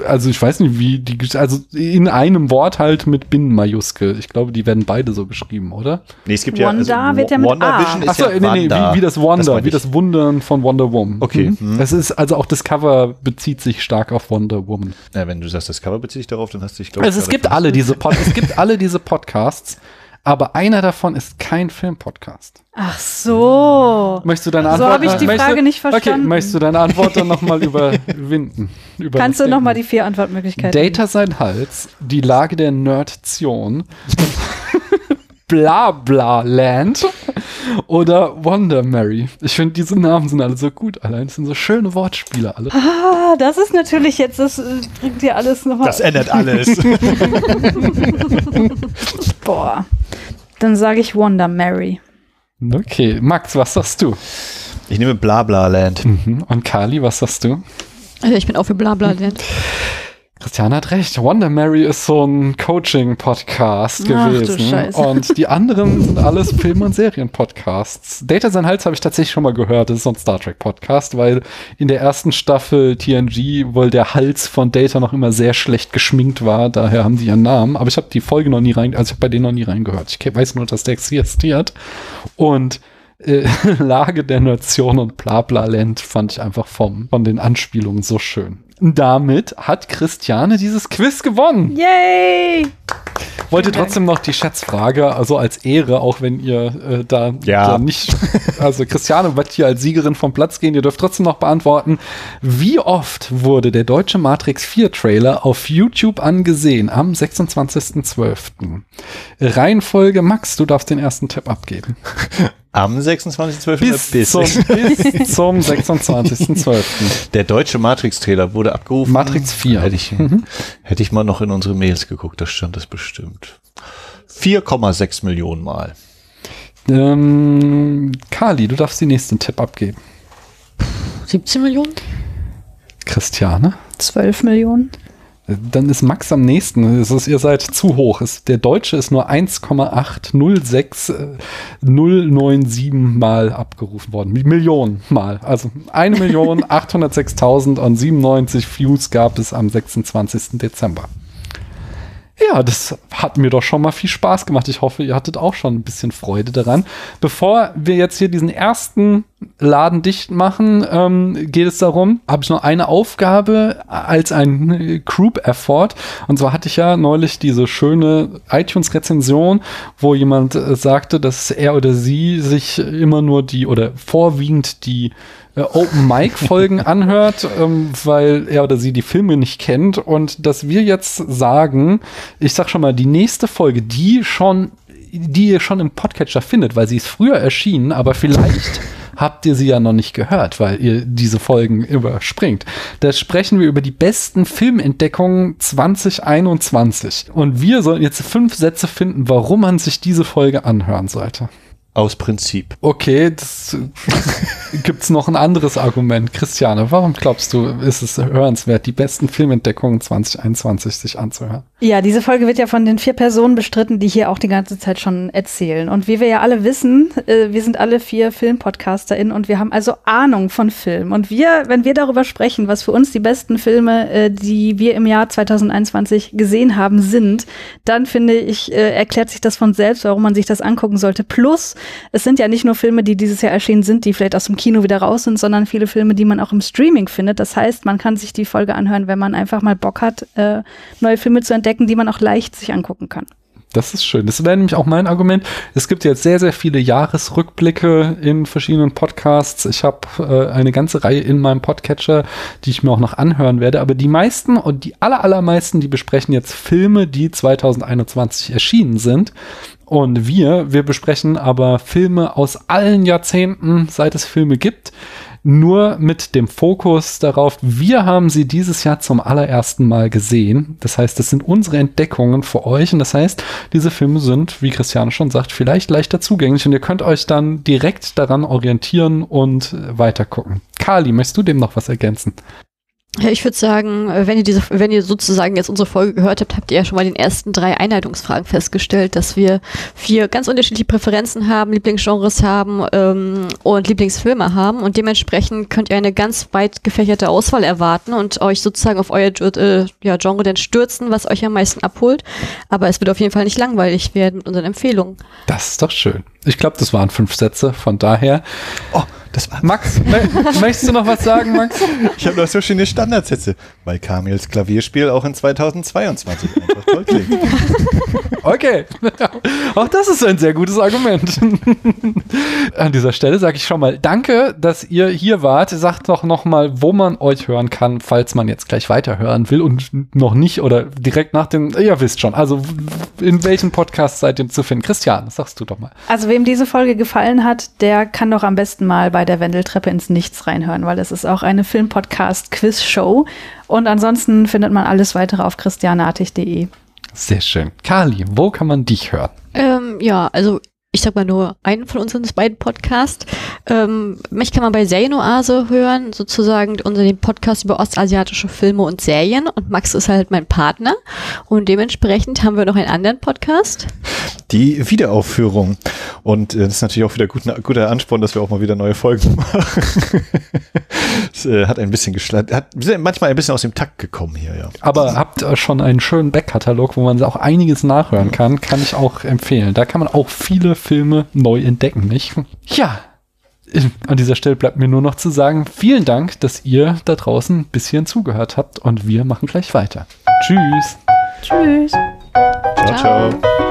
[SPEAKER 3] Also ich weiß nicht, wie die, gesch- also in einem Wort halt mit Binnenmajuskel. Ich glaube, die werden beide so geschrieben, oder?
[SPEAKER 6] Nee, es gibt
[SPEAKER 5] ja- also Wonder wird ja mit Wonder A. Vision
[SPEAKER 3] Ach so, wie, wie das Wonder, wie das Wundern von Wonder Woman.
[SPEAKER 6] Okay.
[SPEAKER 3] Mhm. Das ist, also auch das Cover bezieht sich stark auf Wonder Woman.
[SPEAKER 6] Ja, wenn du sagst, das Cover bezieht sich darauf, dann hast du dich, glaube
[SPEAKER 3] Also es gibt alle diese Pod es gibt alle diese Podcasts, aber einer davon ist kein Filmpodcast.
[SPEAKER 5] Ach so.
[SPEAKER 3] Möchtest du deine
[SPEAKER 5] So
[SPEAKER 3] Antwort?
[SPEAKER 5] habe ich die
[SPEAKER 3] möchtest du-
[SPEAKER 5] Frage nicht verstanden.
[SPEAKER 3] Okay, möchtest du deine Antwort dann nochmal überwinden? Über
[SPEAKER 5] [laughs] Kannst du nochmal die vier Antwortmöglichkeiten?
[SPEAKER 3] Data sein Hals, die Lage der [laughs] Nerdtion, Blabla Land oder Wonder Mary. Ich finde, diese Namen sind alle so gut, allein es sind so schöne Wortspiele alle.
[SPEAKER 5] Ah, das ist natürlich jetzt, das äh, bringt dir alles nochmal.
[SPEAKER 6] Das ändert [laughs] alles.
[SPEAKER 5] Boah. Dann sage ich Wanda Mary.
[SPEAKER 3] Okay, Max, was sagst du?
[SPEAKER 6] ich nehme Blabla-Land.
[SPEAKER 3] Mhm. Und Kali, was sagst du?
[SPEAKER 4] Also ich bin auch für Blabla Land.
[SPEAKER 3] Christian hat recht. Wonder Mary ist so ein Coaching-Podcast
[SPEAKER 5] Ach, du
[SPEAKER 3] gewesen.
[SPEAKER 5] Scheiße.
[SPEAKER 3] und die anderen sind alles Film- und Serien-Podcasts. Data Sein Hals habe ich tatsächlich schon mal gehört. Das ist so ein Star Trek-Podcast, weil in der ersten Staffel TNG wohl der Hals von Data noch immer sehr schlecht geschminkt war. Daher haben die ihren Namen. Aber ich habe die Folge noch nie rein, also ich habe bei denen noch nie reingehört. Ich ke- weiß nur, dass der existiert. Und äh, [laughs] Lage der Nation und Blabla-Land fand ich einfach vom, von den Anspielungen so schön. Damit hat Christiane dieses Quiz gewonnen.
[SPEAKER 5] Yay!
[SPEAKER 3] Wollte
[SPEAKER 5] Vielen Dank.
[SPEAKER 3] trotzdem noch die Schätzfrage, also als Ehre, auch wenn ihr äh, da,
[SPEAKER 6] Ja.
[SPEAKER 3] da nicht, [laughs] also Christiane wird hier als Siegerin vom Platz gehen. Ihr dürft trotzdem noch beantworten, wie oft wurde der deutsche Matrix 4 Trailer auf YouTube angesehen am 26.12.? Reihenfolge Max, du darfst den ersten Tipp abgeben.
[SPEAKER 6] Am 26.12.
[SPEAKER 3] Bis,
[SPEAKER 6] Äh, bis. [laughs]
[SPEAKER 3] zum, bis zum 26.12.
[SPEAKER 6] Der deutsche Matrix-Trailer wurde abgerufen.
[SPEAKER 3] Matrix 4.
[SPEAKER 6] Hätte ich,
[SPEAKER 3] Mhm.
[SPEAKER 6] hätte ich mal noch in unsere Mails geguckt, da stand das bestimmt. 4,6 Millionen Mal.
[SPEAKER 3] ähm, Kali, du darfst den nächsten Tipp abgeben.
[SPEAKER 7] 17 Millionen?
[SPEAKER 3] Christiane?
[SPEAKER 5] 12 Millionen?
[SPEAKER 3] Dann ist Max am nächsten. Es ist, ihr seid zu hoch. Es, der Deutsche ist nur 1,806097 Mal abgerufen worden. Mi- Millionen Mal. Also 1.806.097 Views gab es am 26. Dezember. Ja, das hat mir doch schon mal viel Spaß gemacht. Ich hoffe, ihr hattet auch schon ein bisschen Freude daran. Bevor wir jetzt hier diesen ersten Laden dicht machen, ähm, geht es darum, habe ich noch eine Aufgabe als ein äh, Group-Effort. Und zwar hatte ich ja neulich diese schöne iTunes-Rezension, wo jemand äh, sagte, dass er oder sie sich immer nur die oder vorwiegend die äh, Open Mic Folgen anhört, ähm, weil er oder sie die Filme nicht kennt und dass wir jetzt sagen, ich sag schon mal, die nächste Folge, die schon, die ihr schon im Podcatcher findet, weil sie ist früher erschienen, aber vielleicht habt ihr sie ja noch nicht gehört, weil ihr diese Folgen überspringt. Da sprechen wir über die besten Filmentdeckungen 2021 und wir sollen jetzt fünf Sätze finden, warum man sich diese Folge anhören sollte.
[SPEAKER 6] Aus Prinzip.
[SPEAKER 3] Okay, das [laughs] gibt es noch ein anderes Argument. Christiane, warum glaubst du, ist es hörenswert, die besten Filmentdeckungen 2021 sich anzuhören?
[SPEAKER 5] Ja, diese Folge wird ja von den vier Personen bestritten, die hier auch die ganze Zeit schon erzählen. Und wie wir ja alle wissen, äh, wir sind alle vier FilmpodcasterInnen und wir haben also Ahnung von Film. Und wir, wenn wir darüber sprechen, was für uns die besten Filme, äh, die wir im Jahr 2021 gesehen haben, sind, dann finde ich, äh, erklärt sich das von selbst, warum man sich das angucken sollte. Plus, es sind ja nicht nur Filme, die dieses Jahr erschienen sind, die vielleicht aus dem Kino wieder raus sind, sondern viele Filme, die man auch im Streaming findet. Das heißt, man kann sich die Folge anhören, wenn man einfach mal Bock hat, äh, neue Filme zu entdecken, die man auch leicht sich angucken kann.
[SPEAKER 3] Das ist schön. Das wäre nämlich auch mein Argument. Es gibt jetzt sehr, sehr viele Jahresrückblicke in verschiedenen Podcasts. Ich habe äh, eine ganze Reihe in meinem Podcatcher, die ich mir auch noch anhören werde. Aber die meisten und die aller, allermeisten, die besprechen jetzt Filme, die 2021 erschienen sind. Und wir, wir besprechen aber Filme aus allen Jahrzehnten, seit es Filme gibt. Nur mit dem Fokus darauf, wir haben sie dieses Jahr zum allerersten Mal gesehen. Das heißt, das sind unsere Entdeckungen für euch. Und das heißt, diese Filme sind, wie Christiane schon sagt, vielleicht leichter zugänglich. Und ihr könnt euch dann direkt daran orientieren und äh, weitergucken. Kali, möchtest du dem noch was ergänzen?
[SPEAKER 4] Ja, ich würde sagen, äh, wenn ihr diese, wenn ihr sozusagen jetzt unsere Folge gehört habt, habt ihr ja schon mal in den ersten drei Einleitungsfragen festgestellt, dass wir vier ganz unterschiedliche Präferenzen haben, Lieblingsgenres haben ähm, und Lieblingsfilme haben und dementsprechend könnt ihr eine ganz weit gefächerte Auswahl erwarten und euch sozusagen auf euer Ge- äh, ja, Genre dann stürzen, was euch am meisten abholt. Aber es wird auf jeden Fall nicht langweilig werden mit unseren Empfehlungen.
[SPEAKER 3] Das ist doch schön. Ich glaube, das waren fünf Sätze. Von daher.
[SPEAKER 6] Oh, das war.
[SPEAKER 3] Max, mö- möchtest du noch was sagen, Max?
[SPEAKER 6] Ich habe noch so schöne Standardsätze, weil Kamils Klavierspiel auch in 2022 einfach toll klingt.
[SPEAKER 3] Okay. [laughs] Auch das ist ein sehr gutes Argument. [laughs] An dieser Stelle sage ich schon mal Danke, dass ihr hier wart. Sagt doch noch mal, wo man euch hören kann, falls man jetzt gleich weiterhören will und noch nicht oder direkt nach dem. Ihr wisst schon. Also in welchem Podcast seid ihr zu finden? Christian, das sagst du doch mal.
[SPEAKER 5] Also wem diese Folge gefallen hat, der kann doch am besten mal bei der Wendeltreppe ins Nichts reinhören, weil es ist auch eine Filmpodcast-Quiz-Show. Und ansonsten findet man alles weitere auf christianartig.de.
[SPEAKER 3] Sehr schön. Kali, wo kann man dich hören?
[SPEAKER 4] Ähm, ja, also ich sag mal nur einen von unseren beiden Podcasts. Ähm, mich kann man bei Serienoase hören, sozusagen unseren Podcast über ostasiatische Filme und Serien. Und Max ist halt mein Partner. Und dementsprechend haben wir noch einen anderen Podcast.
[SPEAKER 6] Die Wiederaufführung. Und äh, das ist natürlich auch wieder gut, ein guter Ansporn, dass wir auch mal wieder neue Folgen [laughs] machen. es äh, hat ein bisschen geschlagen, hat wir sind manchmal ein bisschen aus dem Takt gekommen hier, ja.
[SPEAKER 3] Aber habt äh, schon einen schönen Backkatalog, wo man auch einiges nachhören kann, kann ich auch empfehlen. Da kann man auch viele Filme neu entdecken, nicht? Ja, äh, an dieser Stelle bleibt mir nur noch zu sagen, vielen Dank, dass ihr da draußen ein bisschen zugehört habt und wir machen gleich weiter. Tschüss.
[SPEAKER 5] Tschüss.
[SPEAKER 6] ciao. ciao.